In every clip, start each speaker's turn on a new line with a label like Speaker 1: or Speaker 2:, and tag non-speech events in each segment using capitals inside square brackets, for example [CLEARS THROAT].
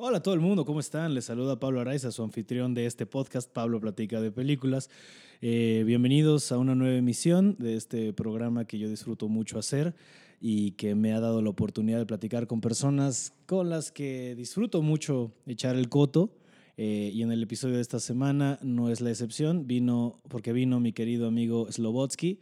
Speaker 1: Hola a todo el mundo, ¿cómo están? Les saluda Pablo Araiza, su anfitrión de este podcast, Pablo Platica de Películas. Eh, bienvenidos a una nueva emisión de este programa que yo disfruto mucho hacer y que me ha dado la oportunidad de platicar con personas con las que disfruto mucho echar el coto. Eh, y en el episodio de esta semana no es la excepción, vino, porque vino mi querido amigo Slobotsky,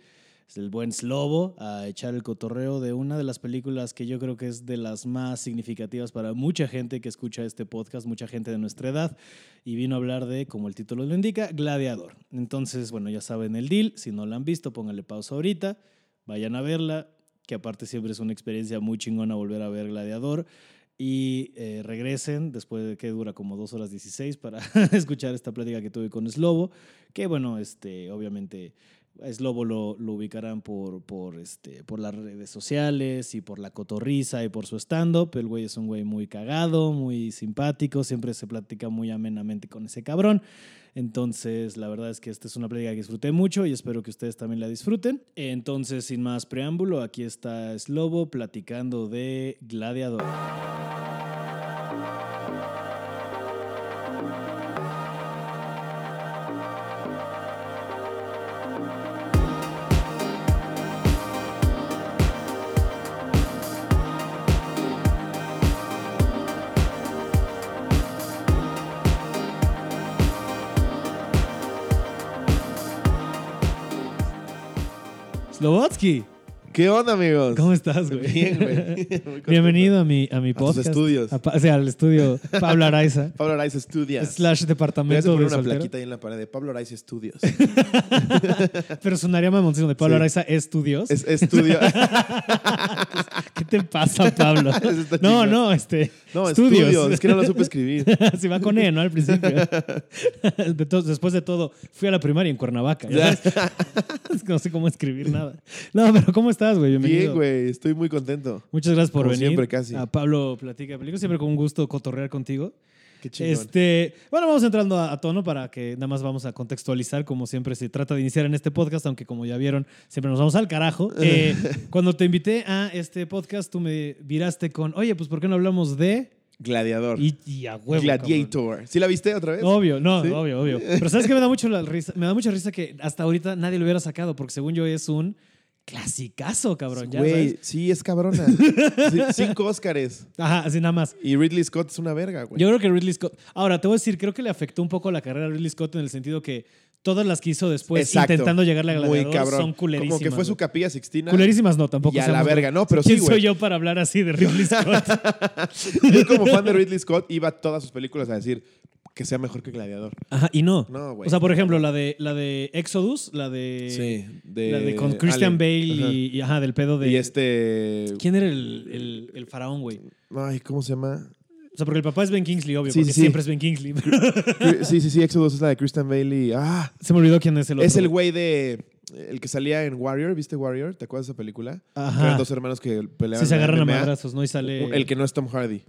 Speaker 1: el buen Slobo, a echar el cotorreo de una de las películas que yo creo que es de las más significativas para mucha gente que escucha este podcast, mucha gente de nuestra edad, y vino a hablar de, como el título lo indica, Gladiador. Entonces, bueno, ya saben el deal, si no la han visto, pónganle pausa ahorita, vayan a verla, que aparte siempre es una experiencia muy chingona volver a ver Gladiador y eh, regresen después de que dura como 2 horas 16 para [LAUGHS] escuchar esta plática que tuve con Slobo, que bueno, este, obviamente a Slobo lo, lo ubicarán por, por, este, por las redes sociales y por la cotorriza y por su stand-up. El güey es un güey muy cagado, muy simpático, siempre se platica muy amenamente con ese cabrón. Entonces, la verdad es que esta es una plática que disfruté mucho y espero que ustedes también la disfruten. Entonces, sin más preámbulo, aquí está Slobo platicando de Gladiador. Slobotsky,
Speaker 2: ¿Qué onda, amigos?
Speaker 1: ¿cómo estás, güey? [LAUGHS]
Speaker 2: Bien, güey. Muy contento.
Speaker 1: Bienvenido a mi, a mi
Speaker 2: tus
Speaker 1: podcast.
Speaker 2: estudios.
Speaker 1: A pa- o sea, al estudio Pablo Araiza,
Speaker 2: Pablo Araiza Studios.
Speaker 1: slash
Speaker 2: Deberías de
Speaker 1: departamento de
Speaker 2: poner una
Speaker 1: soltero.
Speaker 2: plaquita ahí en la pared de Pablo Araiza
Speaker 1: [LAUGHS]
Speaker 2: Studios.
Speaker 1: Pero sonaría mamoncito de Pablo
Speaker 2: Sí.
Speaker 1: Araiza Estudios.
Speaker 2: Es estudio. [LAUGHS]
Speaker 1: ¿Qué te pasa, Pablo?
Speaker 2: Eso [LAUGHS] está
Speaker 1: [LAUGHS] no,
Speaker 2: chingón.
Speaker 1: no, este. [LAUGHS]
Speaker 2: No,
Speaker 1: Estudios.
Speaker 2: estudios. Es que no lo supe escribir.
Speaker 1: Se va con E, ¿no? Al
Speaker 2: [LAUGHS]
Speaker 1: principio. De to- después de todo, fui a la primaria en Cuernavaca. [LAUGHS] ya
Speaker 2: Ya.
Speaker 1: sabes. [LAUGHS] Es que no sé cómo escribir nada. No, pero ¿cómo estás, güey? Bienvenido.
Speaker 2: Bien, güey. Estoy muy contento.
Speaker 1: Muchas gracias por
Speaker 2: Como
Speaker 1: venir.
Speaker 2: siempre, casi.
Speaker 1: A Pablo Platica Películas. Siempre con un gusto cotorrear contigo.
Speaker 2: Qué chingón.
Speaker 1: Este, bueno, vamos entrando a, a tono para que nada más vamos a contextualizar, como siempre se trata de iniciar en este podcast, aunque como ya vieron, siempre nos vamos al
Speaker 2: [LAUGHS]
Speaker 1: carajo. Eh, cuando te invité a este podcast, tú me viraste con, oye, pues ¿por qué no hablamos de...
Speaker 2: Gladiador.
Speaker 1: Y, y a huevo. cabrón.
Speaker 2: Gladiator. ¿Sí la viste otra vez?
Speaker 1: Obvio, no,
Speaker 2: ¿Sí?
Speaker 1: obvio, obvio. Pero sabes que me da mucho la risa, me da mucha risa que hasta ahorita nadie lo hubiera sacado, porque según yo es un clasicazo, cabrón. ya
Speaker 2: Güey,
Speaker 1: sabes.
Speaker 2: sí,
Speaker 1: [LAUGHS]
Speaker 2: es cabrona. Sí, cinco Óscares.
Speaker 1: Ajá, así nada más.
Speaker 2: Y Ridley Scott es una verga, güey.
Speaker 1: Yo creo que Ridley Scott. Ahora, te voy a decir, creo que le afectó un poco la carrera a Ridley Scott en el sentido que todas las que hizo después
Speaker 2: Exacto.
Speaker 1: pues, intentando llegarle a
Speaker 2: Muy
Speaker 1: Gladiador
Speaker 2: cabrón.
Speaker 1: son culerísimas.
Speaker 2: Como que fue su
Speaker 1: güey.
Speaker 2: capilla Sixtina.
Speaker 1: Culerísimas no, tampoco.
Speaker 2: Y a la
Speaker 1: seamos-
Speaker 2: verga, no, pero sí,
Speaker 1: ¿Quién
Speaker 2: güey.
Speaker 1: soy yo para hablar así de
Speaker 2: [LAUGHS]
Speaker 1: Ridley Scott? [LAUGHS]
Speaker 2: Yo como fan de Ridley Scott iba a todas sus películas a decir que sea mejor que Gladiador.
Speaker 1: Ajá, y no.
Speaker 2: No, güey.
Speaker 1: o sea, por ejemplo, la de, la de Exodus, la de...
Speaker 2: de
Speaker 1: la de con Christian
Speaker 2: Alien.
Speaker 1: Bale
Speaker 2: Ajá.
Speaker 1: y, y, ajá, del pedo de...
Speaker 2: Y este.
Speaker 1: ¿Quién era el, el- el faraón, güey?
Speaker 2: Ay, ¿cómo se
Speaker 1: [LAUGHS]
Speaker 2: llama?
Speaker 1: O sea, porque el papá es Ben Kingsley, obvio,
Speaker 2: Sí,
Speaker 1: porque
Speaker 2: sí.
Speaker 1: siempre es Ben Kingsley. [LAUGHS] pero
Speaker 2: Sí, sí, sí, Exodus es la de Christian Bailey. Ah,
Speaker 1: Se me olvidó quién es el otro.
Speaker 2: es el güey de. El que salía en Warrior, ¿viste Warrior? ¿Te acuerdas de esa película?
Speaker 1: Ajá.
Speaker 2: Que Eran dos hermanos que peleaban.
Speaker 1: Sí, se
Speaker 2: en la
Speaker 1: agarran a
Speaker 2: MMA.
Speaker 1: madrazos, ¿no? Y sale...
Speaker 2: El que no es Tom Hardy.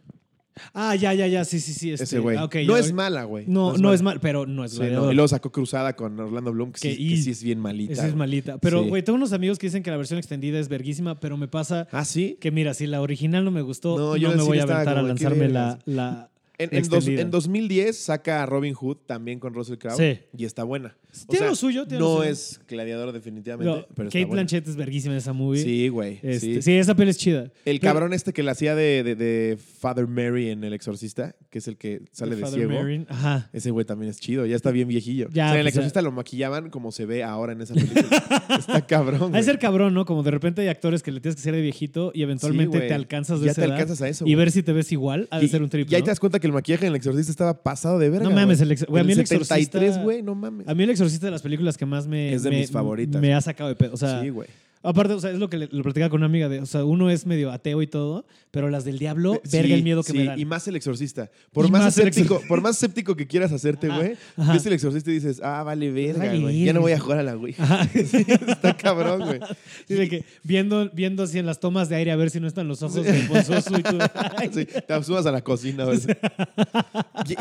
Speaker 1: Ah, ya, ya, ya, sí, sí, sí. Este,
Speaker 2: ese güey.
Speaker 1: ah, ok,
Speaker 2: no
Speaker 1: ya,
Speaker 2: es mala, güey.
Speaker 1: No, no es
Speaker 2: mala.
Speaker 1: mal, pero no es
Speaker 2: Sí,
Speaker 1: gladiador.
Speaker 2: no. Y luego sacó Cruzada con Orlando Bloom, que,
Speaker 1: Que-
Speaker 2: sí, que
Speaker 1: y-
Speaker 2: sí es bien malita.
Speaker 1: Esa es
Speaker 2: güey.
Speaker 1: malita. Pero,
Speaker 2: Sí.
Speaker 1: güey, tengo unos amigos que dicen que la versión extendida es verguísima, pero me pasa
Speaker 2: Ah, sí.
Speaker 1: que, mira, si la original no me gustó, no,
Speaker 2: No, yo en el
Speaker 1: me voy
Speaker 2: cine
Speaker 1: a
Speaker 2: estaba
Speaker 1: aventar a
Speaker 2: como de, ¿qué
Speaker 1: lanzarme la,
Speaker 2: vergas?
Speaker 1: la,
Speaker 2: En,
Speaker 1: la
Speaker 2: en dos-
Speaker 1: extendida.
Speaker 2: en 2010 saca a Robin Hood también con Russell Crowe.
Speaker 1: Sí.
Speaker 2: Y está buena. O
Speaker 1: Tiene
Speaker 2: sea,
Speaker 1: lo suyo, tiene
Speaker 2: no
Speaker 1: lo suyo.
Speaker 2: es gladiador definitivamente,
Speaker 1: No,
Speaker 2: pero
Speaker 1: Kate
Speaker 2: está buena.
Speaker 1: Blanchett es verguísima en esa movie.
Speaker 2: Sí, güey.
Speaker 1: Este, sí.
Speaker 2: sí.
Speaker 1: esa peli es chida.
Speaker 2: El
Speaker 1: Pero-
Speaker 2: cabrón este que la hacía de, de- de Father Mary en El Exorcista, que es el que sale de
Speaker 1: Father
Speaker 2: ciego.
Speaker 1: Merrin, Ajá.
Speaker 2: Ese güey también es chido, ya está bien viejillo.
Speaker 1: Ya,
Speaker 2: o sea, en El
Speaker 1: pues, ya.
Speaker 2: Exorcista lo maquillaban como se ve ahora en esa película.
Speaker 1: [LAUGHS]
Speaker 2: está cabrón.
Speaker 1: Hay
Speaker 2: güey.
Speaker 1: que ser cabrón, ¿no? Como de repente hay actores que le tienes que ser de viejito y eventualmente
Speaker 2: güey.
Speaker 1: te alcanzas de
Speaker 2: Ya
Speaker 1: esa
Speaker 2: te
Speaker 1: edad
Speaker 2: alcanzas a eso,
Speaker 1: Y
Speaker 2: güey.
Speaker 1: ver si te ves igual, ha de
Speaker 2: Y-
Speaker 1: ser un trip,
Speaker 2: Y ahí
Speaker 1: ¿no?
Speaker 2: te das cuenta que el maquillaje en El Exorcista estaba pasado de verga.
Speaker 1: No mames,
Speaker 2: güey.
Speaker 1: el ex- güey, a mí El Exorcista-
Speaker 2: 73, güey, no mames.
Speaker 1: A mí El Exorcista de las películas que más me.
Speaker 2: Es de
Speaker 1: me-
Speaker 2: mis favoritas.
Speaker 1: Me ha sacado de pedo. O sea,
Speaker 2: sí, güey.
Speaker 1: aparte, o sea, es lo que le- lo platicaba con una amiga. De, o sea, uno es medio ateo y todo, pero las del diablo,
Speaker 2: Eh, Sí,
Speaker 1: verga el miedo que
Speaker 2: sí,
Speaker 1: me dan.
Speaker 2: Y más el exorcista. Por
Speaker 1: Y
Speaker 2: más,
Speaker 1: más el
Speaker 2: escéptico, por más escéptico que quieras hacerte,
Speaker 1: Ajá,
Speaker 2: güey,
Speaker 1: ajá.
Speaker 2: ves el exorcista y dices, ah, vale verga,
Speaker 1: Vale
Speaker 2: güey. Ya no voy a
Speaker 1: verga.
Speaker 2: jugar a la güey.
Speaker 1: [LAUGHS] Ajá.
Speaker 2: [LAUGHS] Está cabrón, güey.
Speaker 1: Y de que viendo, viendo así en las tomas de aire a ver si no están los ojos de Bonzoso y tú. Ay,
Speaker 2: [LAUGHS] Sí, te subas a la
Speaker 1: [LAUGHS]
Speaker 2: cocina. güey.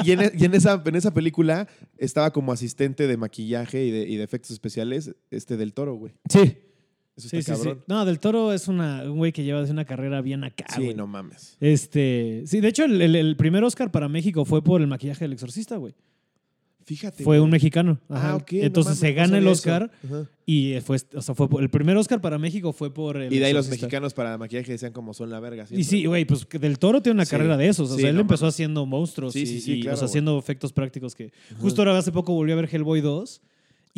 Speaker 2: Y, y en, e, y en esa, en esa película estaba como asistente de maquillaje y de, y de efectos especiales este del toro, güey.
Speaker 1: Sí.
Speaker 2: Eso
Speaker 1: Sí,
Speaker 2: está
Speaker 1: sí, sí.
Speaker 2: cabrón.
Speaker 1: No, Del Toro es una, un güey que lleva desde una carrera bien acá,
Speaker 2: Sí,
Speaker 1: Ah, güey.
Speaker 2: no mames.
Speaker 1: Este, sí, de hecho, el, el- el primer Oscar para México fue por el maquillaje del exorcista, güey.
Speaker 2: Fíjate.
Speaker 1: Fue
Speaker 2: güey.
Speaker 1: un mexicano. Ajá.
Speaker 2: Ah, ok, no
Speaker 1: Entonces
Speaker 2: mames,
Speaker 1: se
Speaker 2: no
Speaker 1: gana el
Speaker 2: sabía
Speaker 1: Oscar
Speaker 2: eso. Ajá.
Speaker 1: y eh, fue, o sea, fue por- el primer Oscar para México fue por el
Speaker 2: Y de ahí los
Speaker 1: Exorcista.
Speaker 2: mexicanos para maquillaje decían como son la verga.
Speaker 1: Y
Speaker 2: siempre,
Speaker 1: sí, güey, pues que Del Toro tiene una
Speaker 2: Sí.
Speaker 1: carrera de esos. O
Speaker 2: Sí,
Speaker 1: sea, él
Speaker 2: no
Speaker 1: empezó haciendo monstruos
Speaker 2: Sí,
Speaker 1: y,
Speaker 2: sí, sí,
Speaker 1: y, o
Speaker 2: claro,
Speaker 1: sea,
Speaker 2: güey.
Speaker 1: haciendo efectos prácticos que... Justo ahora hace poco volví a ver Hellboy 2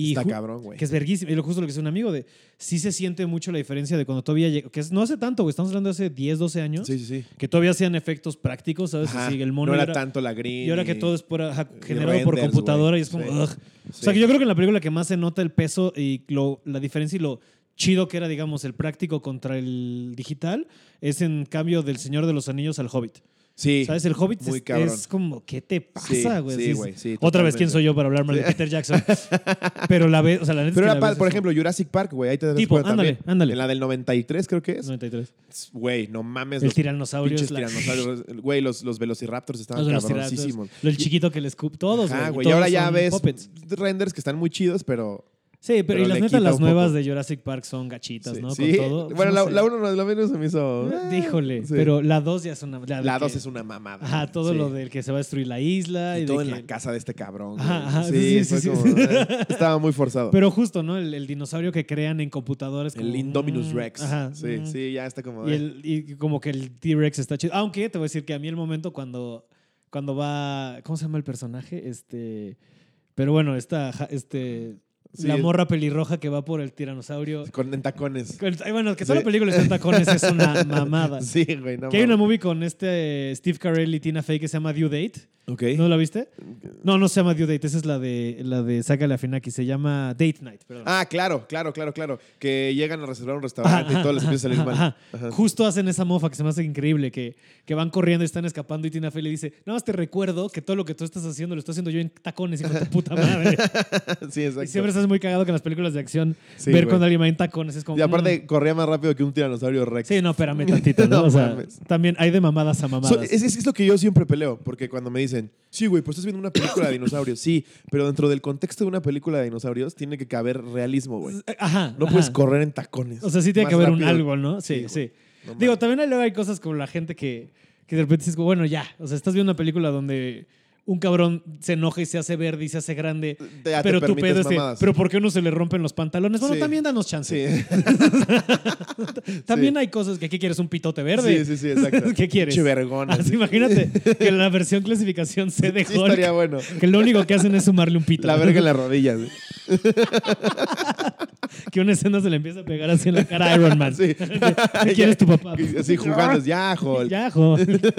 Speaker 1: y...
Speaker 2: Está
Speaker 1: ju-
Speaker 2: cabrón, güey.
Speaker 1: Que es verguísimo. Y lo justo lo que dice un amigo de... Sí se siente mucho la diferencia de cuando todavía... llegó- Que es- no hace tanto, güey. Estamos hablando de hace 10, 12 años.
Speaker 2: Sí, sí, sí.
Speaker 1: Que todavía hacían efectos prácticos, ¿sabes?
Speaker 2: Ajá.
Speaker 1: Así, el mono
Speaker 2: no era,
Speaker 1: era-
Speaker 2: tanto la green.
Speaker 1: Y ahora que
Speaker 2: y-
Speaker 1: todo es por, ajá, generado por
Speaker 2: renders,
Speaker 1: computadora
Speaker 2: güey.
Speaker 1: y es como...
Speaker 2: Sí.
Speaker 1: "Ugh". O
Speaker 2: Sí.
Speaker 1: sea, que yo creo que en la película que más se nota el peso y lo, la diferencia y lo chido que era, digamos, el práctico contra el digital es en cambio del Señor de los Anillos al Hobbit.
Speaker 2: Sí.
Speaker 1: ¿Sabes? El Hobbit
Speaker 2: muy
Speaker 1: es,
Speaker 2: cabrón.
Speaker 1: es como, ¿qué te pasa,
Speaker 2: Sí,
Speaker 1: güey?
Speaker 2: sí,
Speaker 1: Así es-
Speaker 2: güey, sí,
Speaker 1: Otra vez, ¿quién
Speaker 2: totalmente.
Speaker 1: soy yo para hablar mal de Peter Jackson? Pero la vez, o sea, la neta es
Speaker 2: Pero
Speaker 1: que
Speaker 2: era,
Speaker 1: la
Speaker 2: pa-
Speaker 1: ves
Speaker 2: por
Speaker 1: es como
Speaker 2: ejemplo, Jurassic Park, güey. Ahí te das
Speaker 1: Tipo,
Speaker 2: cuenta
Speaker 1: ándale,
Speaker 2: también.
Speaker 1: ándale.
Speaker 2: En la del 93, creo que es.
Speaker 1: 93.
Speaker 2: Güey, no mames.
Speaker 1: El
Speaker 2: los
Speaker 1: tiranosaurio.
Speaker 2: pinches
Speaker 1: es la- [LAUGHS]
Speaker 2: tiranosaurios. Güey, los, los velociraptors estaban
Speaker 1: los de los
Speaker 2: cabroncísimos.
Speaker 1: tiranosaurios, El chiquito que les cup todos,
Speaker 2: Ajá,
Speaker 1: güey.
Speaker 2: Y
Speaker 1: todos
Speaker 2: ahora ya
Speaker 1: son
Speaker 2: ves
Speaker 1: puppets.
Speaker 2: renders que están muy chidos, pero.
Speaker 1: Sí, pero, y
Speaker 2: pero
Speaker 1: las
Speaker 2: le
Speaker 1: neta,
Speaker 2: quita
Speaker 1: las
Speaker 2: un
Speaker 1: nuevas
Speaker 2: poco.
Speaker 1: de Jurassic Park son gachitas,
Speaker 2: sí,
Speaker 1: ¿no?
Speaker 2: sí.
Speaker 1: Con todo.
Speaker 2: [LAUGHS] Bueno,
Speaker 1: No
Speaker 2: la,
Speaker 1: sé.
Speaker 2: la uno no, la menos se me hizo. eh,
Speaker 1: Híjole,
Speaker 2: sí.
Speaker 1: pero la 2 ya es una. de
Speaker 2: La
Speaker 1: que-
Speaker 2: dos es una mamada.
Speaker 1: Ajá,
Speaker 2: güey,
Speaker 1: todo
Speaker 2: sí.
Speaker 1: lo del que se va a destruir la isla.
Speaker 2: Y
Speaker 1: Y
Speaker 2: todo
Speaker 1: de
Speaker 2: en
Speaker 1: que-
Speaker 2: la casa de este cabrón.
Speaker 1: Ajá,
Speaker 2: güey.
Speaker 1: ajá, sí,
Speaker 2: Sí,
Speaker 1: sí,
Speaker 2: fue
Speaker 1: sí,
Speaker 2: como,
Speaker 1: sí.
Speaker 2: eh, estaba muy forzado.
Speaker 1: Pero justo, ¿no? El, el dinosaurio que crean en computadores.
Speaker 2: el
Speaker 1: como,
Speaker 2: Indominus
Speaker 1: mm,
Speaker 2: Rex.
Speaker 1: ajá,
Speaker 2: sí,
Speaker 1: mm.
Speaker 2: sí, ya está como.
Speaker 1: Y,
Speaker 2: eh.
Speaker 1: el- y como que el T-Rex está chido. Aunque te voy a decir que a mí el momento cuando, cuando va. ¿Cómo se llama el personaje? Este. Pero bueno, esta. ja- Este,
Speaker 2: Sí,
Speaker 1: la
Speaker 2: es-
Speaker 1: morra pelirroja que va por el tiranosaurio.
Speaker 2: Con en tacones.
Speaker 1: Con- ay, Bueno, que toda
Speaker 2: Sí.
Speaker 1: la película está en tacones es
Speaker 2: [LAUGHS]
Speaker 1: una mamada.
Speaker 2: Sí, güey, no
Speaker 1: que hay una
Speaker 2: mames.
Speaker 1: movie con este eh, Steve Carell y Tina Fey que se llama Due Date.
Speaker 2: Ok.
Speaker 1: ¿No la viste? No, no se llama Due Date. Esa es la de, la de Saca la Finaki. Se llama Date Night, perdón.
Speaker 2: Ah, claro, claro, claro, claro. Que llegan a reservar un restaurante y todo les empieza a salir mal.
Speaker 1: Ajá. Justo hacen esa mofa que se me hace increíble, que, que van corriendo y están escapando y Tina Fey le dice, nada más te recuerdo que todo lo que tú estás haciendo lo estoy haciendo yo en tacones, hijo de tu puta
Speaker 2: [LAUGHS]
Speaker 1: madre.
Speaker 2: sí, exacto.
Speaker 1: y siempre estás muy cagado que en las películas de acción
Speaker 2: Sí,
Speaker 1: ver
Speaker 2: güey.
Speaker 1: cuando alguien va en tacones es como...
Speaker 2: Y aparte
Speaker 1: mm.
Speaker 2: corría más rápido que un tiranosaurio rex.
Speaker 1: Sí, no,
Speaker 2: [LAUGHS]
Speaker 1: espérame tantito, ¿no?
Speaker 2: No
Speaker 1: O sea,
Speaker 2: mames.
Speaker 1: también hay de mamadas a
Speaker 2: So-
Speaker 1: mamadas.
Speaker 2: es, es- es lo que yo siempre peleo, porque cuando me dicen, sí, güey, pues estás viendo una película de dinosaurios, sí, pero dentro del contexto de una película de dinosaurios tiene que caber realismo, güey.
Speaker 1: Ajá.
Speaker 2: No puedes
Speaker 1: ajá.
Speaker 2: correr en tacones.
Speaker 1: O sea, sí tiene
Speaker 2: Más
Speaker 1: que haber un
Speaker 2: rápido.
Speaker 1: algo, ¿no? Sí,
Speaker 2: Sí,
Speaker 1: sí.
Speaker 2: güey. No
Speaker 1: Digo,
Speaker 2: mames.
Speaker 1: también hay- luego hay cosas como la gente que, que de repente dices, bueno, ya. O sea, estás viendo una película donde un cabrón se enoja y se hace verde y se hace grande.
Speaker 2: Ya te
Speaker 1: pero tu
Speaker 2: permites
Speaker 1: pedo es que,
Speaker 2: mamadas.
Speaker 1: pero ¿por qué a uno se le rompen los pantalones? Bueno,
Speaker 2: Sí.
Speaker 1: también danos chance.
Speaker 2: Sí.
Speaker 1: También
Speaker 2: sí.
Speaker 1: hay cosas que, ¿qué quieres? ¿Un pitote verde?
Speaker 2: Sí, sí, sí, exacto.
Speaker 1: [LAUGHS] ¿Qué quieres?
Speaker 2: Pinche vergona.
Speaker 1: Así,
Speaker 2: [LAUGHS]
Speaker 1: imagínate que la versión clasificación C de
Speaker 2: Sí,
Speaker 1: Hulk,
Speaker 2: estaría bueno.
Speaker 1: que lo único que hacen es sumarle un pito.
Speaker 2: La verga en las rodillas. güey.
Speaker 1: [LAUGHS] Que una escena se le empieza a pegar así en la cara a Iron Man.
Speaker 2: Sí.
Speaker 1: Ah.
Speaker 2: [LAUGHS]
Speaker 1: ¿Qué quieres tu papá? [LAUGHS]
Speaker 2: Así jugando, ya, Hulk.
Speaker 1: Ya, Hulk.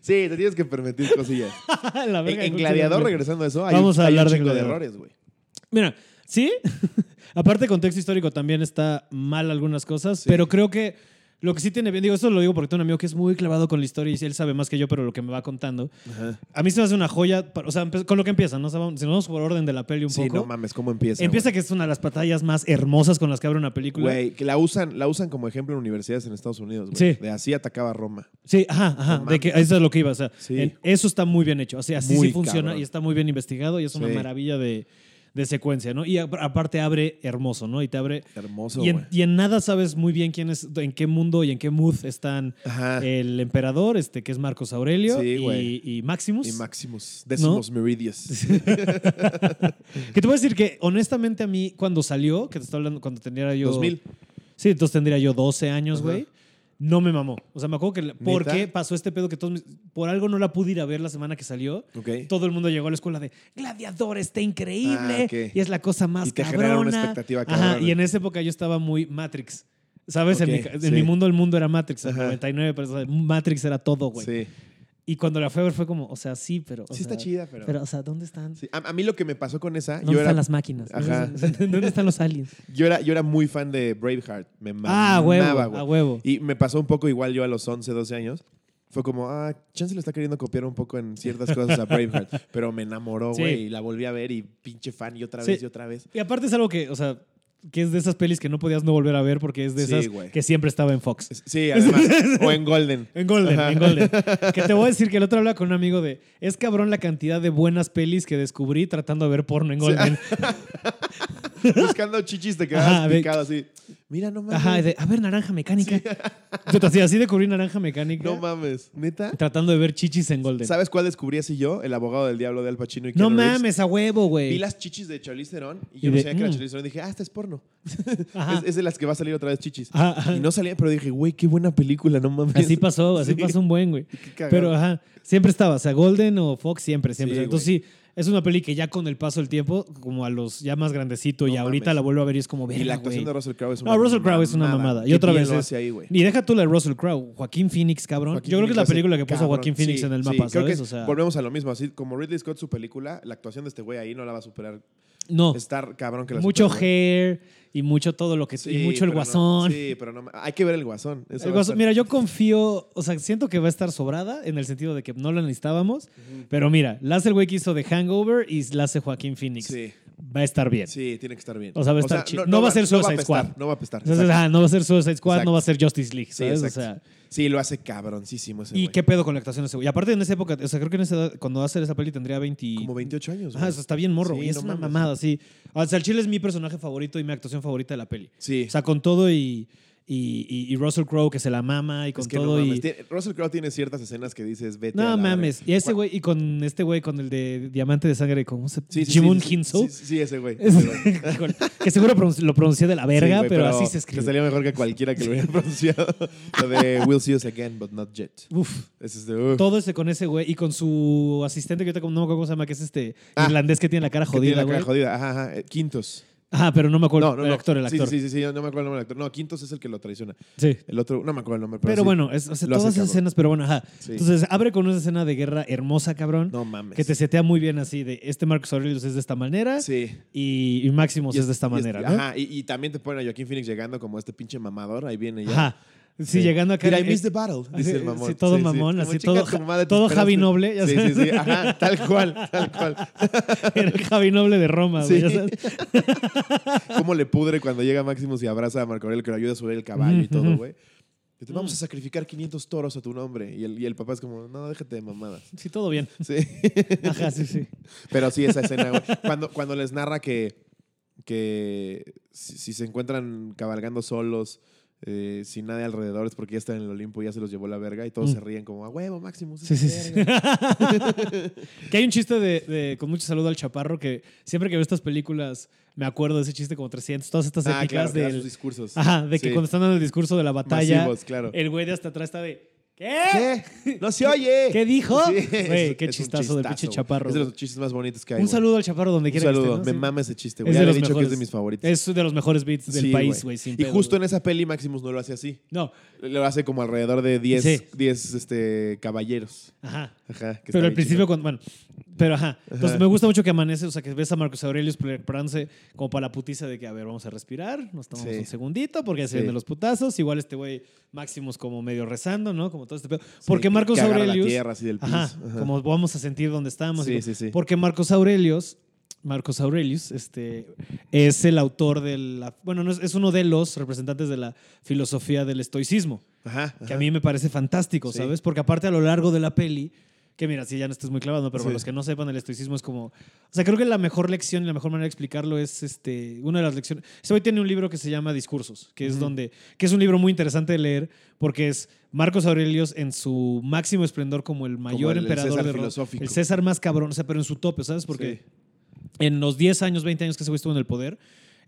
Speaker 2: Sí, te tienes que permitir cosillas.
Speaker 1: [LAUGHS] La
Speaker 2: En,
Speaker 1: verga,
Speaker 2: en
Speaker 1: Hulk
Speaker 2: Gladiador,
Speaker 1: siempre.
Speaker 2: regresando a eso, hay,
Speaker 1: Vamos
Speaker 2: un-
Speaker 1: a
Speaker 2: hay
Speaker 1: hablar
Speaker 2: un
Speaker 1: de
Speaker 2: chingo de
Speaker 1: Gladiador.
Speaker 2: errores, güey.
Speaker 1: Mira, sí. [LAUGHS] Aparte, contexto histórico también está mal algunas cosas,
Speaker 2: Sí.
Speaker 1: pero creo que lo que sí tiene bien, digo, esto lo digo porque tengo un amigo que es muy clavado con la historia y él sabe más que yo, pero lo que me va contando. A mí se me hace una joya, para- o sea, empe- con lo que empieza, ¿no? O sea, vamos- si nos vamos por orden de la peli un
Speaker 2: Sí,
Speaker 1: poco.
Speaker 2: no mames, ¿cómo empieza?
Speaker 1: empieza que es una de las batallas más hermosas con las que abre una película.
Speaker 2: Güey, que la usan, la usan como ejemplo en universidades en Estados Unidos, güey.
Speaker 1: Sí.
Speaker 2: De así atacaba Roma.
Speaker 1: Sí, ajá, ajá.
Speaker 2: No
Speaker 1: de
Speaker 2: mames.
Speaker 1: que eso es lo que iba. O sea,
Speaker 2: Sí.
Speaker 1: en- eso está muy bien hecho. O sea, así
Speaker 2: Muy
Speaker 1: sí funciona
Speaker 2: cabrón.
Speaker 1: y está muy bien investigado y es una
Speaker 2: Sí.
Speaker 1: maravilla de, de secuencia, ¿no? Y a- aparte abre hermoso, ¿no? Y te abre.
Speaker 2: Hermoso,
Speaker 1: y,
Speaker 2: güey.
Speaker 1: en, y en nada sabes muy bien quién es, en qué mundo y en qué mood están
Speaker 2: Ajá.
Speaker 1: el emperador, este que es Marcos Aurelio
Speaker 2: Ah. Sí,
Speaker 1: y,
Speaker 2: güey.
Speaker 1: y Maximus.
Speaker 2: y Maximus,
Speaker 1: [LAUGHS]
Speaker 2: décimos meridius.
Speaker 1: que te voy a decir que honestamente a mí cuando salió, que te estoy hablando cuando tenía yo
Speaker 2: 2000.
Speaker 1: Sí, entonces tendría yo 12 años,
Speaker 2: Ajá.
Speaker 1: güey. No me mamó. O sea, me acuerdo que la- porque
Speaker 2: ¿Neta?
Speaker 1: pasó este pedo que todos mis- por algo no la pude ir a ver la semana que salió.
Speaker 2: Ok.
Speaker 1: Todo el mundo llegó a la escuela de Gladiador, está increíble
Speaker 2: Ah, ok.
Speaker 1: y es la cosa más
Speaker 2: Y te genera
Speaker 1: cabrona.
Speaker 2: una expectativa
Speaker 1: Ajá,
Speaker 2: cabrona.
Speaker 1: y en esa época yo estaba muy Matrix. ¿Sabes? en,
Speaker 2: Ok,
Speaker 1: mi, ca- en
Speaker 2: sí.
Speaker 1: mi mundo el mundo era Matrix, el
Speaker 2: Ajá.
Speaker 1: 99, pero o sea, Matrix era todo, güey.
Speaker 2: Sí.
Speaker 1: Y cuando la fui a ver fue como, o sea, sí, pero o
Speaker 2: Sí está
Speaker 1: sea,
Speaker 2: chida, pero...
Speaker 1: Pero o sea, ¿dónde están?
Speaker 2: Sí, A, a mí lo que me pasó con esa,
Speaker 1: ¿Dónde
Speaker 2: yo era,
Speaker 1: están las máquinas?
Speaker 2: Ajá.
Speaker 1: ¿Dónde están los
Speaker 2: [LAUGHS]
Speaker 1: aliens?
Speaker 2: yo, era, yo era muy fan de Braveheart. Me
Speaker 1: Ah, a huevo,
Speaker 2: mamaba,
Speaker 1: a
Speaker 2: güey.
Speaker 1: huevo.
Speaker 2: Y me pasó un poco igual yo a los 11, 12 años. Fue como, ah, Chance le está queriendo copiar un poco en ciertas cosas a Braveheart.
Speaker 1: [LAUGHS]
Speaker 2: pero me enamoró,
Speaker 1: Sí.
Speaker 2: güey. Y la volví a ver y pinche fan y otra
Speaker 1: Sí.
Speaker 2: vez y otra vez.
Speaker 1: Y aparte es algo que, o sea, que es de esas pelis que no podías no volver a ver porque es de
Speaker 2: Sí,
Speaker 1: esas
Speaker 2: güey.
Speaker 1: que siempre estaba en Fox.
Speaker 2: Sí,
Speaker 1: [LAUGHS]
Speaker 2: además. o en Golden.
Speaker 1: En Golden,
Speaker 2: Ajá.
Speaker 1: en
Speaker 2: [LAUGHS]
Speaker 1: Golden. Que te voy a decir que el otro hablaba con un amigo de, es cabrón la cantidad de buenas pelis que descubrí
Speaker 2: [LAUGHS]
Speaker 1: tratando de ver porno en Golden.
Speaker 2: Buscando chichis te quedabas
Speaker 1: Ajá, ve-
Speaker 2: picado así. Mira, no mames.
Speaker 1: Ajá, de, a ver, naranja [LAUGHS] mecánica. Puta, sí, así descubrí naranja mecánica.
Speaker 2: No mames. ¿Neta?
Speaker 1: tratando de ver chichis en Golden.
Speaker 2: ¿Sabes cuál descubrí así yo? El abogado del diablo de Al Pacino y
Speaker 1: No
Speaker 2: Keanu Reeves.
Speaker 1: mames, a huevo,
Speaker 2: Vi
Speaker 1: güey.
Speaker 2: las chichis de Charlize Theron y
Speaker 1: Y
Speaker 2: yo no
Speaker 1: de,
Speaker 2: sabía que era
Speaker 1: mm.
Speaker 2: Charlize Theron. Dije, ah, esta es porno.
Speaker 1: [LAUGHS] Ajá.
Speaker 2: Es, es de las que va a salir otra vez chichis.
Speaker 1: Ajá, ajá.
Speaker 2: Y no salía, pero dije, güey, qué buena película, no
Speaker 1: [LAUGHS]
Speaker 2: mames.
Speaker 1: Así pasó, así
Speaker 2: Sí.
Speaker 1: pasó un buen, güey.
Speaker 2: Qué cagado.
Speaker 1: Pero ajá, siempre estaba, o sea, Golden o Fox siempre, siempre.
Speaker 2: Sí,
Speaker 1: Entonces sí, es una peli que ya con el paso del tiempo, como a los ya más grandecito
Speaker 2: No
Speaker 1: y ahorita
Speaker 2: mames.
Speaker 1: la vuelvo a ver y es como
Speaker 2: y la
Speaker 1: "Verga,
Speaker 2: actuación
Speaker 1: güey".
Speaker 2: de Russell Crowe es una
Speaker 1: No, Russell Crowe es una mamada. Y otra vez
Speaker 2: lo
Speaker 1: es-
Speaker 2: hace ahí, güey.
Speaker 1: Y deja tú la de Russell Crowe, Joaquín Phoenix, cabrón.
Speaker 2: Joaquín
Speaker 1: Yo creo que es la
Speaker 2: Phoenix lo
Speaker 1: película
Speaker 2: hace
Speaker 1: que puso a
Speaker 2: cabrón.
Speaker 1: Joaquín Phoenix
Speaker 2: Sí,
Speaker 1: en el
Speaker 2: sí,
Speaker 1: mapa,
Speaker 2: creo que
Speaker 1: ¿sabes? O sea,
Speaker 2: volvemos a lo mismo. Así como Ridley Scott, su película, la actuación de este güey ahí no la va a superar.
Speaker 1: no,
Speaker 2: Estar cabrón que la
Speaker 1: mucho
Speaker 2: supere, güey.
Speaker 1: hair y mucho todo lo que
Speaker 2: Sí,
Speaker 1: y mucho el
Speaker 2: pero no-
Speaker 1: guasón.
Speaker 2: sí, pero no. ma- Hay que ver el guasón. Eso
Speaker 1: El
Speaker 2: va a
Speaker 1: guasón-
Speaker 2: estar-
Speaker 1: mira, yo confío, o sea, siento que va a estar sobrada en el sentido de que no la necesitábamos, pero mira, la hace el güey que hizo de Hangover y la hace Joaquín Phoenix.
Speaker 2: Sí,
Speaker 1: Va a estar bien.
Speaker 2: sí, tiene que estar bien.
Speaker 1: O sea, va a estar chi- no va a ser
Speaker 2: no
Speaker 1: Suicide
Speaker 2: apestar,
Speaker 1: Squad.
Speaker 2: No va a apestar.
Speaker 1: Entonces,
Speaker 2: exacto.
Speaker 1: ah, no va a ser Suicide Squad,
Speaker 2: Exacto.
Speaker 1: no va a ser Justice League,
Speaker 2: Sí,
Speaker 1: ¿sabes? o
Speaker 2: exacto.
Speaker 1: sea,
Speaker 2: Sí, lo hace cabroncísimo ese
Speaker 1: ¿Y
Speaker 2: güey.
Speaker 1: qué pedo con la actuación de ese güey? Y aparte en esa época, o sea, creo que en esa edad, cuando va a hacer esa peli tendría 20...
Speaker 2: Como 28 años,
Speaker 1: Ah,
Speaker 2: güey.
Speaker 1: eso está bien morro,
Speaker 2: Pues
Speaker 1: güey.
Speaker 2: Sí,
Speaker 1: es
Speaker 2: no
Speaker 1: una
Speaker 2: mames.
Speaker 1: mamada, sí. O sea, el chile es mi personaje favorito y mi actuación favorita de la peli.
Speaker 2: Sí.
Speaker 1: O sea, con todo y, y, y- y Russell Crowe que se la mama y con
Speaker 2: Es que
Speaker 1: todo
Speaker 2: no
Speaker 1: y...
Speaker 2: mames. Tiene- Russell Crowe tiene ciertas escenas que dices, vete. a
Speaker 1: No
Speaker 2: la
Speaker 1: mames.
Speaker 2: verga.
Speaker 1: Y ese güey, y con este güey, con el de Diamante de Sangre, ¿cómo se
Speaker 2: Sí, sí,
Speaker 1: Jimun
Speaker 2: sí, sí,
Speaker 1: Hinso.
Speaker 2: Sí, sí, ese güey.
Speaker 1: Es-
Speaker 2: ese güey.
Speaker 1: [LAUGHS] Híjole, que seguro pronunci- lo pronuncié de la [LAUGHS] verga,
Speaker 2: Sí, güey,
Speaker 1: pero, así se
Speaker 2: Te
Speaker 1: escribe.
Speaker 2: salía mejor que cualquiera que lo hubiera [LAUGHS] pronunciado. Lo de We'll see us again, but not yet.
Speaker 1: Uf,
Speaker 2: Ese es de. uh,
Speaker 1: todo ese con ese güey y con su asistente que ahorita como- no me acuerdo cómo se llama, que es este
Speaker 2: Ah.
Speaker 1: irlandés que tiene la cara
Speaker 2: que tiene
Speaker 1: jodida,
Speaker 2: la cara
Speaker 1: güey.
Speaker 2: jodida. Ajá, ajá. eh, Quintos.
Speaker 1: Ah, pero no me acuerdo
Speaker 2: No, no,
Speaker 1: el
Speaker 2: no.
Speaker 1: actor, el actor.
Speaker 2: Sí,
Speaker 1: Sí.
Speaker 2: sí, sí, sí, no me acuerdo el nombre del actor. No, Quintos es el que lo traiciona. El otro, no me acuerdo el nombre. Pero,
Speaker 1: Pero
Speaker 2: sí.
Speaker 1: bueno, es- o sea,
Speaker 2: Lo hace
Speaker 1: todas esas
Speaker 2: cabrón.
Speaker 1: escenas, pero bueno, ajá.
Speaker 2: Sí.
Speaker 1: Entonces abre con una escena de guerra hermosa, cabrón,
Speaker 2: No mames.
Speaker 1: que te setea muy bien así de este Marcus Aurelius es de esta manera
Speaker 2: Sí.
Speaker 1: y, y Maximus pues, es de esta
Speaker 2: y
Speaker 1: manera,
Speaker 2: este-
Speaker 1: ¿no?
Speaker 2: Ajá, y, y también te ponen a Joaquín Phoenix llegando como este pinche mamador. Ahí viene ya.
Speaker 1: Ajá. Sí, llegando acá.
Speaker 2: Mira, I
Speaker 1: eh,
Speaker 2: missed the battle, dice
Speaker 1: sí,
Speaker 2: el mamón.
Speaker 1: sí, todo mamón,
Speaker 2: Como
Speaker 1: así,
Speaker 2: chinga
Speaker 1: todo
Speaker 2: tu
Speaker 1: ja-
Speaker 2: madre, te
Speaker 1: todo
Speaker 2: esperaste.
Speaker 1: Javi Noble, ya
Speaker 2: Sí, sí,
Speaker 1: sabes.
Speaker 2: sí, ajá, tal cual, tal cual. [LAUGHS]
Speaker 1: era el Javi Noble de Roma, güey,
Speaker 2: Sí.
Speaker 1: ya sabes.
Speaker 2: Cómo le pudre cuando llega Maximus y abraza a Marco Aurelio que lo ayuda a subir el caballo y todo, güey. Que te vamos a sacrificar 500 toros a tu nombre. Y el, y el papá es como, no, déjate
Speaker 1: [LAUGHS]
Speaker 2: de mamadas.
Speaker 1: Sí, todo bien.
Speaker 2: Sí.
Speaker 1: Ajá, sí, sí.
Speaker 2: Pero sí, esa escena, güey. Cuando, cuando les narra que, que si, si se encuentran cabalgando solos, eh, sin nadie alrededor, es porque ya están en el Olimpo y ya se los llevó la verga. Y todos
Speaker 1: Mm.
Speaker 2: se ríen como, a huevo, Maximus.
Speaker 1: Sí,
Speaker 2: es
Speaker 1: sí,
Speaker 2: la
Speaker 1: sí.
Speaker 2: verga".
Speaker 1: [LAUGHS] que hay un chiste de, de- con mucho saludo al Chaparro que siempre que veo estas películas me acuerdo de ese chiste como 300, todas estas
Speaker 2: Ah, claro,
Speaker 1: épicas
Speaker 2: que da sus
Speaker 1: del
Speaker 2: discursos.
Speaker 1: Ajá, de que
Speaker 2: Sí.
Speaker 1: cuando están dando el discurso de la batalla, Eh,
Speaker 2: Masivos, claro.
Speaker 1: el güey de hasta atrás está de ¿Qué?
Speaker 2: ¿Qué? ¡No se oye!
Speaker 1: ¿Qué dijo?
Speaker 2: Sí,
Speaker 1: Güey,
Speaker 2: es-
Speaker 1: qué
Speaker 2: es un
Speaker 1: chistazo del pinche
Speaker 2: güey.
Speaker 1: chaparro,
Speaker 2: Es de los
Speaker 1: güey.
Speaker 2: chistes más bonitos que hay.
Speaker 1: Un
Speaker 2: güey.
Speaker 1: saludo al Chaparro donde
Speaker 2: Un
Speaker 1: quiera que esté,
Speaker 2: saludo.
Speaker 1: ¿no?
Speaker 2: Me
Speaker 1: Sí.
Speaker 2: mama ese
Speaker 1: Es
Speaker 2: chiste, Este, güey.
Speaker 1: de
Speaker 2: Ya le he
Speaker 1: los
Speaker 2: dicho que es de
Speaker 1: mejores.
Speaker 2: mis favoritos.
Speaker 1: Es de los mejores beats del
Speaker 2: Sí,
Speaker 1: país, güey, sin
Speaker 2: Y
Speaker 1: pedo,
Speaker 2: justo
Speaker 1: güey.
Speaker 2: en esa peli Maximus no lo hace así.
Speaker 1: No,
Speaker 2: Lo hace como alrededor de 10
Speaker 1: Sí.
Speaker 2: 10, este, caballeros.
Speaker 1: ajá.
Speaker 2: Ajá. que está
Speaker 1: Pero al
Speaker 2: bien
Speaker 1: principio,
Speaker 2: chingón.
Speaker 1: cuando, bueno, pero ajá. Entonces me gusta mucho que amanece, o sea, que ves a Marcos Aurelius preparándose como para la putiza de que, a ver, vamos a respirar, nos tomamos
Speaker 2: Sí.
Speaker 1: un segundito, porque ya se
Speaker 2: Sí.
Speaker 1: vienen los putazos. Igual este güey Maximus como medio rezando, ¿no? Como todo este pedo.
Speaker 2: Sí,
Speaker 1: Porque
Speaker 2: que-
Speaker 1: Marcos
Speaker 2: que agarra
Speaker 1: Aurelius.
Speaker 2: La tierra así del piso.
Speaker 1: Ajá,
Speaker 2: Ajá.
Speaker 1: como vamos a sentir dónde estamos.
Speaker 2: Sí,
Speaker 1: y-
Speaker 2: sí, sí.
Speaker 1: Porque Marcos Aurelius, Marcos Aurelius, este, es el autor de la, bueno, no es, es uno de los representantes de la filosofía del estoicismo,
Speaker 2: Ajá,
Speaker 1: que a
Speaker 2: ajá.
Speaker 1: mí me parece fantástico,
Speaker 2: Sí.
Speaker 1: ¿sabes? Porque aparte a lo largo de la peli, que mira, si ya no estés muy clavado, ¿no? pero para
Speaker 2: Sí.
Speaker 1: los que no sepan, el estoicismo es como, o sea, creo que la mejor lección y la mejor manera de explicarlo es, este, una de las lecciones, este hoy tiene un libro que se llama Discursos, que es
Speaker 2: Ujú.
Speaker 1: donde, que es un libro muy interesante de leer, porque es Marcos Aurelius en su máximo esplendor como el mayor
Speaker 2: el- el
Speaker 1: emperador
Speaker 2: César
Speaker 1: de Roma.
Speaker 2: filosófico.
Speaker 1: El César más cabrón, o sea, pero en su tope, ¿sabes? Porque
Speaker 2: Sí.
Speaker 1: en los 10 años, 20 años que ese güey estuvo en el poder,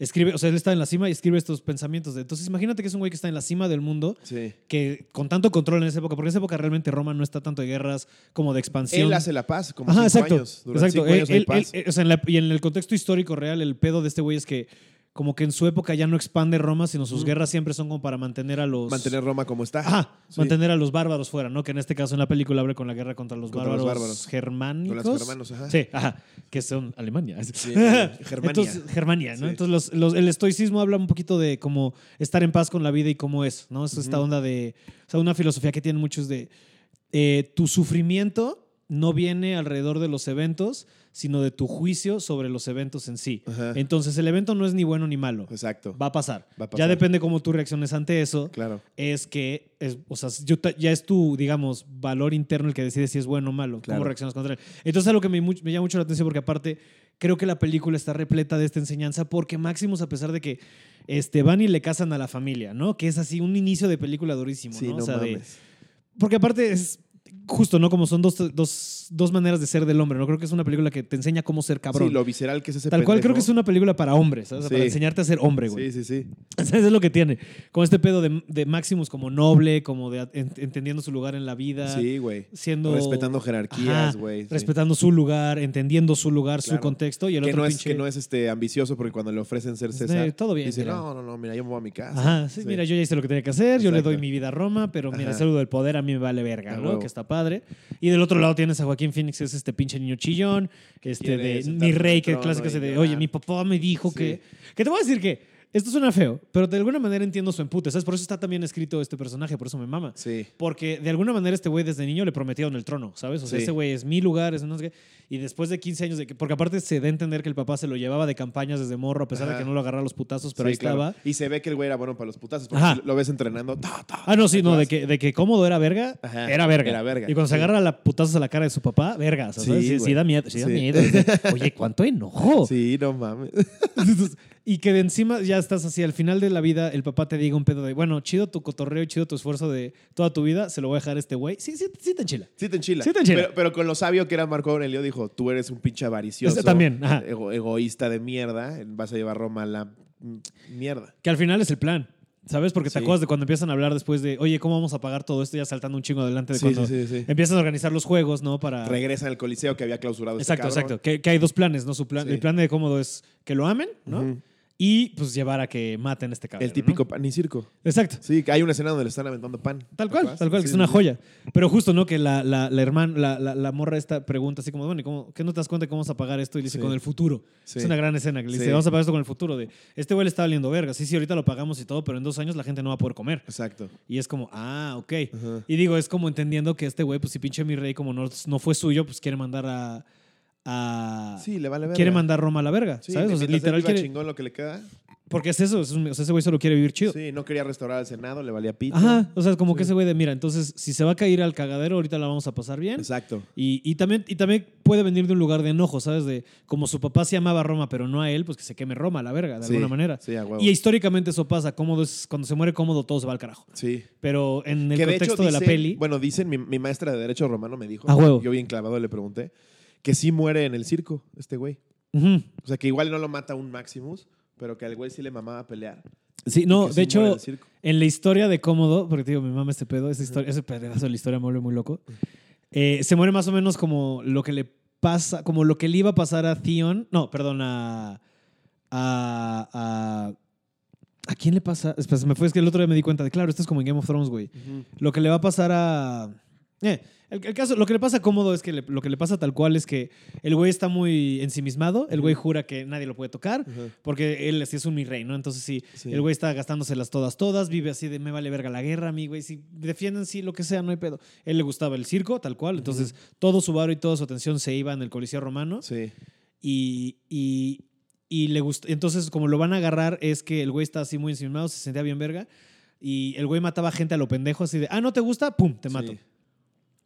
Speaker 1: escribe, o sea, él está en la cima y escribe estos pensamientos. de- entonces, imagínate que es un güey que está en la cima del mundo,
Speaker 2: Sí.
Speaker 1: que con tanto control en esa época, porque en esa época realmente Roma no está tanto de guerras como de expansión.
Speaker 2: Él hace la paz como
Speaker 1: Ajá,
Speaker 2: cinco
Speaker 1: exacto.
Speaker 2: años. Durante
Speaker 1: exacto.
Speaker 2: cinco años
Speaker 1: Él-
Speaker 2: hay
Speaker 1: él-
Speaker 2: paz.
Speaker 1: él- o sea, en la- y en el contexto histórico real, el pedo de este güey es que como que en su época ya no expande Roma, sino sus
Speaker 2: Ujú.
Speaker 1: guerras siempre son como para mantener a los...
Speaker 2: Mantener Roma como está.
Speaker 1: Ajá,
Speaker 2: Sí.
Speaker 1: mantener a los bárbaros fuera, ¿no? Que en este caso en la película abre con la guerra contra los,
Speaker 2: Contra los
Speaker 1: bárbaros,
Speaker 2: bárbaros. Con
Speaker 1: germánicos.
Speaker 2: las hermanos, ajá.
Speaker 1: Sí, ajá, que son Alemania. [LAUGHS]
Speaker 2: Sí, Germania.
Speaker 1: Entonces, Germania, ¿no?
Speaker 2: Sí.
Speaker 1: Entonces, los- los- el estoicismo habla un poquito de cómo estar en paz con la vida y cómo es, ¿no? Es esta
Speaker 2: Ujú.
Speaker 1: onda de. O sea, una filosofía que tienen muchos de. eh, tu sufrimiento no viene alrededor de los eventos, sino de tu juicio sobre los eventos en sí.
Speaker 2: Ajá.
Speaker 1: Entonces, el evento no es ni bueno ni malo.
Speaker 2: Exacto.
Speaker 1: Va a pasar.
Speaker 2: Va a
Speaker 1: Ya
Speaker 2: pasar.
Speaker 1: depende cómo tú reacciones ante eso
Speaker 2: Claro.
Speaker 1: es que, es, o sea, yo ta- ya es tu, digamos, valor interno el que decide si es bueno o malo,
Speaker 2: Claro.
Speaker 1: cómo reaccionas contra él. Entonces, algo que me, mu- me llama mucho la atención, porque aparte, Creo que la película está repleta de esta enseñanza porque Maximus, a pesar de que este, van y le casan a la familia, ¿no? Que es así un inicio de película durísimo,
Speaker 2: Sí,
Speaker 1: ¿no?
Speaker 2: no,
Speaker 1: O sea, de-
Speaker 2: mames.
Speaker 1: porque aparte es justo, ¿no? Como son dos, dos, dos maneras de ser del hombre, ¿no? Creo que es una película que te enseña cómo ser cabrón.
Speaker 2: Sí, lo visceral que es ese
Speaker 1: Tal cual creo
Speaker 2: pendejo.
Speaker 1: que es una película para hombres, ¿sabes? O sea, para
Speaker 2: Sí.
Speaker 1: enseñarte a ser hombre, güey.
Speaker 2: Sí, sí, sí.
Speaker 1: ¿Sabes? [LAUGHS] Es lo que tiene. Con este pedo de, de Maximus como noble, como de en- entendiendo su lugar en la vida,
Speaker 2: Sí, güey.
Speaker 1: siendo...
Speaker 2: Respetando jerarquías,
Speaker 1: Ajá,
Speaker 2: güey. sí.
Speaker 1: Respetando su lugar, entendiendo su lugar, su
Speaker 2: Claro.
Speaker 1: contexto y el
Speaker 2: que
Speaker 1: otro
Speaker 2: no, es,
Speaker 1: pinche...
Speaker 2: que no es este ambicioso porque cuando le ofrecen ser
Speaker 1: Pues,
Speaker 2: César,
Speaker 1: eh, todo bien,
Speaker 2: dice,
Speaker 1: mira.
Speaker 2: no, no, no, mira, yo me voy a mi casa.
Speaker 1: Ajá, sí, mira, yo ya hice lo que tenía que hacer, yo le
Speaker 2: Exacto.
Speaker 1: doy mi vida a Roma, pero mira,
Speaker 2: Ajá.
Speaker 1: el saludo del poder a mí me vale verga,
Speaker 2: A
Speaker 1: ¿no?
Speaker 2: huevo.
Speaker 1: Que está padre. Y del otro lado tienes a Joaquín Phoenix, que es este pinche niño chillón, este
Speaker 2: quiere
Speaker 1: de
Speaker 2: sentarse
Speaker 1: mi rey,
Speaker 2: en el
Speaker 1: que
Speaker 2: trono
Speaker 1: clásico
Speaker 2: y
Speaker 1: se de,
Speaker 2: llorar.
Speaker 1: oye, mi papá me dijo
Speaker 2: Sí.
Speaker 1: que... Que te voy a decir que esto suena feo, pero de alguna manera entiendo su empute, ¿sabes? Por eso está también escrito este personaje, por eso me mama.
Speaker 2: Sí.
Speaker 1: Porque de alguna manera este güey desde niño le prometieron el trono, ¿sabes? O sea,
Speaker 2: Sí.
Speaker 1: ese güey es mi lugar, es no sé qué. Y después de 15 años de que. Porque aparte se da a entender que el papá se lo llevaba de campañas desde morro, a pesar de
Speaker 2: Ajá.
Speaker 1: que no lo agarraba a los putazos, pero
Speaker 2: Sí,
Speaker 1: ahí
Speaker 2: claro.
Speaker 1: estaba.
Speaker 2: Y se ve que el güey era bueno para los putazos porque
Speaker 1: Ajá.
Speaker 2: si lo ves entrenando. ta, ta,
Speaker 1: Ah, no, sí, no, de
Speaker 2: atrás.
Speaker 1: que, de que cómodo era verga,
Speaker 2: Ajá,
Speaker 1: era verga.
Speaker 2: era verga,
Speaker 1: Y cuando se
Speaker 2: sí.
Speaker 1: agarra la putazos a la cara de su papá, verga, ¿sabes?
Speaker 2: Sí,
Speaker 1: Sí, sí
Speaker 2: güey.
Speaker 1: da miedo, sí da
Speaker 2: Sí.
Speaker 1: miedo. Oye, ¿cuánto enojo?
Speaker 2: [LAUGHS] Sí, no mames.
Speaker 1: [LAUGHS] Entonces, y que de encima ya estás así, al final de la vida, el papá te diga un pedo de, bueno, chido tu cotorreo, chido tu esfuerzo de toda tu vida, se lo voy a dejar a este güey. Sí, sí, sí te enchila.
Speaker 2: Sí te enchila.
Speaker 1: Sí te enchila.
Speaker 2: Pero, pero con lo sabio que era Marco Aurelio dijo, tú eres un pinche avaricioso.
Speaker 1: Este también, ajá.
Speaker 2: ego- egoísta de mierda. Vas a llevar Roma a la m- mierda.
Speaker 1: Que al final es el plan, ¿sabes? Porque te
Speaker 2: Sí.
Speaker 1: acuerdas de cuando empiezan a hablar después de, oye, ¿cómo vamos a pagar todo esto? Ya saltando un chingo adelante de
Speaker 2: Sí,
Speaker 1: cuando
Speaker 2: sí, sí, sí.
Speaker 1: empiezan a organizar los juegos, ¿no? Para...
Speaker 2: em, Regresa al coliseo que había clausurado este
Speaker 1: exacto,
Speaker 2: cabrón.
Speaker 1: exacto. Que, que hay dos planes, ¿no? Su plan,
Speaker 2: Sí.
Speaker 1: El plan de cómodo es que lo amen, ¿no?
Speaker 2: Ujú.
Speaker 1: Y pues llevar a que maten a este cabrón.
Speaker 2: El típico pan y circo.
Speaker 1: Exacto.
Speaker 2: Sí, que hay una escena donde le están aventando pan.
Speaker 1: Tal
Speaker 2: ¿Te
Speaker 1: cual,
Speaker 2: acuerdas?
Speaker 1: tal cual, que
Speaker 2: Sí,
Speaker 1: es una
Speaker 2: sí, sí.
Speaker 1: joya. Pero justo, ¿no? Que la, la, la hermana, la, la, la morra esta pregunta así como, bueno, ¿y cómo, ¿qué no te das cuenta de cómo vamos a pagar esto? Y le dice,
Speaker 2: Sí.
Speaker 1: con el futuro.
Speaker 2: Sí.
Speaker 1: Es una gran escena que le dice,
Speaker 2: Sí.
Speaker 1: vamos a pagar esto con el futuro. De, este güey le está valiendo verga. Sí, sí, ahorita lo pagamos y todo, pero en dos años la gente no va a poder comer.
Speaker 2: Exacto.
Speaker 1: Y es como, ah, ok.
Speaker 2: Ajá.
Speaker 1: Y digo, es como entendiendo que este güey, pues si pinche mi rey, como no, no fue suyo, pues quiere mandar a. a
Speaker 2: Sí, le vale ver.
Speaker 1: quiere mandar Roma a la verga, ¿sabes? O sea, literal quiere.
Speaker 2: chingón lo que le queda.
Speaker 1: Porque es eso, es un- o sea, ese güey solo quiere vivir chido.
Speaker 2: Sí, no quería restaurar al Senado, le valía pito.
Speaker 1: Ajá, o sea, como que
Speaker 2: Sí.
Speaker 1: ese güey de, mira, entonces si se va a caer al cagadero, ahorita la vamos a pasar bien.
Speaker 2: Exacto.
Speaker 1: Y, y también, y también puede venir de un lugar de enojo, ¿sabes? De como su papá se amaba a Roma, pero no a él, pues que se queme Roma, la verga, de
Speaker 2: Sí,
Speaker 1: alguna manera.
Speaker 2: Sí, a huevo.
Speaker 1: Y históricamente eso pasa, cómodo es, cuando se muere cómodo todo se va al carajo.
Speaker 2: Sí.
Speaker 1: Pero en el
Speaker 2: Que hecho
Speaker 1: contexto de, la
Speaker 2: dicen-
Speaker 1: peli,
Speaker 2: Bueno, dicen, mi, mi maestra de Derecho Romano me dijo.
Speaker 1: A huevo.
Speaker 2: Yo bien clavado le pregunté. Que sí muere en el circo, este güey.
Speaker 1: ujú.
Speaker 2: O sea, que igual no lo mata un Maximus, pero que al güey sí le mamaba pelear.
Speaker 1: sí,
Speaker 2: Que
Speaker 1: no,
Speaker 2: sí
Speaker 1: de
Speaker 2: muere en
Speaker 1: hecho,
Speaker 2: el circo.
Speaker 1: en la historia de Cómodo, porque te digo, mi mamá este pedo, esa historia, ese pedazo de la historia me vuelve muy loco. Eh, se muere más o menos como lo que le pasa, como lo que le iba a pasar a Theon. No, perdón, a. ¿A, a, ¿a quién le pasa? Espera, se me fue, es que el otro día me di cuenta de, claro, esto es como en Game of Thrones, güey.
Speaker 2: Ujú.
Speaker 1: Lo que le va a pasar a. Eh, el, el caso, lo que le pasa a Cómodo es que le- lo que le pasa tal cual es que el güey está muy ensimismado, el güey jura que nadie lo puede tocar,
Speaker 2: Ajá.
Speaker 1: porque él sí es un mi rey, ¿no? Entonces sí,
Speaker 2: Sí.
Speaker 1: el güey está gastándoselas todas, todas, vive así de me vale verga la guerra, mi güey, si defienden, sí, lo que sea, no hay pedo. Él le gustaba el circo, tal cual, entonces todo su varo y toda su atención se iba en el Coliseo Romano
Speaker 2: Sí.
Speaker 1: y, y, y le gustó. Entonces, como lo van a agarrar, es que el güey está así muy ensimismado, se sentía bien verga. Y el güey mataba gente a lo pendejo, así de, ah, ¿no te gusta? ¡Pum! Te mato.
Speaker 2: Sí.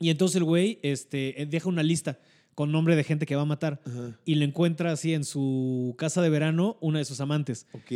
Speaker 1: Y entonces el güey este, eh, deja una lista con nombre de gente que va a matar.
Speaker 2: Ajá.
Speaker 1: Y le encuentra así en su casa de verano una de sus amantes.
Speaker 2: Ok.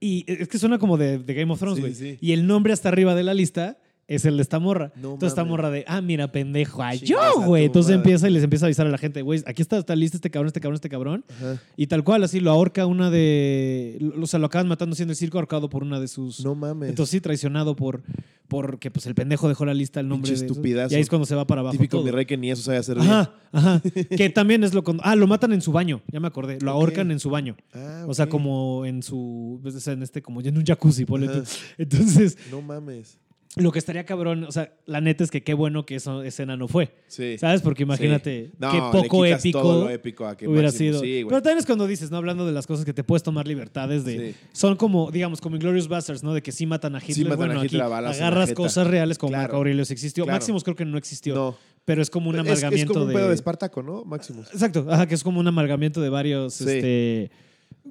Speaker 1: Y es que suena como de, de Game of Thrones,
Speaker 2: Sí,
Speaker 1: güey.
Speaker 2: sí.
Speaker 1: Y el nombre hasta arriba de la lista es el de esta morra.
Speaker 2: No
Speaker 1: Entonces esta
Speaker 2: mames.
Speaker 1: morra de, ah, mira, pendejo, ay, yo,
Speaker 2: Chingas a tu
Speaker 1: güey. Entonces
Speaker 2: madre.
Speaker 1: empieza y les empieza a avisar a la gente, güey, aquí está, está listo este cabrón, este cabrón, este cabrón.
Speaker 2: Ajá.
Speaker 1: Y tal cual, así lo ahorca una de. lo- O sea, lo acaban matando siendo el circo, ahorcado por una de sus.
Speaker 2: No mames.
Speaker 1: Entonces sí, traicionado por. Porque pues el pendejo dejó la lista el nombre.
Speaker 2: Pinche
Speaker 1: de eso.
Speaker 2: estupidazo.
Speaker 1: Y ahí es cuando se va para abajo.
Speaker 2: Típico
Speaker 1: todo.
Speaker 2: mi rey que ni eso sabe hacer bien.
Speaker 1: Ajá,
Speaker 2: [LAUGHS]
Speaker 1: ajá. que también es lo. con- Ah, lo matan en su baño, ya me acordé. Lo
Speaker 2: Ok.
Speaker 1: ahorcan en su baño.
Speaker 2: Ah,
Speaker 1: O sea,
Speaker 2: ok.
Speaker 1: como en su. pues, O sea, en este, como en un jacuzzi, ponle tú.
Speaker 2: Ajá.
Speaker 1: Entonces,
Speaker 2: No mames.
Speaker 1: lo que estaría cabrón, o sea, la neta es que qué bueno que esa escena no fue.
Speaker 2: Sí.
Speaker 1: ¿Sabes? Porque
Speaker 2: Sí.
Speaker 1: imagínate
Speaker 2: No,
Speaker 1: qué
Speaker 2: le
Speaker 1: poco
Speaker 2: quitas
Speaker 1: épico
Speaker 2: todo lo épico a que
Speaker 1: hubiera
Speaker 2: Maximus-
Speaker 1: sido.
Speaker 2: Sí, güey.
Speaker 1: Pero también es cuando dices, ¿no? Hablando de las cosas que te puedes tomar libertades de.
Speaker 2: Sí.
Speaker 1: Son como, digamos, como Inglorious Basterds, ¿no? De que sí matan a Hitler.
Speaker 2: matan a
Speaker 1: bueno, aquí
Speaker 2: Hitler a balas en la
Speaker 1: agarras
Speaker 2: jeta.
Speaker 1: cosas reales como
Speaker 2: Claro.
Speaker 1: Marco Aurelio si existió.
Speaker 2: Claro.
Speaker 1: Maximus creo que no existió.
Speaker 2: No.
Speaker 1: Pero es como un
Speaker 2: Es- es,
Speaker 1: amalgamiento
Speaker 2: como un
Speaker 1: de.
Speaker 2: pedo de Espartaco, ¿no? Maximus.
Speaker 1: Exacto, ajá, que es como un amalgamiento de varios
Speaker 2: Sí.
Speaker 1: este,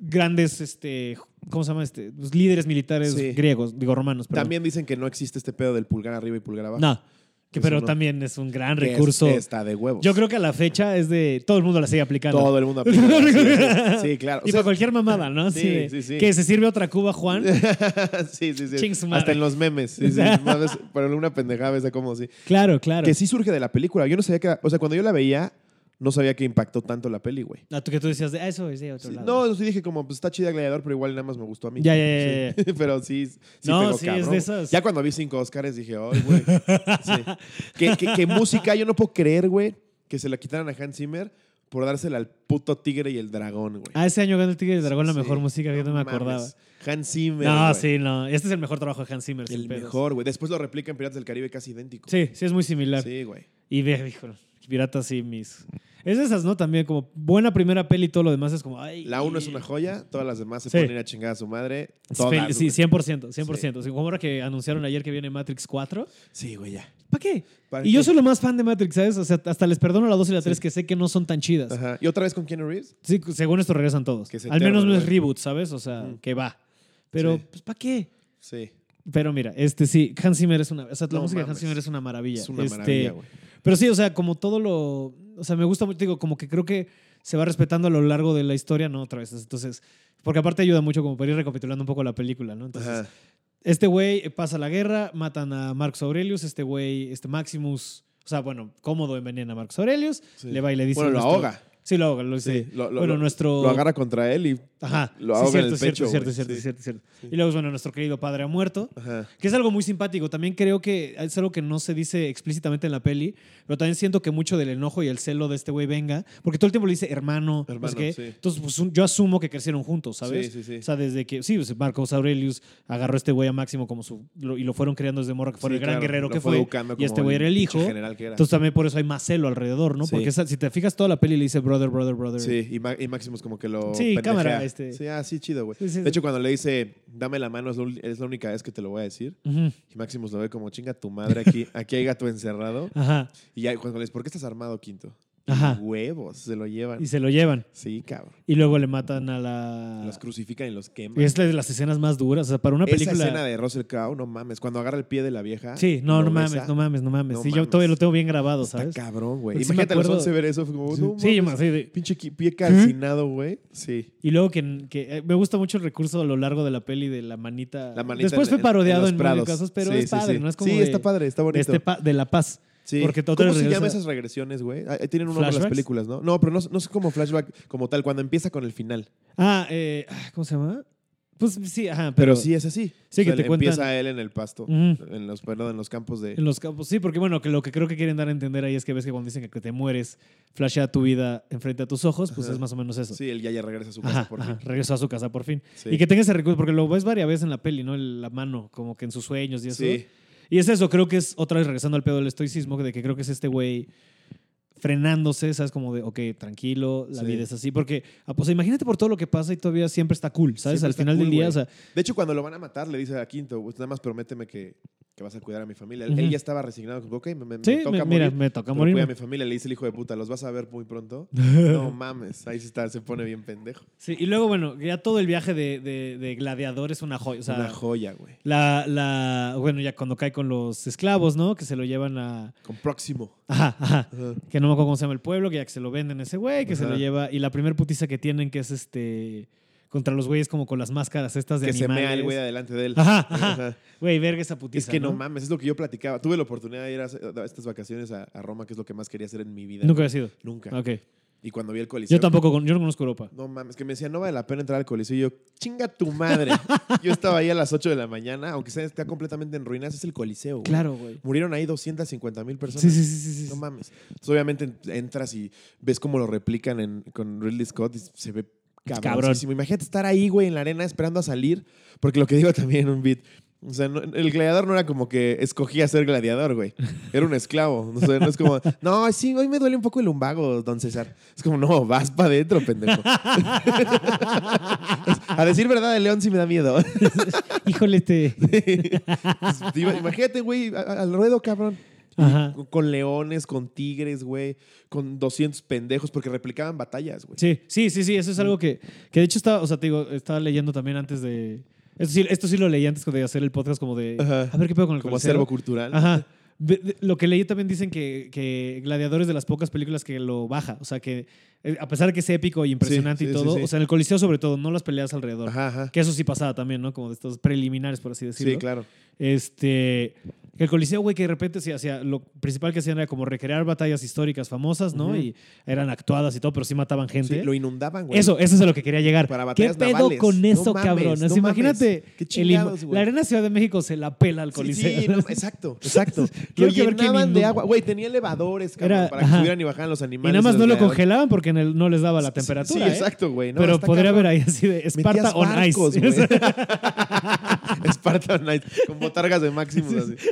Speaker 1: grandes, este, ¿cómo se llama? Este, Los líderes militares
Speaker 2: Sí.
Speaker 1: griegos, digo romanos, perdón.
Speaker 2: También dicen que no existe este pedo del pulgar arriba y pulgar abajo.
Speaker 1: No. Que,
Speaker 2: Eso
Speaker 1: pero
Speaker 2: no.
Speaker 1: también es un gran
Speaker 2: que es-
Speaker 1: recurso.
Speaker 2: está de huevos.
Speaker 1: Yo creo que a la fecha es de. Todo el mundo la sigue aplicando. [LAUGHS]
Speaker 2: todo el mundo aplica. sí, sí, sí, claro. O
Speaker 1: Y
Speaker 2: sea,
Speaker 1: para
Speaker 2: [LAUGHS]
Speaker 1: cualquier mamada, ¿no?
Speaker 2: Sí,
Speaker 1: Así de,
Speaker 2: sí, sí.
Speaker 1: Que se sirve otra cuba, Juan.
Speaker 2: [LAUGHS] sí, sí, sí.
Speaker 1: Ching su madre.
Speaker 2: Hasta en los memes.
Speaker 1: [LAUGHS]
Speaker 2: Sí, sí. Una vez, pero una pendejada esa como así.
Speaker 1: Claro, claro.
Speaker 2: Que sí surge de la película. Yo no sabía que. O sea, cuando yo la veía, no sabía que impactó tanto la peli, güey.
Speaker 1: Ah, tú que tú decías, de, ah, eso es de otro
Speaker 2: Sí,
Speaker 1: lado.
Speaker 2: no, sí dije como, pues está chida Gladiador, pero igual nada más me gustó a mí.
Speaker 1: Ya, ya, ya,
Speaker 2: Sí. [LAUGHS] pero sí, sí
Speaker 1: No,
Speaker 2: pegó
Speaker 1: sí, es
Speaker 2: cabrón.
Speaker 1: de esas.
Speaker 2: Ya cuando vi cinco Oscars dije, ay, güey. Sí. Que, que- que música, yo no puedo creer, güey, que se la quitaran a Hans Zimmer por dársela al puto tigre y el dragón, güey.
Speaker 1: Ah, ese año ganó el Tigre del Dragón la
Speaker 2: Sí,
Speaker 1: mejor música que no me
Speaker 2: mames.
Speaker 1: acordaba.
Speaker 2: Hans Zimmer.
Speaker 1: no,
Speaker 2: güey.
Speaker 1: sí, no. Este es el mejor trabajo de Hans Zimmer. sin
Speaker 2: El
Speaker 1: pedos.
Speaker 2: mejor, güey. Después lo replica en Piratas del Caribe casi idéntico.
Speaker 1: Sí, sí, es muy similar.
Speaker 2: Sí, güey.
Speaker 1: Y ve, hijo, piratas y mis. Es de esas, ¿no? También como buena primera peli y todo lo demás es como. Ay,
Speaker 2: La uno es una joya, todas las demás se
Speaker 1: Sí.
Speaker 2: ponen a ir a chingar a su madre.
Speaker 1: Es
Speaker 2: Todas,
Speaker 1: fel- Sí,
Speaker 2: güey.
Speaker 1: 100%, 100%. Sí, Como ahora que anunciaron ayer que viene Matrix 4.
Speaker 2: Sí, güey, ya.
Speaker 1: ¿Para qué?
Speaker 2: ¿Para
Speaker 1: y yo
Speaker 2: qué?
Speaker 1: soy lo más fan de Matrix, ¿sabes? O sea, hasta les perdono la 2 y la 3 que sé que no son tan chidas.
Speaker 2: Ajá. Y otra vez con Keanu Reeves.
Speaker 1: Sí, según esto regresan todos.
Speaker 2: Que se
Speaker 1: Al menos
Speaker 2: enteran,
Speaker 1: no es
Speaker 2: ¿verdad?
Speaker 1: reboot, ¿sabes? O sea,
Speaker 2: Ujú.
Speaker 1: que va. Pero,
Speaker 2: Sí.
Speaker 1: pues, ¿para qué?
Speaker 2: Sí.
Speaker 1: Pero mira, este sí, Hans Zimmer es una. O sea, la
Speaker 2: No
Speaker 1: música de Hans
Speaker 2: mames.
Speaker 1: Zimmer es una maravilla.
Speaker 2: Es una
Speaker 1: Este,
Speaker 2: maravilla, güey.
Speaker 1: Pero sí, o sea, como todo lo. O sea, me gusta mucho, digo, como que creo que se va respetando a lo largo de la historia, ¿no? Otra vez. Entonces. Porque aparte ayuda mucho como para ir recapitulando un poco la película, ¿no? Entonces,
Speaker 2: Ajá.
Speaker 1: este güey pasa la guerra, matan a Marcus Aurelius, este güey, este Maximus. O sea, bueno, cómodo envenena a Marcus Aurelius,
Speaker 2: Sí.
Speaker 1: le va y le dice.
Speaker 2: Bueno, lo
Speaker 1: nuestro-
Speaker 2: ahoga.
Speaker 1: Sí, lo ahoga, lo
Speaker 2: Sí,
Speaker 1: sí.
Speaker 2: lo, lo-
Speaker 1: bueno,
Speaker 2: lo-
Speaker 1: nuestro.
Speaker 2: lo agarra contra él y.
Speaker 1: Ajá.
Speaker 2: lo
Speaker 1: sí,
Speaker 2: ahoga en
Speaker 1: cierto,
Speaker 2: el
Speaker 1: cierto,
Speaker 2: pecho,
Speaker 1: cierto,
Speaker 2: güey.
Speaker 1: cierto,
Speaker 2: Sí.
Speaker 1: cierto, cierto.
Speaker 2: Sí.
Speaker 1: Y luego, bueno, nuestro querido padre ha muerto.
Speaker 2: Ajá.
Speaker 1: Que es algo muy simpático. También creo que es algo que no se dice explícitamente en la peli, pero también siento que mucho del enojo y el celo de este güey venga, porque todo el tiempo le dice hermano, no sé
Speaker 2: Hermano,
Speaker 1: qué.
Speaker 2: sí.
Speaker 1: Entonces, pues, un- yo asumo que crecieron juntos, ¿sabes?
Speaker 2: Sí, sí, sí.
Speaker 1: O sea, desde que, sí, pues, Marcos Aurelius agarró a este güey a Máximo como su, lo- y lo fueron creando desde morra, que fue
Speaker 2: Sí,
Speaker 1: el gran
Speaker 2: claro,
Speaker 1: guerrero
Speaker 2: lo
Speaker 1: que
Speaker 2: fue
Speaker 1: fue,
Speaker 2: educando
Speaker 1: y
Speaker 2: como
Speaker 1: este güey era el
Speaker 2: pinche
Speaker 1: hijo.
Speaker 2: general que era.
Speaker 1: Entonces también por eso hay más celo alrededor, ¿no?
Speaker 2: Sí.
Speaker 1: Porque esa- si te fijas, toda la peli le dice brother, brother, brother.
Speaker 2: Sí, y, Ma- y Maximus como que lo.
Speaker 1: Sí,
Speaker 2: pendejea.
Speaker 1: cámara, este.
Speaker 2: Sí, ah, sí, chido, güey.
Speaker 1: Sí, sí, sí.
Speaker 2: de hecho, cuando le dice, dame la mano, es, lo ul- es la única vez que te lo voy a decir.
Speaker 1: Ujú.
Speaker 2: Y Maximus lo ve como, chinga tu madre,
Speaker 1: [LAUGHS]
Speaker 2: aquí, aquí hay gato encerrado.
Speaker 1: Ajá,
Speaker 2: Y ya cuando le dice, ¿por qué estás armado, Quinto?
Speaker 1: ajá.
Speaker 2: Huevos, se lo llevan.
Speaker 1: Y se lo llevan.
Speaker 2: Sí, cabrón.
Speaker 1: Y luego le matan a la...
Speaker 2: Los crucifican y los queman.
Speaker 1: Y es la de las escenas más duras. O sea, para una película.
Speaker 2: Esa escena de Russell Crowe, no mames. Cuando agarra el pie de la vieja.
Speaker 1: Sí, no,
Speaker 2: lo
Speaker 1: no mames,
Speaker 2: besa,
Speaker 1: no mames, no mames.
Speaker 2: No
Speaker 1: sí, yo
Speaker 2: mames.
Speaker 1: todavía lo tengo bien grabado,
Speaker 2: Está
Speaker 1: ¿sabes?
Speaker 2: cabrón, güey.
Speaker 1: Porque sí me
Speaker 2: Imagínate a los
Speaker 1: acuerdo.
Speaker 2: 11 ver eso. Fue como, no
Speaker 1: sí, yo me
Speaker 2: mames,
Speaker 1: así de-
Speaker 2: Pinche qui- pie calcinado, güey. Sí.
Speaker 1: Y luego que, que, eh, me gusta mucho el recurso a lo largo de la peli de la manita.
Speaker 2: La manita
Speaker 1: Después
Speaker 2: en-
Speaker 1: fue
Speaker 2: en-
Speaker 1: parodiado
Speaker 2: los
Speaker 1: en,
Speaker 2: prados.
Speaker 1: muchos casos, pero
Speaker 2: Sí,
Speaker 1: es
Speaker 2: sí,
Speaker 1: padre,
Speaker 2: sí.
Speaker 1: ¿no? Es como
Speaker 2: Sí,
Speaker 1: de,
Speaker 2: está padre, está bonito.
Speaker 1: de, este pa- de la paz.
Speaker 2: Sí.
Speaker 1: Porque todo
Speaker 2: ¿Cómo se
Speaker 1: regresa-
Speaker 2: llaman esas regresiones, güey? Ah, eh, Tienen un nombre las
Speaker 1: ¿Flashbacks?
Speaker 2: películas, ¿no? No, pero no, no es como flashback como tal, cuando empieza con el final.
Speaker 1: Ah, eh, ah, ¿cómo se llama? Pues sí, ajá,
Speaker 2: Pero,
Speaker 1: pero,
Speaker 2: sí es así.
Speaker 1: Sí, que te
Speaker 2: le
Speaker 1: cuentan- Mm.
Speaker 2: Empieza él en el pasto,
Speaker 1: Ujú.
Speaker 2: en los, perdón, en los campos de...
Speaker 1: En los campos, sí, porque bueno, que lo que creo que quieren dar a entender ahí es que ves que cuando dicen que te mueres, flashea tu vida enfrente a tus ojos, pues
Speaker 2: Ajá.
Speaker 1: es más o menos eso.
Speaker 2: Sí, él ya, ya regresa a su casa
Speaker 1: Ajá,
Speaker 2: por
Speaker 1: ajá,
Speaker 2: fin.
Speaker 1: regresó a su casa por fin.
Speaker 2: Sí.
Speaker 1: Y que tenga ese recurso, porque lo ves varias veces en la peli, ¿no? El- La mano, como que en sus sueños y eso.
Speaker 2: Sí,
Speaker 1: Y es eso, creo que es otra vez regresando al pedo del estoicismo, de que creo que es este güey frenándose, ¿sabes? Como de, ok, tranquilo, la
Speaker 2: Sí.
Speaker 1: vida es así. Porque, ah, pues imagínate por todo lo que pasa y todavía siempre está cool, ¿sabes?
Speaker 2: Siempre
Speaker 1: al
Speaker 2: está
Speaker 1: final
Speaker 2: cool,
Speaker 1: del día,
Speaker 2: güey.
Speaker 1: o sea,
Speaker 2: De hecho, cuando lo van a matar, le dice a Quinto, "Pues, nada más prométeme que, que vas a cuidar a mi familia. Él- Él
Speaker 1: Ujú.
Speaker 2: ya estaba resignado. como, Ok, me, me- me
Speaker 1: sí,
Speaker 2: toca
Speaker 1: me-
Speaker 2: morir.
Speaker 1: mira, me toca
Speaker 2: pero
Speaker 1: morir.
Speaker 2: cuida a mi familia. Le dice el hijo de puta, los vas a ver
Speaker 1: [LAUGHS]
Speaker 2: muy pronto. no mames, ahí sí está, se pone bien pendejo.
Speaker 1: Sí, y luego, bueno, ya todo el viaje de, de- de gladiador es una joya. O sea,
Speaker 2: Una joya, güey.
Speaker 1: la, la, bueno, ya cuando cae con los esclavos, ¿no? Que se lo llevan a...
Speaker 2: Con Próximo.
Speaker 1: Ajá, ajá.
Speaker 2: Ajá.
Speaker 1: que no me acuerdo cómo se llama el pueblo, que ya que se lo venden a ese güey, que se lo
Speaker 2: Ajá.
Speaker 1: lleva. Y la primer putiza que tienen, que es este. Contra los güeyes como con las máscaras estas de
Speaker 2: Que se
Speaker 1: animales.
Speaker 2: mea el güey adelante de él.
Speaker 1: Ajá, ajá.
Speaker 2: Ajá.
Speaker 1: Güey, verga esa putiza.
Speaker 2: Es que no mames, es lo que yo platicaba. Tuve la oportunidad de ir a, a estas vacaciones a, a Roma, que es lo que más quería hacer en mi vida.
Speaker 1: Nunca había sido.
Speaker 2: Nunca.
Speaker 1: Ok.
Speaker 2: Y cuando vi el Coliseo.
Speaker 1: Yo tampoco, con- yo no conozco Europa.
Speaker 2: No mames, que me decían, no vale la pena entrar al coliseo. Y yo, chinga
Speaker 1: [LAUGHS]
Speaker 2: tu madre. yo estaba ahí a las 8 de la mañana, aunque sea está completamente en ruinas, es el coliseo. güey.
Speaker 1: Claro, güey.
Speaker 2: Murieron ahí 250 mil personas.
Speaker 1: Sí, sí, sí, sí. sí. [LAUGHS]
Speaker 2: No mames. Entonces, obviamente entras y ves cómo lo replican en- con Ridley Scott y se ve cabronísimo. Imagínate estar ahí, güey, en la arena esperando a salir. Porque lo que digo [LAUGHS] también en un beat. O sea, no- el gladiador no era como que escogía ser gladiador, güey. Era un esclavo. O sea, no es como, no, sí, hoy me duele un poco el lumbago, don César. Es como, no, vas para adentro, pendejo. [LAUGHS] a decir verdad, el león sí me da miedo.
Speaker 1: Híjole,
Speaker 2: [LAUGHS]
Speaker 1: este.
Speaker 2: Pues, iba- Imagínate, güey, a- a- al ruedo, cabrón.
Speaker 1: Ajá.
Speaker 2: Con, con leones, con tigres, güey, con 200 pendejos, porque replicaban batallas, güey.
Speaker 1: Sí, sí, sí, sí. Eso es algo que, que de hecho estaba, o sea, te digo, estaba leyendo también antes de. Esto sí, esto sí lo leí antes de hacer el podcast, como de.
Speaker 2: Ajá.
Speaker 1: A ver qué pedo con el
Speaker 2: Como
Speaker 1: Coliseo?
Speaker 2: acervo cultural.
Speaker 1: Ajá. de- de- lo que leí también dicen que, que Gladiador es de las pocas películas que lo baja. O sea, que eh, a pesar de que es épico y impresionante
Speaker 2: sí,
Speaker 1: y
Speaker 2: sí,
Speaker 1: todo,
Speaker 2: sí.
Speaker 1: o sea, en el Coliseo sobre todo, no las peleas alrededor.
Speaker 2: Ajá, ajá.
Speaker 1: Que eso sí pasaba también, ¿no? Como de estos preliminares, por así
Speaker 2: Sí,
Speaker 1: decirlo.
Speaker 2: claro.
Speaker 1: Este. El Coliseo, güey, que de repente se hacía. Lo principal que hacían era como recrear batallas históricas famosas, ¿no?
Speaker 2: Ujú.
Speaker 1: Y eran actuadas y todo, pero sí mataban gente.
Speaker 2: Sí, lo inundaban, güey.
Speaker 1: eso, eso es a lo que quería llegar.
Speaker 2: Para
Speaker 1: ¿Qué
Speaker 2: batallas
Speaker 1: pedo
Speaker 2: navales?
Speaker 1: con
Speaker 2: No
Speaker 1: eso,
Speaker 2: mames,
Speaker 1: cabrón? Así,
Speaker 2: no
Speaker 1: imagínate.
Speaker 2: mames. Qué
Speaker 1: el
Speaker 2: chingados,
Speaker 1: im-
Speaker 2: güey.
Speaker 1: la Arena Ciudad de México se la pela al Coliseo.
Speaker 2: Sí, no,
Speaker 1: [LAUGHS]
Speaker 2: exacto, exacto. lo
Speaker 1: Quiero que ver quién
Speaker 2: llenaban de
Speaker 1: inunda.
Speaker 2: agua. Güey, tenía elevadores, cabrón,
Speaker 1: Era-
Speaker 2: para que
Speaker 1: ajá.
Speaker 2: subieran y bajaran los
Speaker 1: y
Speaker 2: animales.
Speaker 1: nada más
Speaker 2: en
Speaker 1: no
Speaker 2: el
Speaker 1: lo
Speaker 2: gladiador.
Speaker 1: congelaban porque en el- no les daba la
Speaker 2: Sí, sí,
Speaker 1: temperatura.
Speaker 2: Sí,
Speaker 1: ¿eh?
Speaker 2: exacto, güey. no,
Speaker 1: pero
Speaker 2: está
Speaker 1: podría
Speaker 2: cabrón.
Speaker 1: haber ahí así de Esparta
Speaker 2: Metías
Speaker 1: on [LAUGHS]
Speaker 2: barcos,
Speaker 1: Ice.
Speaker 2: güey. [LAUGHS] Esparta on Ice, con botargas de máximos así.
Speaker 1: [LAUGHS]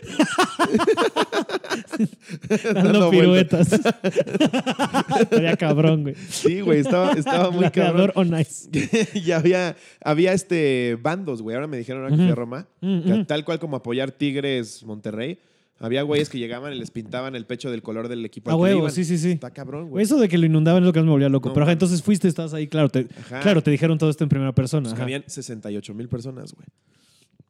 Speaker 1: dando
Speaker 2: [LAUGHS] Dando
Speaker 1: piruetas.
Speaker 2: [LAUGHS]
Speaker 1: Estaría cabrón, güey.
Speaker 2: Sí, güey, estaba, estaba muy
Speaker 1: Gladiador
Speaker 2: cabrón.
Speaker 1: on Ice.
Speaker 2: [LAUGHS] y había, había este bandos, güey. Ahora me dijeron ahora que fui a
Speaker 1: Ujú.
Speaker 2: Roma,
Speaker 1: Mm,
Speaker 2: que
Speaker 1: mm.
Speaker 2: tal cual como apoyar Tigres Monterrey. Había güeyes que llegaban y les pintaban el pecho del color del equipo.
Speaker 1: A
Speaker 2: al que le
Speaker 1: huevo,
Speaker 2: iban.
Speaker 1: sí, sí, sí.
Speaker 2: Está cabrón, güey.
Speaker 1: Eso de que lo inundaban es lo que más me volvía loco.
Speaker 2: No,
Speaker 1: pero ajá,
Speaker 2: mames.
Speaker 1: entonces fuiste, estás ahí, claro. Te,
Speaker 2: Ajá.
Speaker 1: claro, te dijeron todo esto en primera persona.
Speaker 2: Pues cabían 68 mil personas, güey.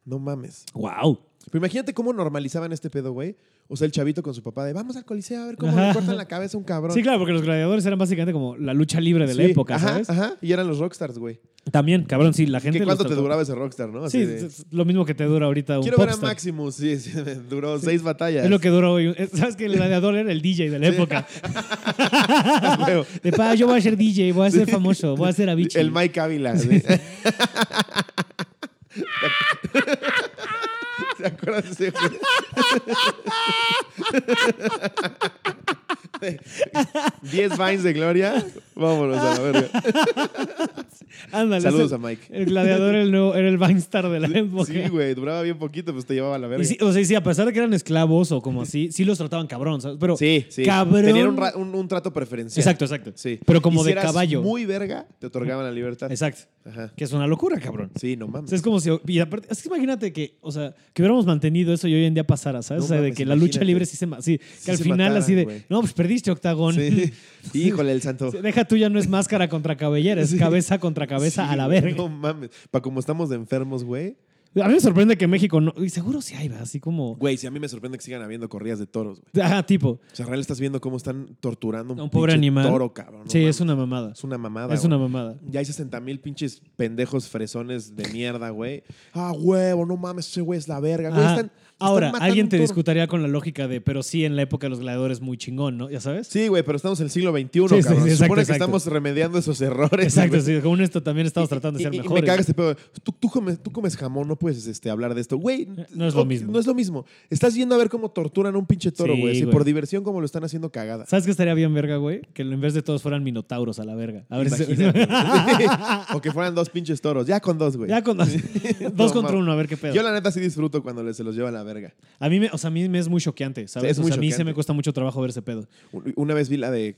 Speaker 2: No mames.
Speaker 1: Wow.
Speaker 2: Pero imagínate cómo normalizaban este pedo, güey. O sea, el chavito con su papá de vamos al coliseo a ver cómo
Speaker 1: Ajá.
Speaker 2: le cortan la cabeza a un cabrón.
Speaker 1: Sí, claro, porque los gladiadores eran básicamente como la lucha libre de la
Speaker 2: Sí,
Speaker 1: época,
Speaker 2: ajá,
Speaker 1: ¿sabes?
Speaker 2: Ajá, y eran los rockstars, güey.
Speaker 1: También, cabrón, sí, la gente.
Speaker 2: ¿Qué
Speaker 1: los
Speaker 2: cuánto te
Speaker 1: trató-
Speaker 2: duraba ese rockstar, no? Así
Speaker 1: Sí,
Speaker 2: de,
Speaker 1: es lo mismo que te dura ahorita un
Speaker 2: Quiero ver a
Speaker 1: popstar.
Speaker 2: Maximus. [LAUGHS] Sí, sí, duró seis batallas.
Speaker 1: Es
Speaker 2: [LAUGHS]
Speaker 1: lo que dura hoy. Es- ¿Sabes que el gladiador era el DJ de la época?
Speaker 2: Luego,
Speaker 1: De pa, yo voy a ser DJ, voy a ser famoso, voy a ser Avicii.
Speaker 2: El Mike
Speaker 1: [LAUGHS]
Speaker 2: Ávila. sí. ¿Te acuerdas de ese güey? [LAUGHS] Diez Vines de Gloria. Vámonos a
Speaker 1: [LAUGHS]
Speaker 2: la verga.
Speaker 1: Ándale.
Speaker 2: Saludos
Speaker 1: ese-
Speaker 2: a Mike.
Speaker 1: El gladiador era el, nuevo- era el Vinestar de la época.
Speaker 2: Sí, güey, duraba bien poquito, pues te llevaba a la verga.
Speaker 1: Y sí, o sea, y sí, a pesar de que eran esclavos o como así, sí los trataban cabrón, ¿sabes? Pero
Speaker 2: Sí, sí.
Speaker 1: cabrón.
Speaker 2: Tenían un, ra- un- un trato preferencial.
Speaker 1: Exacto, exacto.
Speaker 2: Sí.
Speaker 1: Pero como
Speaker 2: Y si
Speaker 1: de
Speaker 2: eras
Speaker 1: caballo.
Speaker 2: muy verga, te otorgaban la libertad.
Speaker 1: Exacto.
Speaker 2: Ajá.
Speaker 1: Que es una locura, cabrón.
Speaker 2: Sí, no
Speaker 1: O
Speaker 2: mames.
Speaker 1: sea, es como si. Y aparte, es que imagínate que, o sea, que hubiéramos mantenido eso y hoy en día pasara, ¿sabes?
Speaker 2: No
Speaker 1: o sea, de
Speaker 2: mames,
Speaker 1: que la lucha
Speaker 2: imagínate.
Speaker 1: libre sí se. ma- Sí, que
Speaker 2: Sí
Speaker 1: al
Speaker 2: se
Speaker 1: final,
Speaker 2: mataran,
Speaker 1: así de.
Speaker 2: güey.
Speaker 1: No, pues perdiste octagón.
Speaker 2: Sí. Híjole, el
Speaker 1: [LAUGHS]
Speaker 2: santo.
Speaker 1: Deja tú ya no es máscara contra cabellera, es
Speaker 2: Sí.
Speaker 1: cabeza contra cabeza
Speaker 2: Sí,
Speaker 1: a la
Speaker 2: güey,
Speaker 1: verga.
Speaker 2: No mames. Para como estamos de enfermos, güey.
Speaker 1: A mí me sorprende que México no. Y seguro sí hay, ¿verdad? así como.
Speaker 2: Güey, si a mí me sorprende que sigan habiendo corridas de toros, güey.
Speaker 1: Ajá, tipo.
Speaker 2: O sea, real estás viendo cómo están torturando a un,
Speaker 1: A un pobre
Speaker 2: pinche
Speaker 1: animal.
Speaker 2: toro, cabrón. no
Speaker 1: sí,
Speaker 2: mames.
Speaker 1: es una mamada.
Speaker 2: Es una mamada.
Speaker 1: Es una mamada.
Speaker 2: Ya hay 60 mil pinches pendejos fresones de mierda, güey. Ah, huevo, no mames, ese güey es la verga. güey,
Speaker 1: Ajá.
Speaker 2: están- están
Speaker 1: Ahora,
Speaker 2: matando
Speaker 1: alguien
Speaker 2: un
Speaker 1: te
Speaker 2: toro.
Speaker 1: discutaría con la lógica de, pero sí, en la época de los gladiadores muy chingón, ¿no? ¿Ya sabes?
Speaker 2: Sí, güey, pero estamos en el siglo XXI,
Speaker 1: Sí, sí,
Speaker 2: cabrón.
Speaker 1: sí,
Speaker 2: Se
Speaker 1: exacto,
Speaker 2: supone que
Speaker 1: exacto.
Speaker 2: estamos remediando esos errores.
Speaker 1: [LAUGHS] Exacto,
Speaker 2: güey.
Speaker 1: sí, con esto también estamos tratando de ser
Speaker 2: Y- y-
Speaker 1: mejores.
Speaker 2: Y me caga este pedo. Tú, tú comes, tú comes jamón, no puedes este, hablar de esto. Güey,
Speaker 1: Eh, no es lo
Speaker 2: ok,
Speaker 1: mismo.
Speaker 2: No es lo mismo. Estás yendo a ver cómo torturan a un pinche toro,
Speaker 1: Sí,
Speaker 2: güey. así
Speaker 1: güey.
Speaker 2: por diversión, como lo están haciendo cagada.
Speaker 1: ¿Sabes qué estaría bien verga, güey? Que en vez de todos fueran minotauros a la verga. A ver si- [LAUGHS]
Speaker 2: Imagínate, güey. [LAUGHS] o que fueran dos pinches toros. Ya con dos, güey.
Speaker 1: Ya con dos,
Speaker 2: [LAUGHS]
Speaker 1: dos
Speaker 2: No,
Speaker 1: contra
Speaker 2: mames.
Speaker 1: uno, a ver qué pedo.
Speaker 2: Yo la neta sí disfruto cuando le- se los lleva a la verga.
Speaker 1: A mí me, o sea, a mí me es muy choqueante, ¿sabes?
Speaker 2: Sí, es
Speaker 1: o
Speaker 2: muy
Speaker 1: sea, a mí se
Speaker 2: choqueante.
Speaker 1: me cuesta mucho trabajo ver ese pedo.
Speaker 2: U- Una vez vi la de...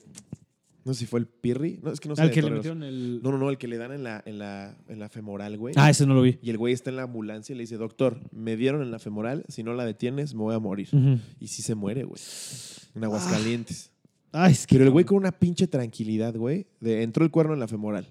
Speaker 2: No sé si fue el Pirri. No, es que no sé.
Speaker 1: Al
Speaker 2: de
Speaker 1: que le
Speaker 2: toreros.
Speaker 1: metieron el.
Speaker 2: No, no, no. El que le dan en la, en la, en la femoral, güey.
Speaker 1: Ah, ese no lo vi.
Speaker 2: Y el güey está en la ambulancia y le dice, doctor, me dieron en la femoral. Si no la detienes, me voy a morir.
Speaker 1: Ujú.
Speaker 2: Y sí se muere, güey. En Aguascalientes.
Speaker 1: Ay, es que.
Speaker 2: Ah, Pero el güey con una pinche tranquilidad, güey. de- entró el cuerno en la femoral.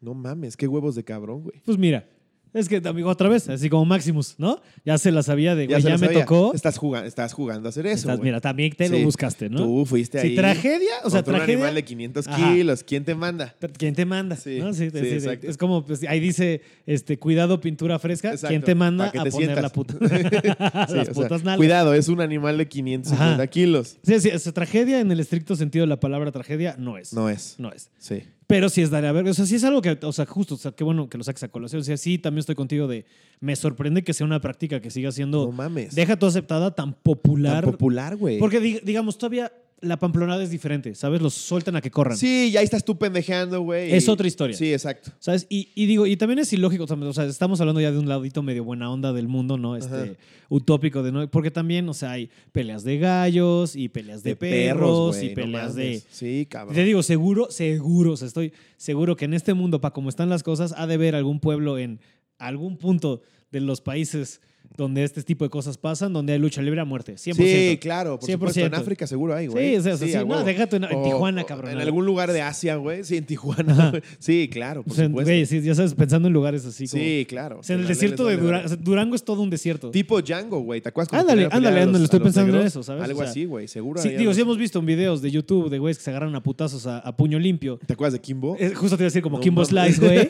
Speaker 2: No mames, qué huevos de cabrón, güey.
Speaker 1: Pues mira, es que, amigo, otra vez, así como Maximus, ¿no? Ya se la sabía de, güey,
Speaker 2: se
Speaker 1: ya,
Speaker 2: la
Speaker 1: me
Speaker 2: sabía.
Speaker 1: tocó.
Speaker 2: Estás jugando, estás jugando a hacer eso,
Speaker 1: Estás-
Speaker 2: güey.
Speaker 1: mira, también te
Speaker 2: Sí.
Speaker 1: lo buscaste, ¿no?
Speaker 2: Tú fuiste
Speaker 1: Sí,
Speaker 2: ahí.
Speaker 1: tragedia, o sea,
Speaker 2: contra
Speaker 1: tragedia.
Speaker 2: un animal de 500
Speaker 1: Ajá.
Speaker 2: kilos. ¿Quién te manda?
Speaker 1: Pero ¿Quién te manda?
Speaker 2: Sí,
Speaker 1: ¿no? Sí,
Speaker 2: sí,
Speaker 1: sí, sí.
Speaker 2: exacto.
Speaker 1: Es como, pues, ahí dice, este, cuidado, pintura fresca.
Speaker 2: Exacto,
Speaker 1: ¿Quién te manda
Speaker 2: para que
Speaker 1: a
Speaker 2: te
Speaker 1: poner
Speaker 2: sientas.
Speaker 1: la puta? [LAUGHS]
Speaker 2: [LAUGHS] Sí,
Speaker 1: las
Speaker 2: o sea,
Speaker 1: putas nalgas.
Speaker 2: Cuidado, es un animal de 550
Speaker 1: Ajá.
Speaker 2: kilos.
Speaker 1: Sí, sí, es tragedia en el estricto sentido de la palabra tragedia no es.
Speaker 2: No es.
Speaker 1: No es.
Speaker 2: Sí.
Speaker 1: Pero sí es dar a ver. O sea, sí es algo que, o sea, justo, o sea, qué bueno que lo saques a colación. O sea, sí, también estoy contigo de, me sorprende que sea una práctica que siga
Speaker 2: No,
Speaker 1: siendo,
Speaker 2: mames.
Speaker 1: deja todo aceptada, tan popular.
Speaker 2: Tan popular, güey.
Speaker 1: Porque, dig- digamos, todavía la pamplonada es diferente, ¿sabes? Los sueltan a que corran.
Speaker 2: Sí, ya estás tú pendejeando, güey.
Speaker 1: Es
Speaker 2: y-
Speaker 1: otra historia.
Speaker 2: Sí, exacto.
Speaker 1: ¿Sabes? Y, y digo, y también es ilógico, o sea, estamos hablando ya de un ladito medio buena onda del mundo, ¿no? Este
Speaker 2: Ajá.
Speaker 1: utópico de no, porque también, o sea, hay peleas de gallos y peleas de, perros,
Speaker 2: güey,
Speaker 1: y
Speaker 2: no
Speaker 1: peleas de
Speaker 2: mames. Sí,
Speaker 1: y
Speaker 2: cabrón.
Speaker 1: Te digo, seguro, seguro, o sea, estoy seguro que en este mundo, para como están las cosas, ha de haber algún pueblo en algún punto de los países donde este tipo de cosas pasan, donde hay lucha libre a muerte. 100%.
Speaker 2: Sí, claro, por supuesto.
Speaker 1: 100%.
Speaker 2: En África seguro hay, güey.
Speaker 1: Sí, es eso, sí,
Speaker 2: a
Speaker 1: no,
Speaker 2: huevo.
Speaker 1: deja tú en- en Tijuana,
Speaker 2: o
Speaker 1: cabrón,
Speaker 2: En
Speaker 1: a la-
Speaker 2: algún lugar de Asia, güey. Sí, en Tijuana. güey. Sí, claro, por
Speaker 1: O sea, [LAUGHS]
Speaker 2: supuesto.
Speaker 1: güey, sí, ya sabes, pensando en lugares así. como-
Speaker 2: sí, claro.
Speaker 1: O sea, en el
Speaker 2: La ley les
Speaker 1: desierto de
Speaker 2: vale
Speaker 1: Durango.
Speaker 2: verga.
Speaker 1: Durango es todo un desierto.
Speaker 2: Tipo Django, güey. ¿Te acuerdas? cuando
Speaker 1: Ándale,
Speaker 2: querían pelear
Speaker 1: ándale,
Speaker 2: a los-
Speaker 1: ándale,
Speaker 2: a
Speaker 1: estoy
Speaker 2: los
Speaker 1: pensando en
Speaker 2: negros?
Speaker 1: eso, ¿sabes?
Speaker 2: Algo
Speaker 1: O sea,
Speaker 2: así, güey. Seguro.
Speaker 1: Sí,
Speaker 2: había
Speaker 1: digo,
Speaker 2: algo
Speaker 1: sí
Speaker 2: así.
Speaker 1: hemos visto en videos de YouTube de güeyes que se agarran a putazos a, a puño limpio.
Speaker 2: ¿Te acuerdas de Kimbo?
Speaker 1: Eh, justo te iba a decir como
Speaker 2: No
Speaker 1: Kimbo
Speaker 2: mames.
Speaker 1: Slice,
Speaker 2: [LAUGHS]
Speaker 1: güey.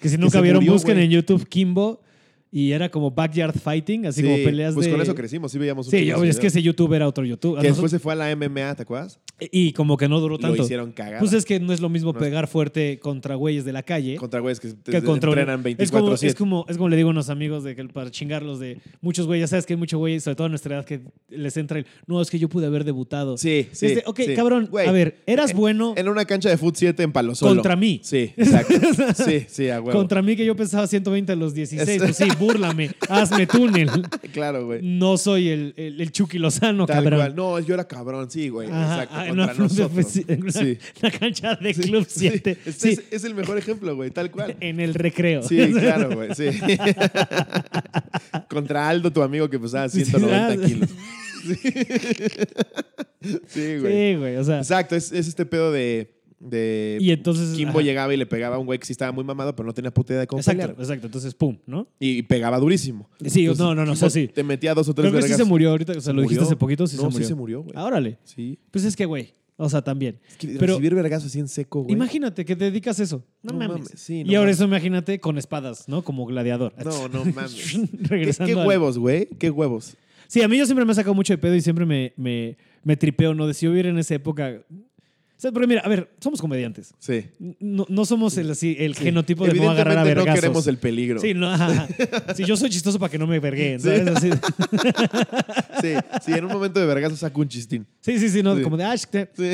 Speaker 1: Que si nunca
Speaker 2: se
Speaker 1: vieron,
Speaker 2: murió,
Speaker 1: busquen
Speaker 2: güey.
Speaker 1: en YouTube Kimbo. Y era como backyard fighting, así como
Speaker 2: Sí,
Speaker 1: peleas
Speaker 2: pues
Speaker 1: de...
Speaker 2: con eso crecimos, sí veíamos un
Speaker 1: Sí,
Speaker 2: poco
Speaker 1: yo-
Speaker 2: de
Speaker 1: es que
Speaker 2: video.
Speaker 1: ese YouTube era otro YouTube. A
Speaker 2: Que
Speaker 1: nosotros-
Speaker 2: después se fue a la MMA, ¿te acuerdas?
Speaker 1: Y como que no duró
Speaker 2: Lo
Speaker 1: tanto.
Speaker 2: hicieron cagada.
Speaker 1: Pues es que no es lo mismo
Speaker 2: No es-
Speaker 1: pegar fuerte contra güeyes de la calle
Speaker 2: Contra güeyes que,
Speaker 1: que contra
Speaker 2: entrenan
Speaker 1: es como,
Speaker 2: 24
Speaker 1: es como es como le digo a unos amigos de que para chingarlos de muchos güeyes, ya sabes que hay muchos güeyes, sobre todo a nuestra edad que les entra el, no, es que yo pude haber debutado.
Speaker 2: Sí, sí.
Speaker 1: Es de, ok,
Speaker 2: sí.
Speaker 1: cabrón,
Speaker 2: Güey,
Speaker 1: a ver, eras bueno
Speaker 2: En una cancha de foot 7 en Palo Solo.
Speaker 1: Contra mí.
Speaker 2: Sí,
Speaker 1: [LAUGHS]
Speaker 2: exacto. sí, sí, a huevo.
Speaker 1: contra mí que yo pensaba 120 a los 16,
Speaker 2: Es-
Speaker 1: pues sí,
Speaker 2: [LAUGHS]
Speaker 1: búrlame, hazme túnel.
Speaker 2: Claro, güey.
Speaker 1: No soy el, el, el Chucky Lozano,
Speaker 2: Tal
Speaker 1: cabrón.
Speaker 2: cual. No, yo era cabrón, sí, güey.
Speaker 1: Ajá,
Speaker 2: Exacto.
Speaker 1: ah, en
Speaker 2: contra
Speaker 1: una fronte
Speaker 2: nosotros.
Speaker 1: ofensi- en una-
Speaker 2: Sí.
Speaker 1: una cancha de
Speaker 2: Sí,
Speaker 1: Club
Speaker 2: sí.
Speaker 1: 7.
Speaker 2: Este
Speaker 1: Sí,
Speaker 2: Es, es el mejor ejemplo, güey,
Speaker 1: [LAUGHS]
Speaker 2: tal cual.
Speaker 1: en el recreo.
Speaker 2: Sí, claro, güey, sí. [LAUGHS] Contra Aldo, tu amigo que pues, pesaba 190
Speaker 1: ah.
Speaker 2: kilos. [LAUGHS] Sí. Sí, güey.
Speaker 1: [LAUGHS] Sí, güey, o sea.
Speaker 2: Exacto, es, es este pedo de. de
Speaker 1: Y entonces.
Speaker 2: Kimbo
Speaker 1: ajá,
Speaker 2: llegaba y le pegaba a un güey que sí estaba muy mamado, pero no tenía puta idea de cómo
Speaker 1: Exacto,
Speaker 2: pelear. pues,
Speaker 1: exacto. Entonces, pum, ¿no?
Speaker 2: Y, y pegaba durísimo.
Speaker 1: Sí, no, no, no, o sea, sí.
Speaker 2: Te metía dos o tres
Speaker 1: Creo que sí
Speaker 2: vergas.
Speaker 1: se murió ahorita, o sea, lo
Speaker 2: ¿Murió?
Speaker 1: dijiste hace poquito, sí
Speaker 2: No,
Speaker 1: se
Speaker 2: sí
Speaker 1: murió.
Speaker 2: se murió, güey.
Speaker 1: Ah, órale.
Speaker 2: Sí.
Speaker 1: Pues es que, güey, o sea, también.
Speaker 2: Es que
Speaker 1: Pero-
Speaker 2: recibir vergas así en seco, güey.
Speaker 1: Imagínate que te dedicas a eso. No,
Speaker 2: No
Speaker 1: mames.
Speaker 2: mames, sí, no
Speaker 1: y ahora
Speaker 2: mames.
Speaker 1: eso imagínate con espadas, ¿no? Como gladiador. [LAUGHS]
Speaker 2: No, no mames. ¿Qué,
Speaker 1: Regresando
Speaker 2: qué
Speaker 1: al-
Speaker 2: huevos, güey? ¿Qué huevos?
Speaker 1: Sí, a mí yo siempre me ha sacado mucho de pedo y siempre me, me, me tripeo, ¿no? De si yo hubiera en esa época... O sea, porque mira, a ver, somos comediantes.
Speaker 2: Sí.
Speaker 1: No, no somos el, así, el
Speaker 2: Sí.
Speaker 1: genotipo de no agarrar a
Speaker 2: Evidentemente
Speaker 1: vergazos.
Speaker 2: no queremos el peligro.
Speaker 1: Sí,
Speaker 2: Sí.
Speaker 1: no, ajá, ajá. Sí, yo soy chistoso para que no me verguen, ¿sabes? Así-
Speaker 2: sí, en un momento de vergazos saco un chistín.
Speaker 1: Sí, sí, sí, no,
Speaker 2: Sí.
Speaker 1: como de... "Ah, shit".
Speaker 2: Sí,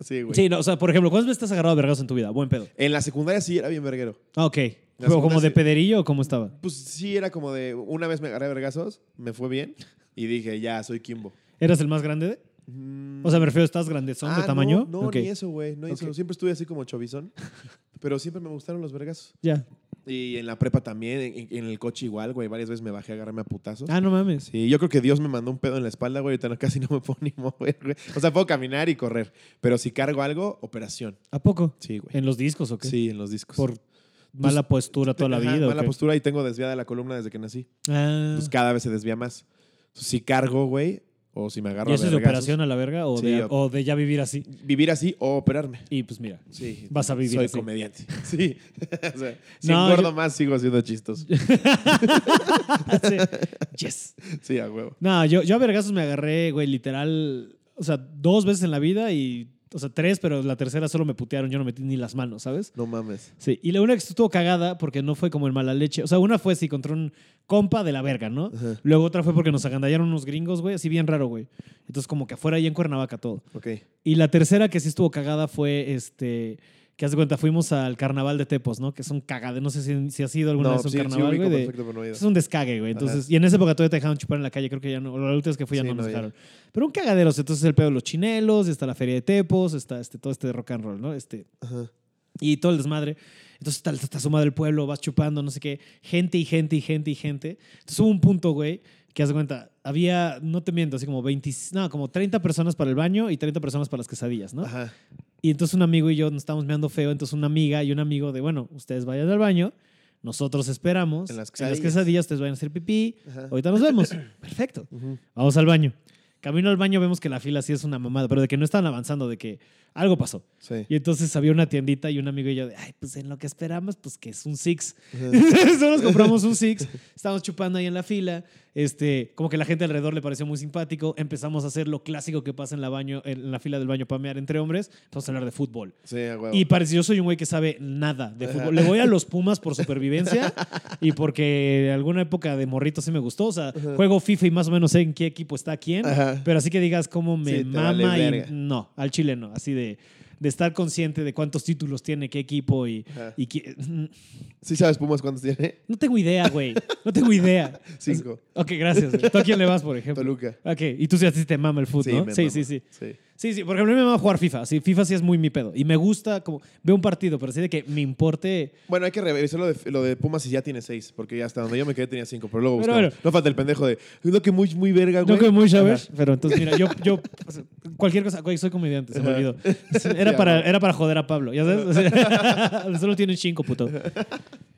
Speaker 2: sí güey.
Speaker 1: sí, no, o sea, por ejemplo, ¿cuántas veces te has agarrado a vergazos en tu vida? Buen pedo.
Speaker 2: En la secundaria sí era bien verguero.
Speaker 1: Ah, ok.
Speaker 2: Las
Speaker 1: ¿Pero como
Speaker 2: unas-
Speaker 1: de pederillo o cómo estaba?
Speaker 2: Pues sí era como de, una vez me agarré a vergazos, me fue bien y dije, ya, soy Kimbo.
Speaker 1: ¿Eras el más grande? de-
Speaker 2: Mm.
Speaker 1: O sea, me refiero, ¿estás grandezón
Speaker 2: Ah,
Speaker 1: de tamaño?
Speaker 2: No, no
Speaker 1: Ok.
Speaker 2: ni eso, güey. No hizo-
Speaker 1: Ok.
Speaker 2: Siempre estuve así como chovizón, pero siempre me gustaron los vergazos.
Speaker 1: Ya.
Speaker 2: Y en la prepa también, en, en el coche igual, güey. Varias veces me bajé a agarrarme a putazos.
Speaker 1: Ah, no mames.
Speaker 2: Sí, yo creo que Dios me mandó un pedo en la espalda, güey. Ahorita no- [LAUGHS] casi no me puedo ni mover, güey. O sea, puedo caminar y correr. Pero si cargo algo, operación.
Speaker 1: ¿A poco?
Speaker 2: Sí, güey.
Speaker 1: ¿En los discos o qué?
Speaker 2: Sí, en los discos.
Speaker 1: Ah, Por mala postura toda la
Speaker 2: Ajá,
Speaker 1: vida. ¿o
Speaker 2: Mala
Speaker 1: qué?
Speaker 2: postura y tengo desviada la columna desde que nací.
Speaker 1: Ah.
Speaker 2: Pues cada vez se desvía más. Entonces, si cargo, güey, o si me agarro
Speaker 1: ¿Y eso
Speaker 2: a
Speaker 1: es de
Speaker 2: vergazos,
Speaker 1: operación a la verga o,
Speaker 2: Sí,
Speaker 1: de,
Speaker 2: o-
Speaker 1: o de ya vivir así?
Speaker 2: Vivir así o operarme.
Speaker 1: Y pues
Speaker 2: [LAUGHS]
Speaker 1: mira.
Speaker 2: Sí.
Speaker 1: Vas a vivir
Speaker 2: Soy
Speaker 1: así.
Speaker 2: comediante. [LAUGHS] Sí. o sea, si
Speaker 1: No,
Speaker 2: engordo
Speaker 1: yo-
Speaker 2: más, sigo siendo
Speaker 1: [LAUGHS]
Speaker 2: chistoso.
Speaker 1: Sí. yes.
Speaker 2: Sí, a huevo.
Speaker 1: No, yo, yo a vergazos me agarré, güey, literal, o sea, dos veces en la vida y, o sea, tres, pero la tercera solo me putearon, yo no metí ni las manos, ¿sabes?
Speaker 2: No mames.
Speaker 1: Sí, y la una que estuvo cagada porque no fue como el mala leche. O sea, una fue sí contra un compa de la verga, ¿no?
Speaker 2: Ajá.
Speaker 1: Luego otra fue porque nos agandallaron unos gringos, güey, así bien raro, güey. Entonces, como que afuera ahí en Cuernavaca todo.
Speaker 2: Ok.
Speaker 1: Y la tercera que sí estuvo cagada fue este. Que haz de cuenta, fuimos al carnaval de Tepos, ¿no? Que son cagadas. No sé si, si has ido alguna
Speaker 2: No,
Speaker 1: vez a un
Speaker 2: sí, sí,
Speaker 1: carnaval,
Speaker 2: ubico
Speaker 1: güey. de-
Speaker 2: perfecto, pero no he ido.
Speaker 1: Es un descague, güey. Entonces,
Speaker 2: Ajá.
Speaker 1: y en esa época todavía te dejaban chupar en la calle, creo que ya no. La última vez que fui ya
Speaker 2: Sí,
Speaker 1: no nos
Speaker 2: no, ya.
Speaker 1: dejaron. Pero un cagadero. o sea, Entonces, el pedo de los chinelos, está la feria de Tepos, está este, todo este rock and roll, ¿no? Este,
Speaker 2: Ajá.
Speaker 1: y todo el desmadre. Entonces está, está su madre el pueblo, vas chupando, no sé qué, gente y gente y gente y gente. Entonces hubo un punto, güey, que haz de cuenta, había, no te miento, así como 20, no, como 30 personas para el baño y 30 personas para las quesadillas, ¿no?
Speaker 2: Ajá.
Speaker 1: Y entonces un amigo y yo nos estábamos meando feo, entonces una amiga y un amigo de, bueno, ustedes vayan al baño, nosotros esperamos,
Speaker 2: En las
Speaker 1: quesadillas ustedes vayan a hacer pipí,
Speaker 2: Ajá.
Speaker 1: ahorita nos
Speaker 2: [CLEARS THROAT]
Speaker 1: vemos. Perfecto.
Speaker 2: Ujú.
Speaker 1: Vamos al baño. Camino al baño vemos que la fila sí es una mamada, pero de que no estaban avanzando, de que algo pasó.
Speaker 2: Sí.
Speaker 1: Y entonces había una tiendita y un amigo y yo de, ay, pues en lo que esperamos, pues que es un Six.
Speaker 2: Ajá.
Speaker 1: [LAUGHS] Entonces nos compramos un Six, estábamos chupando ahí en la fila, este, como que la gente alrededor le pareció muy simpático, empezamos a hacer lo clásico que pasa en la, baño, en la fila del baño para mear entre hombres, empezamos a hablar de fútbol.
Speaker 2: Sí, a huevo.
Speaker 1: Y parece, yo soy un güey que sabe nada de
Speaker 2: Ajá.
Speaker 1: fútbol. Le voy a los Pumas por supervivencia y porque alguna época de morrito sí me gustó. O sea, juego FIFA y más o menos sé en qué equipo está quién.
Speaker 2: Ajá.
Speaker 1: Pero así que digas cómo me
Speaker 2: Sí, te
Speaker 1: mama
Speaker 2: vale
Speaker 1: y
Speaker 2: verga.
Speaker 1: no, al chile no. Así de, de estar consciente de cuántos títulos tiene, qué equipo y,
Speaker 2: Ajá.
Speaker 1: y qué- mm,
Speaker 2: ¿Sí sabes Pumas cuántos tiene? [LAUGHS]
Speaker 1: No tengo idea, güey. No tengo idea.
Speaker 2: Cinco.
Speaker 1: Ok, gracias. güey. ¿Tú a quién le vas, por ejemplo?
Speaker 2: Toluca.
Speaker 1: Ok, y tú sí a ti te mama el fútbol,
Speaker 2: Sí,
Speaker 1: ¿no?
Speaker 2: me
Speaker 1: Sí,
Speaker 2: mama.
Speaker 1: sí, sí.
Speaker 2: Sí.
Speaker 1: Sí, Sí, sí, por ejemplo, a mí me va a jugar FIFA. Sí, FIFA sí es muy mi pedo. Y me gusta, como, veo un partido, pero así de que me importe.
Speaker 2: Bueno, hay que revisar lo de, lo de Pumas si ya tiene seis, porque ya hasta donde yo me quedé tenía cinco, pero luego
Speaker 1: Pero
Speaker 2: buscamos.
Speaker 1: bueno.
Speaker 2: No falta el pendejo de. No que muy, muy verga, Ah, güey.
Speaker 1: No creo muy saber,
Speaker 2: Ajá.
Speaker 1: pero entonces mira,
Speaker 2: [LAUGHS]
Speaker 1: yo, yo cualquier cosa, güey, soy comediante, se me
Speaker 2: Ajá. [LAUGHS]
Speaker 1: olvidó.
Speaker 2: Ya,
Speaker 1: Era para,
Speaker 2: güey.
Speaker 1: era para joder a Pablo, ¿ya sabes? O sea, [LAUGHS] Solo tienen cinco, puto.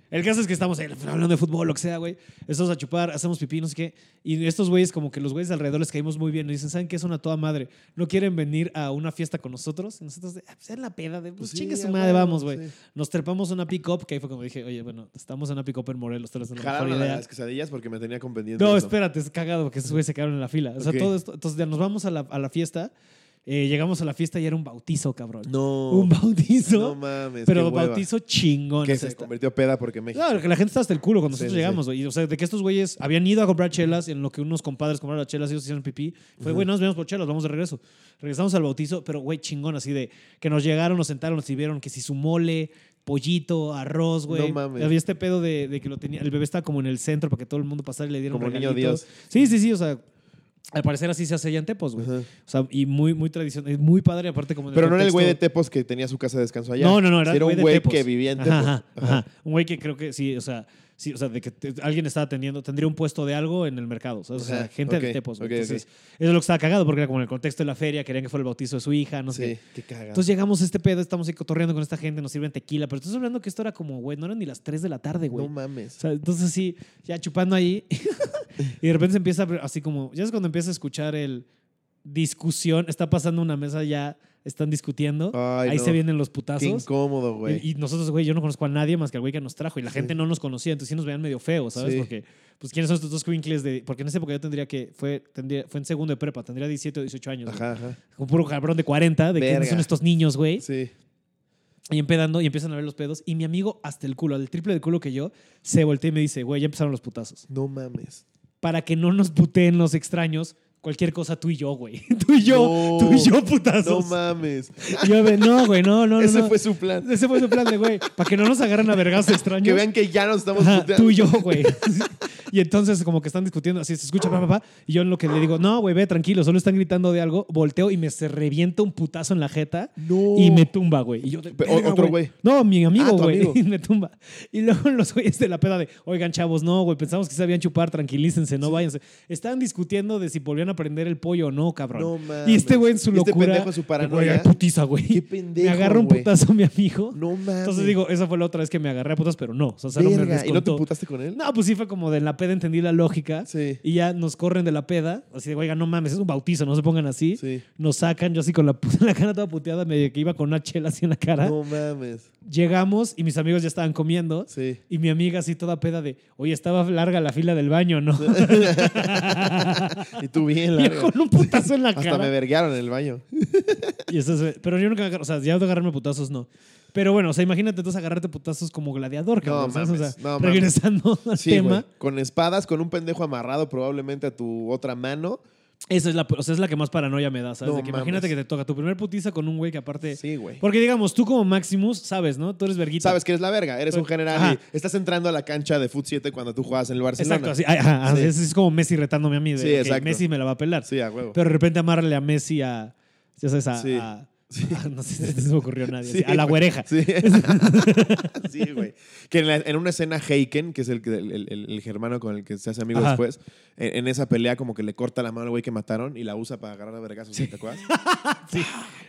Speaker 1: El caso es que estamos ahí hablando de fútbol, lo que sea, güey. Estamos a chupar, hacemos pipí, no sé qué. Y estos güeyes, como que los güeyes de alrededor les caímos muy bien. Nos dicen, ¿saben qué? Son a toda madre. ¿No quieren venir a una fiesta con nosotros? Y nosotros, de, ah, pues en la peda, de, pues
Speaker 2: Sí,
Speaker 1: chingue su
Speaker 2: a
Speaker 1: madre,
Speaker 2: huevo,
Speaker 1: vamos, güey.
Speaker 2: sí.
Speaker 1: Nos trepamos una pick-up, que ahí fue como dije, oye, bueno, estamos en una pick-up en Morelos, tal vez es la mejor
Speaker 2: Jalaron a
Speaker 1: idea.
Speaker 2: las quesadillas porque me tenía con pendiente.
Speaker 1: No,
Speaker 2: eso.
Speaker 1: espérate, es cagado porque esos güeyes se quedaron en la fila. O sea,
Speaker 2: Ok.
Speaker 1: todo esto. Entonces ya nos vamos a la, a la fiesta. eh, llegamos a la fiesta y era un bautizo, cabrón.
Speaker 2: No.
Speaker 1: Un
Speaker 2: No
Speaker 1: bautizo.
Speaker 2: mames.
Speaker 1: pero
Speaker 2: qué hueva.
Speaker 1: bautizo chingón.
Speaker 2: Que
Speaker 1: o sea,
Speaker 2: se
Speaker 1: está-
Speaker 2: convirtió peda porque México.
Speaker 1: Claro, que la gente está hasta el culo cuando
Speaker 2: Sí,
Speaker 1: nosotros
Speaker 2: sí,
Speaker 1: llegamos, güey. Y, O sea, de que estos güeyes habían ido a comprar chelas, en lo que unos compadres compraron las chelas, ellos hicieron pipí. Fue, güey, no nos vemos por chelas, vamos de regreso. Regresamos al bautizo, pero, güey, chingón, así de que nos llegaron, nos sentaron, nos sirvieron, que si su mole, pollito, arroz, güey.
Speaker 2: No mames.
Speaker 1: Había este pedo de, de que lo tenía, el bebé estaba como en el centro para que todo el mundo pasara y le dieron
Speaker 2: Como niño
Speaker 1: regalitos.
Speaker 2: Dios.
Speaker 1: Sí, sí, sí, o sea. Al parecer así se hace allá en Tepos, güey.
Speaker 2: Ajá.
Speaker 1: O sea, y muy, muy tradicional, es muy padre, aparte como en
Speaker 2: Pero no era el güey
Speaker 1: contexto-
Speaker 2: de Tepos que tenía su casa de descanso allá.
Speaker 1: no, no, no, era,
Speaker 2: Sí,
Speaker 1: el
Speaker 2: un
Speaker 1: de
Speaker 2: güey
Speaker 1: Tepos.
Speaker 2: que vivía en Tepos.
Speaker 1: Ajá, ajá, ajá. Un güey que creo que sí, o sea, sí, o sea, de que te- alguien estaba atendiendo, tendría un puesto de algo en el mercado, ¿sabes? o sea,
Speaker 2: Ajá,
Speaker 1: gente
Speaker 2: ok,
Speaker 1: de Tepos. güey.
Speaker 2: ok, ok.
Speaker 1: Entonces, eso es lo que estaba cagado porque era como en el contexto de la feria, querían que fuera el bautizo de su hija, no sé. qué.
Speaker 2: Sí, qué cagada.
Speaker 1: Entonces llegamos a este pedo, estamos ahí cotorreando con esta gente, nos sirven tequila, pero estás hablando que esto era como, güey, no eran ni las 3 de la tarde, güey.
Speaker 2: no mames.
Speaker 1: O sea, entonces sí, ya chupando ahí. [LAUGHS] y de repente se empieza a- así como, ya es cuando empieza a escuchar el discusión, está pasando una mesa ya, están discutiendo,
Speaker 2: Ay,
Speaker 1: ahí
Speaker 2: no.
Speaker 1: se vienen los
Speaker 2: Qué
Speaker 1: putazos.
Speaker 2: incómodo, güey.
Speaker 1: Y, y nosotros, güey, yo no conozco a nadie más que al güey que nos trajo. Y la
Speaker 2: Sí.
Speaker 1: gente no nos conocía, entonces sí nos veían medio feos, ¿sabes?
Speaker 2: Sí.
Speaker 1: Porque, pues, ¿quiénes son estos dos cuincles de...? Porque en esa época yo tendría que... Fue, tendría, fue en segundo de prepa, tendría 17 o 18 años. güey.
Speaker 2: Ajá, ajá.
Speaker 1: Un puro cabrón de 40, de
Speaker 2: Verga.
Speaker 1: quiénes son estos niños, güey.
Speaker 2: Sí.
Speaker 1: Y empedando, y empiezan a ver los pedos. Y mi amigo, hasta el culo, al triple de culo que yo, se voltea y me dice, güey, ya empezaron los putazos.
Speaker 2: No mames.
Speaker 1: Para que no nos puteen los extraños, cualquier cosa tú y yo, güey. [LAUGHS] Tú y yo,
Speaker 2: No.
Speaker 1: tú y yo,
Speaker 2: No
Speaker 1: putazos.
Speaker 2: mames.
Speaker 1: Y yo de, [LAUGHS] no, güey, no, no, no.
Speaker 2: Ese
Speaker 1: no".
Speaker 2: fue su plan.
Speaker 1: Ese fue su plan de, güey, para que no nos agarren a vergas extraños.
Speaker 2: [LAUGHS] Que vean que ya nos estamos
Speaker 1: Ajá,
Speaker 2: puteando.
Speaker 1: tú y yo,
Speaker 2: [LAUGHS]
Speaker 1: güey. y entonces como que están discutiendo, así se escucha, papá, papá. Y yo en lo que le digo, no, güey, ve, tranquilo, solo están gritando de algo. Volteo y me se revienta un putazo en la jeta
Speaker 2: No.
Speaker 1: y me tumba, güey. Y yo, de,
Speaker 2: Oh. Pe- o-
Speaker 1: "Verga,
Speaker 2: otro güey.
Speaker 1: No, mi amigo,
Speaker 2: Ah, tu
Speaker 1: güey.
Speaker 2: amigo.
Speaker 1: y [LAUGHS] me tumba. Y luego [LAUGHS] los güeyes de la peda de, oigan, chavos, no, güey, pensamos que sabían chupar, tranquilícense, no váyanse. Estaban discutiendo de si volvían a prender el pollo o no, cabrón.
Speaker 2: No mames.
Speaker 1: y este güey en su
Speaker 2: Este
Speaker 1: locura.
Speaker 2: pendejo en su paranoia.
Speaker 1: güey, ay, putiza, güey.
Speaker 2: Qué
Speaker 1: Me
Speaker 2: pendejo,
Speaker 1: agarra un
Speaker 2: güey.
Speaker 1: putazo mi amigo.
Speaker 2: No mames.
Speaker 1: Entonces digo, esa fue la otra vez que me agarré a putas, pero no. O sea,
Speaker 2: Verga,
Speaker 1: Saro me
Speaker 2: ¿y no te
Speaker 1: descontó.
Speaker 2: putaste con él?
Speaker 1: No, pues sí fue como de la peda entendí la lógica.
Speaker 2: Sí.
Speaker 1: Y ya nos corren de la peda. Así de, oiga, no mames, es un bautizo, no se pongan así.
Speaker 2: Sí.
Speaker 1: Nos sacan, yo así con la, [LAUGHS] pu- la cara toda puteada, medio que iba con una chela así en la cara.
Speaker 2: No mames.
Speaker 1: Llegamos y mis amigos ya estaban comiendo.
Speaker 2: Sí.
Speaker 1: Y mi amiga así toda peda de, oye, estaba larga la fila del baño, [LAUGHS] ¿no?
Speaker 2: Y
Speaker 1: [LAUGHS]
Speaker 2: tú bien,
Speaker 1: Y
Speaker 2: larga.
Speaker 1: con un putazo en la
Speaker 2: Hasta me
Speaker 1: cara.
Speaker 2: verguearon en el baño.
Speaker 1: Y eso es- pero yo nunca, me agarro- o sea, ya de agarrarme putazos, no. Pero bueno, o sea, imagínate entonces agarrarte putazos como gladiador, cabrón. ¿sabes? O
Speaker 2: mames,
Speaker 1: sea,
Speaker 2: no mames.
Speaker 1: regresando [LAUGHS] al
Speaker 2: Sí,
Speaker 1: tema.
Speaker 2: güey. Con espadas, con un pendejo amarrado probablemente a tu otra mano.
Speaker 1: Esa es la, o sea, es la que más paranoia me da, ¿sabes?
Speaker 2: No
Speaker 1: De que imagínate
Speaker 2: mames.
Speaker 1: que te toca tu primer putiza con un güey que aparte.
Speaker 2: Sí, güey.
Speaker 1: Porque digamos, tú como Maximus, sabes, ¿no? Tú eres verguita.
Speaker 2: Sabes que eres la verga, eres un general
Speaker 1: Ajá.
Speaker 2: y estás entrando a la cancha de Foot 7 cuando tú jugabas en el Barcelona.
Speaker 1: Exacto, así. ajá, ajá,
Speaker 2: Sí.
Speaker 1: Es, es como Messi retándome a mí. De,
Speaker 2: Sí,
Speaker 1: que
Speaker 2: exacto.
Speaker 1: Messi me la va a pelar.
Speaker 2: Sí, a huevo.
Speaker 1: Pero de repente amarle a Messi a. Ya sabes, a.
Speaker 2: Sí.
Speaker 1: a- a- no sé [LAUGHS] si se me ocurrió a nadie.
Speaker 2: Sí,
Speaker 1: así, a la
Speaker 2: güey.
Speaker 1: güereja. [LAUGHS]
Speaker 2: Sí. Sí, güey. Que en, la- en una escena Heiken, que es el, que- el, el- el germano con el que se hace amigo
Speaker 1: Ajá.
Speaker 2: después, en, en esa pelea como que le corta la mano al güey que mataron y la usa para agarrar a vergazos, ¿te acuerdas?
Speaker 1: Sí.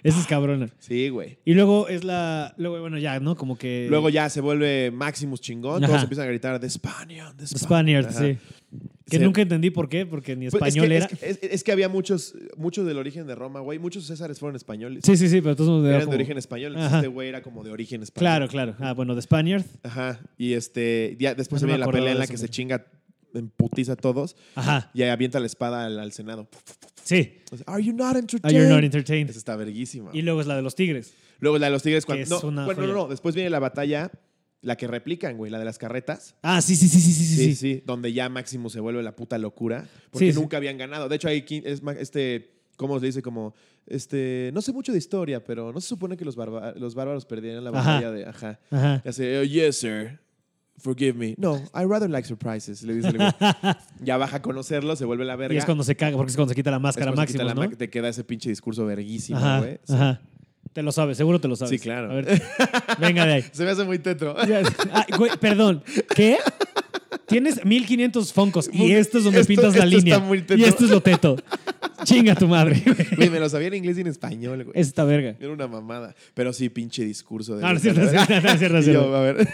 Speaker 1: Esa es cabrona.
Speaker 2: Sí,
Speaker 1: [LAUGHS]
Speaker 2: güey.
Speaker 1: Y luego es la. Luego, bueno, ya, ¿no? Como que.
Speaker 2: Luego ya se vuelve Maximus chingón, todos
Speaker 1: Ajá.
Speaker 2: empiezan a gritar The Spaniard, The Spaniard".
Speaker 1: Spaniard,
Speaker 2: Ajá.
Speaker 1: sí. Que
Speaker 2: Sí.
Speaker 1: nunca entendí por qué, porque ni
Speaker 2: Pues, es
Speaker 1: español
Speaker 2: que-
Speaker 1: era.
Speaker 2: Es que, es- es que había muchos, muchos del origen de Roma, güey. Muchos Césares fueron españoles.
Speaker 1: Sí, sí, sí, pero todos
Speaker 2: Eran de origen español, entonces
Speaker 1: Ajá.
Speaker 2: este güey era como de origen español.
Speaker 1: Claro, claro. Ah, bueno, de Spaniard.
Speaker 2: Ajá. Y este, ya después
Speaker 1: No
Speaker 2: se
Speaker 1: me
Speaker 2: viene la
Speaker 1: acordaba
Speaker 2: pelea en
Speaker 1: de
Speaker 2: la
Speaker 1: eso,
Speaker 2: que se
Speaker 1: mira.
Speaker 2: chinga, emputiza a todos
Speaker 1: Ajá.
Speaker 2: y ahí avienta la espada al, al Senado.
Speaker 1: Sí.
Speaker 2: Entonces, Are you not entertained?
Speaker 1: Are you Ah, not entertained?
Speaker 2: Esa está verguísima.
Speaker 1: Y luego es la de los tigres.
Speaker 2: Luego la de los tigres
Speaker 1: Que
Speaker 2: cuando.
Speaker 1: es
Speaker 2: no,
Speaker 1: una
Speaker 2: bueno,
Speaker 1: joya.
Speaker 2: no, no. Después viene la batalla, la que replican, güey, la de las carretas.
Speaker 1: Ah, sí, sí, sí, sí, sí, sí. sí.
Speaker 2: Donde ya Máximo se vuelve la puta locura. Porque
Speaker 1: Sí, sí.
Speaker 2: nunca habían ganado. De hecho, hay qui- es ma- este. ¿Cómo se dice? Como. Este. No sé mucho de historia, pero no se supone que los, barba- los bárbaros perdieran la
Speaker 1: Ajá.
Speaker 2: batalla de. Ajá.
Speaker 1: Ajá.
Speaker 2: Y hace, "Oh, yes, sir. Forgive me. No, I rather like surprises. Le dice
Speaker 1: [LAUGHS]
Speaker 2: el güey. Ya baja a conocerlo, se vuelve la verga.
Speaker 1: Y es cuando se caga, porque es cuando se quita la máscara
Speaker 2: Después se quita
Speaker 1: máxima,
Speaker 2: la
Speaker 1: ¿no?
Speaker 2: ma- Te queda ese pinche discurso verguísimo,
Speaker 1: ajá,
Speaker 2: güey.
Speaker 1: ajá. Te lo sabes, seguro te lo sabes.
Speaker 2: Sí, claro.
Speaker 1: A ver, venga de ahí.
Speaker 2: Se me hace muy
Speaker 1: [LAUGHS]
Speaker 2: tetro.
Speaker 1: Ya, ay, güey, perdón, ¿qué? Tienes 1500 foncos y esto es donde
Speaker 2: Esto-
Speaker 1: pintas la
Speaker 2: esto
Speaker 1: línea.
Speaker 2: está muy teto.
Speaker 1: y esto es lo teto. Chinga tu madre. güey.
Speaker 2: Güey, me lo sabía en inglés y en español, güey.
Speaker 1: Esta verga.
Speaker 2: Era una mamada. Pero sí, pinche discurso de.
Speaker 1: Ah, No, no es cierto, no es cierto, no es cierto, no es
Speaker 2: Y yo,
Speaker 1: cierto.
Speaker 2: a ver.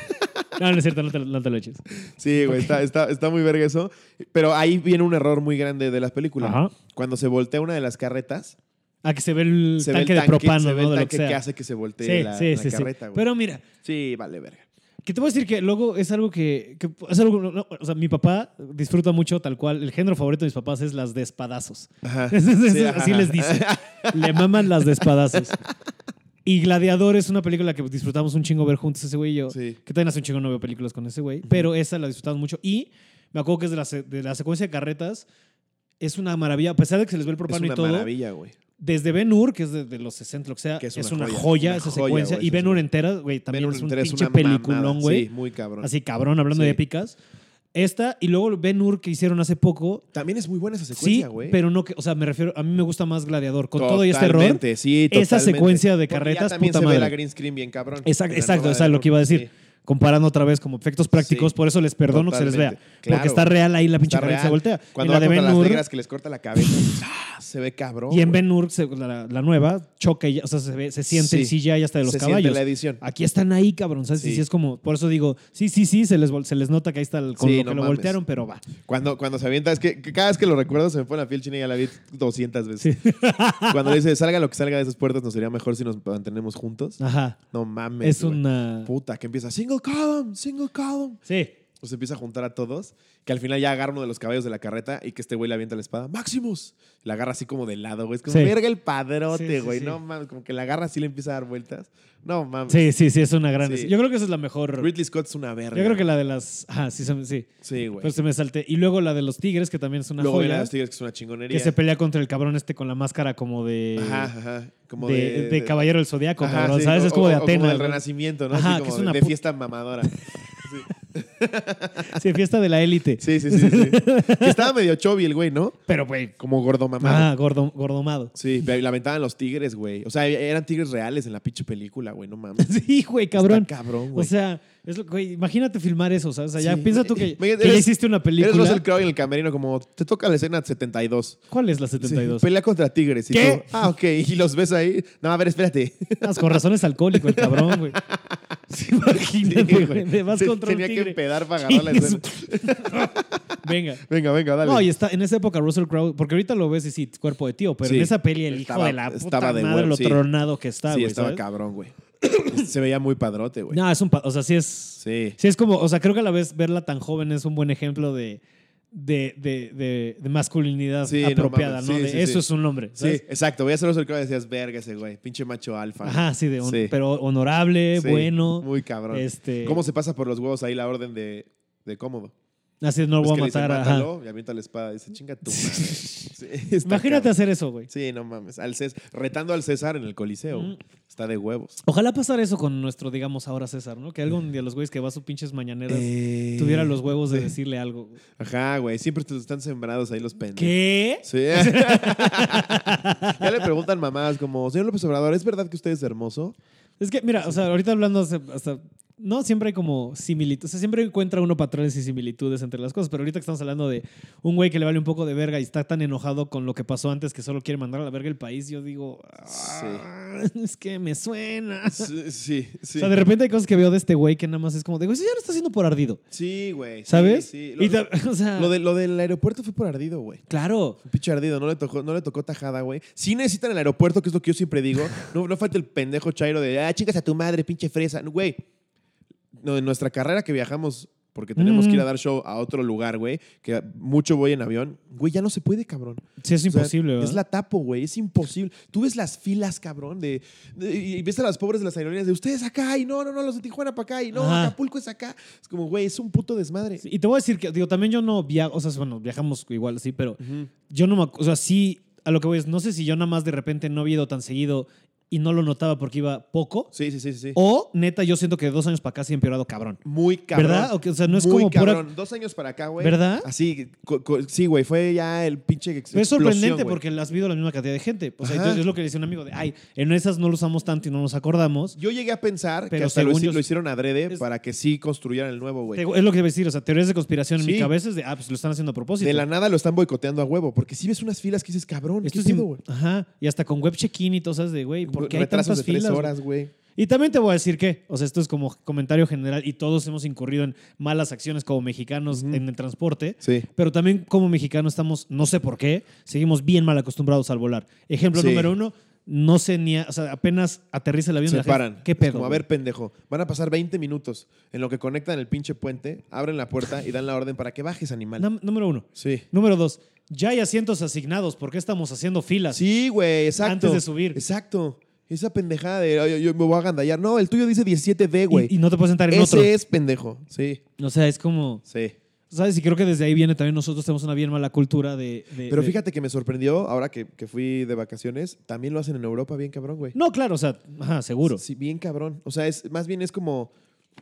Speaker 1: No, no es cierto, no te, lo- no te lo eches.
Speaker 2: Sí, güey, está, está, está muy verga eso. Pero ahí viene un error muy grande de las películas.
Speaker 1: Ajá.
Speaker 2: Cuando se voltea una de las carretas,
Speaker 1: Ah, que se ve el
Speaker 2: se ve el
Speaker 1: tanque
Speaker 2: tanque,
Speaker 1: de propano,
Speaker 2: se ve
Speaker 1: ¿no? De
Speaker 2: el
Speaker 1: lo
Speaker 2: tanque
Speaker 1: que
Speaker 2: que,
Speaker 1: sea.
Speaker 2: hace que se voltee
Speaker 1: sí,
Speaker 2: la,
Speaker 1: sí,
Speaker 2: la
Speaker 1: sí, sí.
Speaker 2: carreta, güey.
Speaker 1: Pero mira,
Speaker 2: Sí,
Speaker 1: [LAUGHS]
Speaker 2: vale, verga.
Speaker 1: que te voy a decir que luego es algo que, que es algo, no, no, o sea, mi papá disfruta mucho tal cual, el género favorito de mis papás es las de espadazos.
Speaker 2: Ajá.
Speaker 1: Es- es- es-
Speaker 2: Sí,
Speaker 1: así
Speaker 2: ajá.
Speaker 1: les dice. Le maman las de espadazos. Y Gladiador es una película que disfrutamos un chingo ver juntos ese güey y yo.
Speaker 2: [LAUGHS] Sí.
Speaker 1: Que también hace un chingo no veo películas con ese güey. Pero esa la disfrutamos mucho. Y me acuerdo que es de la, se- de la secuencia de carretas. Es una maravilla. A pesar de que se les ve el
Speaker 2: Es
Speaker 1: propano
Speaker 2: una
Speaker 1: y todo.
Speaker 2: maravilla, güey.
Speaker 1: Desde Ben Hur, que es de, de los 60, lo que sea,
Speaker 2: Que es
Speaker 1: es
Speaker 2: una
Speaker 1: una,
Speaker 2: joya.
Speaker 1: joya,
Speaker 2: Una
Speaker 1: esa
Speaker 2: joya,
Speaker 1: secuencia.
Speaker 2: güey,
Speaker 1: y
Speaker 2: esa
Speaker 1: Ben
Speaker 2: es
Speaker 1: Hur
Speaker 2: una-
Speaker 1: entera, güey, también
Speaker 2: Ven
Speaker 1: es un
Speaker 2: interés,
Speaker 1: pinche
Speaker 2: una mamada.
Speaker 1: peliculón, güey.
Speaker 2: Sí, muy cabrón.
Speaker 1: Así cabrón, hablando
Speaker 2: Sí.
Speaker 1: de épicas. Esta, y luego Ben Hur que hicieron hace poco.
Speaker 2: También es muy buena esa
Speaker 1: Sí,
Speaker 2: secuencia, güey.
Speaker 1: pero no que, o sea, me refiero, a mí me gusta más Gladiador. Con todo y este error,
Speaker 2: Totalmente, sí,
Speaker 1: esa
Speaker 2: totalmente.
Speaker 1: secuencia de
Speaker 2: Porque ya
Speaker 1: carretas,
Speaker 2: también
Speaker 1: puta
Speaker 2: se
Speaker 1: madre.
Speaker 2: ve la green screen bien cabrón.
Speaker 1: Exacto,
Speaker 2: La
Speaker 1: exacto,
Speaker 2: nueva
Speaker 1: o sea,
Speaker 2: de
Speaker 1: lo que iba a
Speaker 2: Netflix,
Speaker 1: decir. Comparando otra vez como efectos prácticos,
Speaker 2: Sí.
Speaker 1: por eso les perdono que se les
Speaker 2: Totalmente.
Speaker 1: vea.
Speaker 2: Claro.
Speaker 1: Porque está real ahí la
Speaker 2: sí.
Speaker 1: pinche
Speaker 2: Está
Speaker 1: carreta se
Speaker 2: real.
Speaker 1: voltea.
Speaker 2: Cuando
Speaker 1: y la
Speaker 2: va
Speaker 1: de
Speaker 2: contra
Speaker 1: Ben
Speaker 2: las
Speaker 1: Hur,
Speaker 2: negras que les corta la cabeza, ¡ah! se ve cabrón.
Speaker 1: y en
Speaker 2: güey.
Speaker 1: Ben Hur, se- la, la nueva, choca, y, ya- o sea, se, ve- se siente el
Speaker 2: Sí.
Speaker 1: CGI hasta de los
Speaker 2: se siente
Speaker 1: caballos.
Speaker 2: la edición.
Speaker 1: Aquí están ahí, cabrón. ¿sabes?
Speaker 2: Sí.
Speaker 1: Y sí es como, por eso digo, sí, sí, sí, se les, vol- se les nota que ahí está el- con
Speaker 2: Sí,
Speaker 1: lo que
Speaker 2: no
Speaker 1: lo
Speaker 2: mames.
Speaker 1: voltearon, pero va.
Speaker 2: Cuando, cuando se avienta, es que, que cada vez que lo recuerdo se me pone la piel china y ya la vi 200 veces. [LAUGHS] Cuando le dice, salga lo que salga de esas puertas, nos sería mejor si nos mantenemos juntos.
Speaker 1: Ajá.
Speaker 2: No mames.
Speaker 1: Es
Speaker 2: güey.
Speaker 1: una.
Speaker 2: Puta, que empieza single column, single column.
Speaker 1: Sí.
Speaker 2: O se empieza a juntar a todos, que al final ya agarra uno de los caballos de la carreta y que este güey le avienta la espada. ¡Maximus! La agarra así como de lado, güey. Es como,
Speaker 1: Sí.
Speaker 2: verga el padrote,
Speaker 1: Sí, sí,
Speaker 2: güey.
Speaker 1: sí.
Speaker 2: No mames, como que la agarra así y le empieza a dar vueltas. No mames.
Speaker 1: Sí,
Speaker 2: [LAUGHS]
Speaker 1: sí, sí, es una gran.
Speaker 2: Sí.
Speaker 1: Yo creo que esa es la mejor.
Speaker 2: Ridley Scott es una verga.
Speaker 1: Yo creo que la de las. Ajá, sí, se me- sí.
Speaker 2: Sí, güey.
Speaker 1: Pero se me salté. Y luego la de los tigres, que también es una
Speaker 2: Luego viene
Speaker 1: joya.
Speaker 2: los tigres que es una chingonería.
Speaker 1: Que se pelea contra el cabrón este con la máscara como de.
Speaker 2: Ajá, ajá. Como
Speaker 1: de,
Speaker 2: de,
Speaker 1: de caballero del zodiaco,
Speaker 2: Ajá,
Speaker 1: cabrón.
Speaker 2: sí,
Speaker 1: ¿Sabes?
Speaker 2: o-
Speaker 1: es como de
Speaker 2: o- o Como
Speaker 1: Atenas.
Speaker 2: del
Speaker 1: ¿no?
Speaker 2: renacimiento, ¿no?
Speaker 1: Ajá,
Speaker 2: Así
Speaker 1: que
Speaker 2: como
Speaker 1: es una
Speaker 2: de, de
Speaker 1: pu-
Speaker 2: fiesta mamadora.
Speaker 1: Sí, fiesta de la élite.
Speaker 2: [LAUGHS] Sí, sí,
Speaker 1: [LAUGHS]
Speaker 2: sí. sí. que estaba medio chovi el güey, ¿no?
Speaker 1: Pero, güey.
Speaker 2: Como gordo mamado.
Speaker 1: Ah, gordo, gordomado. [LAUGHS]
Speaker 2: Sí, pero la aventaban los tigres, güey. O sea, eran tigres reales en la pinche película, güey. No mames.
Speaker 1: Sí, güey, cabrón.
Speaker 2: Está cabrón,
Speaker 1: O
Speaker 2: güey.
Speaker 1: sea, es lo, güey, imagínate filmar eso. O sea, o sea, ya
Speaker 2: Sí.
Speaker 1: piensa tú que,
Speaker 2: Imagínate,
Speaker 1: que ya
Speaker 2: eres-
Speaker 1: hiciste una
Speaker 2: Eres
Speaker 1: película.
Speaker 2: Russell Crowe en el camerino, como te toca la escena 72.
Speaker 1: ¿Cuál es la
Speaker 2: Sí,
Speaker 1: 72?
Speaker 2: pelea contra tigres. y
Speaker 1: ¿Qué?
Speaker 2: tú, ah, ok. Y los ves ahí. No, a ver, espérate.
Speaker 1: Ah, con razones alcohólico, el cabrón, güey. Sí, imagínate,
Speaker 2: Sí,
Speaker 1: güey. Vas
Speaker 2: Te-
Speaker 1: contra un
Speaker 2: Tenía que
Speaker 1: tigre.
Speaker 2: empedar
Speaker 1: [LAUGHS]
Speaker 2: para agarrar la
Speaker 1: Chingue
Speaker 2: escena.
Speaker 1: su- [LAUGHS] Venga.
Speaker 2: Venga, venga, dale.
Speaker 1: No, y está, en esa época Russell Crowe, porque ahorita lo ves y sí, cuerpo de tío, pero
Speaker 2: Sí.
Speaker 1: en esa peli el hijo
Speaker 2: Estaba-
Speaker 1: de la puta
Speaker 2: estaba de
Speaker 1: madre,
Speaker 2: huevo,
Speaker 1: lo
Speaker 2: sí.
Speaker 1: tronado que está,
Speaker 2: sí,
Speaker 1: güey.
Speaker 2: estaba
Speaker 1: ¿sabes?
Speaker 2: cabrón, güey. [COUGHS] Se veía muy padrote, güey.
Speaker 1: No, es un. pa- O sea, sí es.
Speaker 2: Sí.
Speaker 1: Sí, es como, o sea, creo que a la vez verla tan joven es un buen ejemplo de, de, de, de, de masculinidad
Speaker 2: Sí, no
Speaker 1: apropiada,
Speaker 2: mames.
Speaker 1: ¿no?
Speaker 2: Sí,
Speaker 1: de,
Speaker 2: sí,
Speaker 1: eso
Speaker 2: sí.
Speaker 1: es un hombre,
Speaker 2: Sí,
Speaker 1: ¿sabes?
Speaker 2: exacto. Voy a hacer los que decías, verga ese güey. Pinche macho alfa.
Speaker 1: Ajá, sí, de un-
Speaker 2: Sí.
Speaker 1: pero honorable,
Speaker 2: Sí,
Speaker 1: bueno.
Speaker 2: Muy cabrón.
Speaker 1: Este,
Speaker 2: ¿Cómo se pasa por los huevos ahí la orden de, de cómodo?
Speaker 1: Así no lo
Speaker 2: Es
Speaker 1: voy
Speaker 2: Pues que
Speaker 1: a
Speaker 2: le dicen,
Speaker 1: matar. ajá.
Speaker 2: "Mátalo", Y avienta la espada. Dice, chinga tu madre.
Speaker 1: [LAUGHS]
Speaker 2: Sí, está
Speaker 1: Imagínate
Speaker 2: cabrón.
Speaker 1: hacer eso, güey.
Speaker 2: Sí, no mames. Al Cés- retando al César en el Coliseo.
Speaker 1: Mm.
Speaker 2: Está de huevos.
Speaker 1: Ojalá pasara eso con nuestro, digamos, ahora César, ¿no? Que algún día los güeyes que va a sus pinches mañaneras
Speaker 2: Eh,
Speaker 1: tuviera los huevos de decirle algo. güey.
Speaker 2: Ajá, güey. Siempre te están sembrados ahí los pendejos.
Speaker 1: ¿Qué?
Speaker 2: Sí. [LAUGHS] ya le preguntan mamás como, señor López Obrador, ¿es verdad que usted es hermoso?
Speaker 1: Es que, mira, o sea, ahorita hablando hace- hasta... No, siempre hay como similitudes. O sea, siempre encuentra uno patrones y similitudes entre las cosas. Pero ahorita que estamos hablando de un güey que le vale un poco de verga y está tan enojado con lo que pasó antes que solo quiere mandar a la verga el país, yo digo... "Ah, Es que me suena.
Speaker 2: Sí, sí. sí.
Speaker 1: O sea, de repente hay cosas que veo de este güey que nada más es como... Digo, eso ya lo está haciendo por ardido.
Speaker 2: Sí, güey. sí,
Speaker 1: ¿Sabes?
Speaker 2: sí. Lo,
Speaker 1: Y ta- [LAUGHS] o sea,
Speaker 2: lo de- lo del aeropuerto fue por ardido, güey.
Speaker 1: Claro.
Speaker 2: Un pinche ardido, no le tocó, no le tocó tajada, güey. Sí necesitan el aeropuerto, que es lo que yo siempre digo. No, no falta el pendejo chairo de, ah, chingas a tu madre, pinche fresa. No, Güey, no, en nuestra carrera que viajamos, porque tenemos
Speaker 1: Mm.
Speaker 2: que ir a dar show a otro lugar, güey, que mucho voy en avión, güey, ya no se puede, cabrón.
Speaker 1: Sí, es
Speaker 2: O sea,
Speaker 1: imposible, ¿verdad?
Speaker 2: Es la tapo, güey, es imposible. Tú ves las filas, cabrón, de, de- y ves a las pobres de las aerolíneas de ustedes acá, y no, no, no, los de Tijuana para acá, y no,
Speaker 1: Ajá.
Speaker 2: Acapulco es acá. Es como, güey, es un puto desmadre.
Speaker 1: Y te voy a decir que, digo, también yo no viajo, o sea, bueno, viajamos igual, sí, pero
Speaker 2: Ujú.
Speaker 1: yo no me, acu- o sea, sí, a lo que voy es, no sé si yo nada más de repente no he ido tan seguido y no lo notaba porque iba poco.
Speaker 2: Sí, sí, sí, sí.
Speaker 1: O, neta, yo siento que de dos años para acá sí ha empeorado cabrón.
Speaker 2: Muy cabrón.
Speaker 1: ¿Verdad? O que- o sea, no es
Speaker 2: Muy
Speaker 1: como pura-
Speaker 2: cabrón. Dos años para acá, güey.
Speaker 1: ¿Verdad?
Speaker 2: Así, co- co- sí, güey. Fue ya el pinche ex-
Speaker 1: Pero es
Speaker 2: explosión,
Speaker 1: sorprendente
Speaker 2: güey.
Speaker 1: porque las visto la misma cantidad de gente. O sea,
Speaker 2: Ajá.
Speaker 1: entonces es lo que le decía un amigo de, ay, en esas no lo usamos tanto y no nos acordamos.
Speaker 2: Yo llegué a pensar que
Speaker 1: Pero
Speaker 2: hasta lo,
Speaker 1: según
Speaker 2: hici-
Speaker 1: yo-
Speaker 2: lo hicieron adrede
Speaker 1: es-
Speaker 2: para que sí construyeran el nuevo, güey.
Speaker 1: Te- Es lo que iba a decir, o sea, teorías de conspiración en
Speaker 2: Sí.
Speaker 1: mi cabeza es de, ah, pues lo están haciendo a propósito.
Speaker 2: De la nada lo están boicoteando a huevo. Porque si ves unas filas que dices, cabrón,
Speaker 1: Esto
Speaker 2: ¿qué
Speaker 1: es
Speaker 2: pedo,
Speaker 1: im-
Speaker 2: güey?
Speaker 1: Ajá, y hasta con web check-in y todo, ¿sabes? De, güey, ¿por qué hay
Speaker 2: Retrasos
Speaker 1: tantas
Speaker 2: de tres
Speaker 1: filas?
Speaker 2: horas, güey.
Speaker 1: Y también te voy a decir que, o sea, esto es como comentario general y todos hemos incurrido en malas acciones como mexicanos
Speaker 2: Ujú.
Speaker 1: en el transporte.
Speaker 2: Sí.
Speaker 1: Pero también como mexicanos estamos, no sé por qué, seguimos bien mal acostumbrados al volar. Ejemplo
Speaker 2: Sí.
Speaker 1: número uno, no sé ni, a- o sea, apenas aterriza el avión.
Speaker 2: Se
Speaker 1: la gente-
Speaker 2: paran.
Speaker 1: ¿Qué
Speaker 2: Es
Speaker 1: pedo?
Speaker 2: Como, a
Speaker 1: güey?
Speaker 2: ver, pendejo. Van a pasar 20 minutos en lo que conectan el pinche puente, abren la puerta y dan la orden para que bajes, animal.
Speaker 1: Nam- número uno.
Speaker 2: Sí.
Speaker 1: Número dos, ya hay asientos asignados, ¿por qué estamos haciendo filas?
Speaker 2: Sí, güey, exacto.
Speaker 1: Antes de subir.
Speaker 2: Exacto. Esa pendejada de "Ay, yo me voy a agandallar. No, el tuyo dice 17D, güey.
Speaker 1: y, y no te puedes sentar en
Speaker 2: Ese
Speaker 1: otro. Eh,
Speaker 2: es pendejo. Sí,
Speaker 1: O sea, es como,
Speaker 2: sí.
Speaker 1: ¿sabes? Y creo que desde ahí viene también nosotros tenemos una bien mala cultura de... de-
Speaker 2: Pero
Speaker 1: de-
Speaker 2: fíjate que me sorprendió ahora que, que fui de vacaciones. También lo hacen en Europa, bien cabrón, güey.
Speaker 1: No, claro, o sea, ajá, seguro.
Speaker 2: Sí, bien cabrón. O sea, es más bien es como,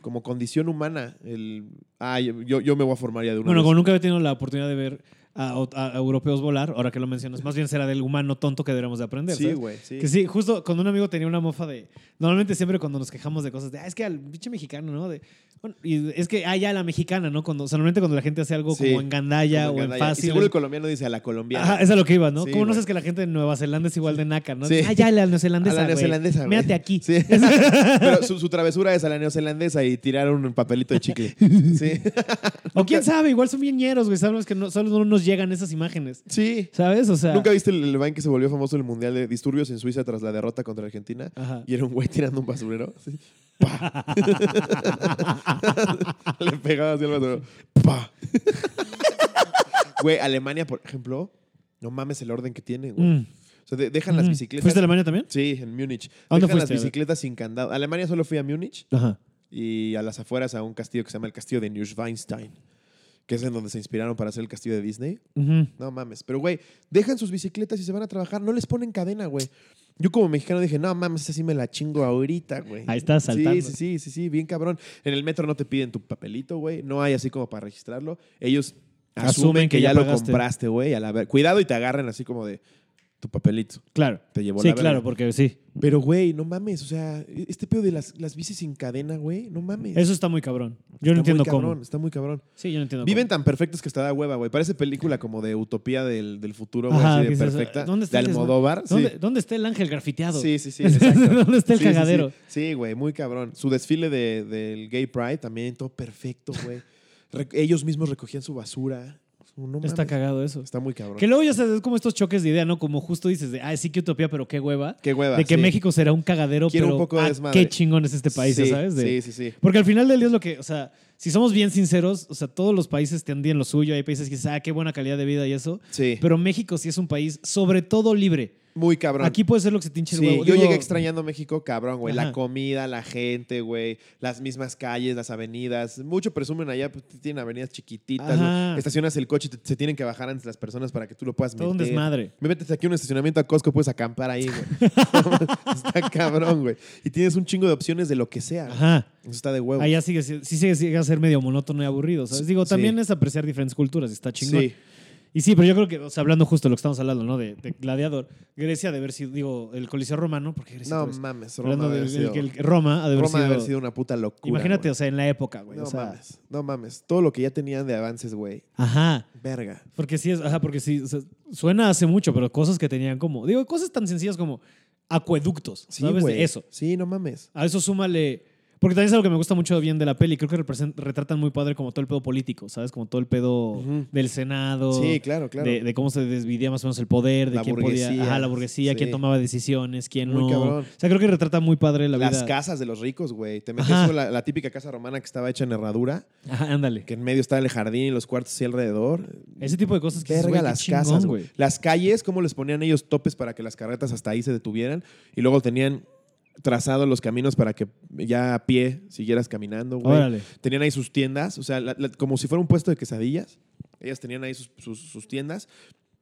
Speaker 2: como condición humana. El, ah, yo, yo me voy a formar ya de una
Speaker 1: Bueno,
Speaker 2: vez.
Speaker 1: como nunca había tenido la oportunidad de ver a, a- a europeos volar, ahora que lo mencionas, más bien será del humano tonto que deberíamos de aprender.
Speaker 2: Sí,
Speaker 1: ¿sabes?
Speaker 2: güey, sí.
Speaker 1: Que sí, justo cuando un amigo tenía una mofa de. Normalmente siempre cuando nos quejamos de cosas de. Ah, es que al pinche mexicano, ¿no? De, bueno, y es que, ah, ya la mexicana, ¿no? Cuando, o sea, normalmente cuando la gente hace algo
Speaker 2: Sí,
Speaker 1: como en gandalla
Speaker 2: Como
Speaker 1: o en
Speaker 2: gandalla. Y
Speaker 1: fácil.
Speaker 2: seguro
Speaker 1: es-
Speaker 2: el colombiano dice a la colombiana.
Speaker 1: Ajá, es a lo que iba, ¿no?
Speaker 2: Sí,
Speaker 1: Como no
Speaker 2: güey.
Speaker 1: sabes que la gente de Nueva Zelanda es igual de naca, ¿no?
Speaker 2: Sí.
Speaker 1: Ah, ya la
Speaker 2: a
Speaker 1: neozelandesa.
Speaker 2: la
Speaker 1: güey.
Speaker 2: neozelandesa, güey.
Speaker 1: Méate aquí. [LAUGHS]
Speaker 2: Sí. Pero su, su travesura es a la neozelandesa y tiraron un papelito de chicle. Sí.
Speaker 1: [LAUGHS] O quién sabe, igual son bien ñeros, güey. Sabes que no, solo no nos llegan esas imágenes.
Speaker 2: Sí.
Speaker 1: ¿Sabes? O sea.
Speaker 2: ¿Nunca viste el, el Vine que se volvió famoso en el Mundial de Disturbios en Suiza tras la derrota contra Argentina?
Speaker 1: Ajá.
Speaker 2: Y era un güey tirando un basurero. así,
Speaker 1: [LAUGHS]
Speaker 2: ¡pa! Le pegaba así al basurero. ¡pa! Güey, Alemania, por ejemplo, no mames el orden que tiene, güey.
Speaker 1: Mm.
Speaker 2: O sea, de- dejan las
Speaker 1: Mm.
Speaker 2: bicicletas.
Speaker 1: ¿Fuiste a Alemania también?
Speaker 2: Sí, en Múnich.
Speaker 1: ¿A dónde
Speaker 2: Dejan
Speaker 1: fuiste?
Speaker 2: las
Speaker 1: A ver.
Speaker 2: bicicletas sin candado. A Alemania solo fui a Múnich
Speaker 1: Ajá.
Speaker 2: y a las afueras a un castillo que se llama el castillo de Neuschwanstein, que es en donde se inspiraron para hacer el castillo de Disney.
Speaker 1: Ujú.
Speaker 2: No mames. Pero, güey, dejan sus bicicletas y se van a trabajar. No les ponen cadena, güey. Yo como mexicano dije, no mames, así me la chingo ahorita, güey.
Speaker 1: Ahí está, saltando.
Speaker 2: Sí, sí, sí, sí, sí, bien cabrón. En el metro no te piden tu papelito, güey. No hay así como para registrarlo. Ellos asumen, que, ya, lo
Speaker 1: pagaste.
Speaker 2: compraste, güey. a la ver- Cuidado y te agarran así como de tu papelito.
Speaker 1: Claro.
Speaker 2: Te llevó
Speaker 1: Sí,
Speaker 2: la verga.
Speaker 1: claro, porque sí.
Speaker 2: Pero, güey, no mames. O sea, este pedo de las, las bicis sin cadena, güey, no mames.
Speaker 1: Eso está muy cabrón. Yo no
Speaker 2: Está muy
Speaker 1: entiendo
Speaker 2: cabrón,
Speaker 1: cómo.
Speaker 2: Está muy cabrón.
Speaker 1: Sí, yo no entiendo
Speaker 2: Viven
Speaker 1: cómo.
Speaker 2: tan perfectos que está da hueva, güey. Parece película como de utopía del, del futuro, güey,
Speaker 1: Ajá,
Speaker 2: así de
Speaker 1: dices,
Speaker 2: perfecta.
Speaker 1: ¿dónde está
Speaker 2: de
Speaker 1: el desma-
Speaker 2: Almodóvar.
Speaker 1: ¿Dónde, [LAUGHS]
Speaker 2: sí.
Speaker 1: dónde está el ángel grafiteado?
Speaker 2: Sí,
Speaker 1: [LAUGHS]
Speaker 2: sí, sí, exacto.
Speaker 1: ¿Dónde está el
Speaker 2: Sí, sí, sí.
Speaker 1: cagadero?
Speaker 2: Sí, güey, muy cabrón. Su desfile de- del Gay Pride también, todo perfecto, güey. Re- ellos mismos recogían su basura. No mames,
Speaker 1: Está cagado eso.
Speaker 2: Está muy cabrón.
Speaker 1: Que
Speaker 2: Qué,
Speaker 1: luego ya sabes, es como estos choques de idea, ¿no? Como justo dices de, ah, sí que utopía, pero qué hueva.
Speaker 2: hueva.
Speaker 1: de que
Speaker 2: sí.
Speaker 1: México será un cagadero,
Speaker 2: Quiero
Speaker 1: pero
Speaker 2: un poco de
Speaker 1: ah,
Speaker 2: desmadre.
Speaker 1: qué chingón es este país, ya
Speaker 2: Sí,
Speaker 1: ¿sabes? De-
Speaker 2: Sí, sí, sí.
Speaker 1: Porque al final del día es lo que, o sea, si somos bien sinceros, o sea, todos los países tendían lo suyo, hay países que dicen, ah, qué buena calidad de vida y eso,
Speaker 2: Sí.
Speaker 1: pero México sí es un país sobre todo libre.
Speaker 2: muy cabrón.
Speaker 1: Aquí puede ser lo que se te hinche el
Speaker 2: Sí,
Speaker 1: huevo.
Speaker 2: yo
Speaker 1: Digo,
Speaker 2: llegué extrañando México, cabrón, güey.
Speaker 1: Ajá.
Speaker 2: La comida, la gente, güey. Las mismas calles, las avenidas. Mucho presumen allá, pues, tienen avenidas chiquititas.
Speaker 1: Ajá.
Speaker 2: güey. Estacionas el coche, te- se tienen que bajar antes las personas para que tú lo puedas meter.
Speaker 1: Todo un desmadre.
Speaker 2: Me metes aquí a un estacionamiento a Costco, puedes acampar
Speaker 1: [LAUGHS]
Speaker 2: ahí, güey. [LAUGHS] está cabrón, güey. Y tienes un chingo de opciones de lo que sea. güey.
Speaker 1: Ajá.
Speaker 2: Eso está de huevo.
Speaker 1: Allá sigue, si- sí sigue, sigue a ser medio monótono y aburrido, ¿sabes? Digo,
Speaker 2: Sí.
Speaker 1: también es apreciar diferentes culturas y está chingón.
Speaker 2: Sí,
Speaker 1: Y sí, pero yo creo que, o sea, hablando justo de lo que estamos hablando, ¿no? De, de Gladiador, Grecia de haber sido, digo, el Coliseo Romano, porque Grecia...
Speaker 2: no
Speaker 1: otra vez.
Speaker 2: mames.
Speaker 1: hablando
Speaker 2: Roma
Speaker 1: de,
Speaker 2: debe
Speaker 1: el-
Speaker 2: haber sido-
Speaker 1: que el- Roma ha de haber
Speaker 2: Roma
Speaker 1: sido...
Speaker 2: debe haber sido una puta locura.
Speaker 1: imagínate,
Speaker 2: güey.
Speaker 1: o sea, en la época, güey.
Speaker 2: no
Speaker 1: o sea,
Speaker 2: mames, no mames. Todo lo que ya tenían de avances, güey.
Speaker 1: Ajá.
Speaker 2: Verga.
Speaker 1: Porque sí es, ajá, porque sí, o sea, suena hace mucho, pero cosas que tenían como, digo, cosas tan sencillas como acueductos,
Speaker 2: Sí,
Speaker 1: ¿sabes?
Speaker 2: güey.
Speaker 1: De eso.
Speaker 2: Sí, no mames.
Speaker 1: A eso súmale. Porque también es algo que me gusta mucho bien de la peli. Creo que represent- retratan muy padre como todo el pedo político, ¿sabes? Como todo el pedo
Speaker 2: Ujú.
Speaker 1: del Senado.
Speaker 2: Sí, claro, claro.
Speaker 1: De, de cómo se desvidía más o menos el poder, de
Speaker 2: La
Speaker 1: quién podía.
Speaker 2: burguesía.
Speaker 1: Ajá, la burguesía,
Speaker 2: Sí.
Speaker 1: quién tomaba decisiones, quién no.
Speaker 2: Muy cabrón.
Speaker 1: O sea, creo que retrata muy padre la
Speaker 2: Las
Speaker 1: vida.
Speaker 2: casas de los ricos, güey. Te metes
Speaker 1: Ajá.
Speaker 2: con la, la típica casa romana que estaba hecha en herradura,
Speaker 1: Ajá, ándale.
Speaker 2: que en medio estaba el jardín y los cuartos así alrededor.
Speaker 1: Ese tipo de cosas que dices,
Speaker 2: Verga
Speaker 1: güey, qué
Speaker 2: las
Speaker 1: chingón,
Speaker 2: casas, güey. Las calles, cómo les ponían ellos topes para que las carretas hasta ahí se detuvieran. Y luego tenían trazados los caminos para que ya a pie siguieras caminando, güey.
Speaker 1: Órale.
Speaker 2: Tenían ahí sus tiendas, o sea, la- la- como si fuera un puesto de quesadillas. Ellas tenían ahí sus, sus- sus tiendas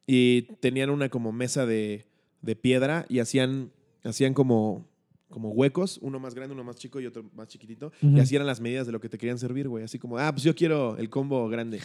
Speaker 2: y tenían una como mesa de, de piedra y hacían hacían como, como huecos, uno más grande, uno más chico y otro más chiquitito,
Speaker 1: Ujú.
Speaker 2: y así eran las medidas de lo que te querían servir, güey. Así como, ah, pues yo quiero el combo grande.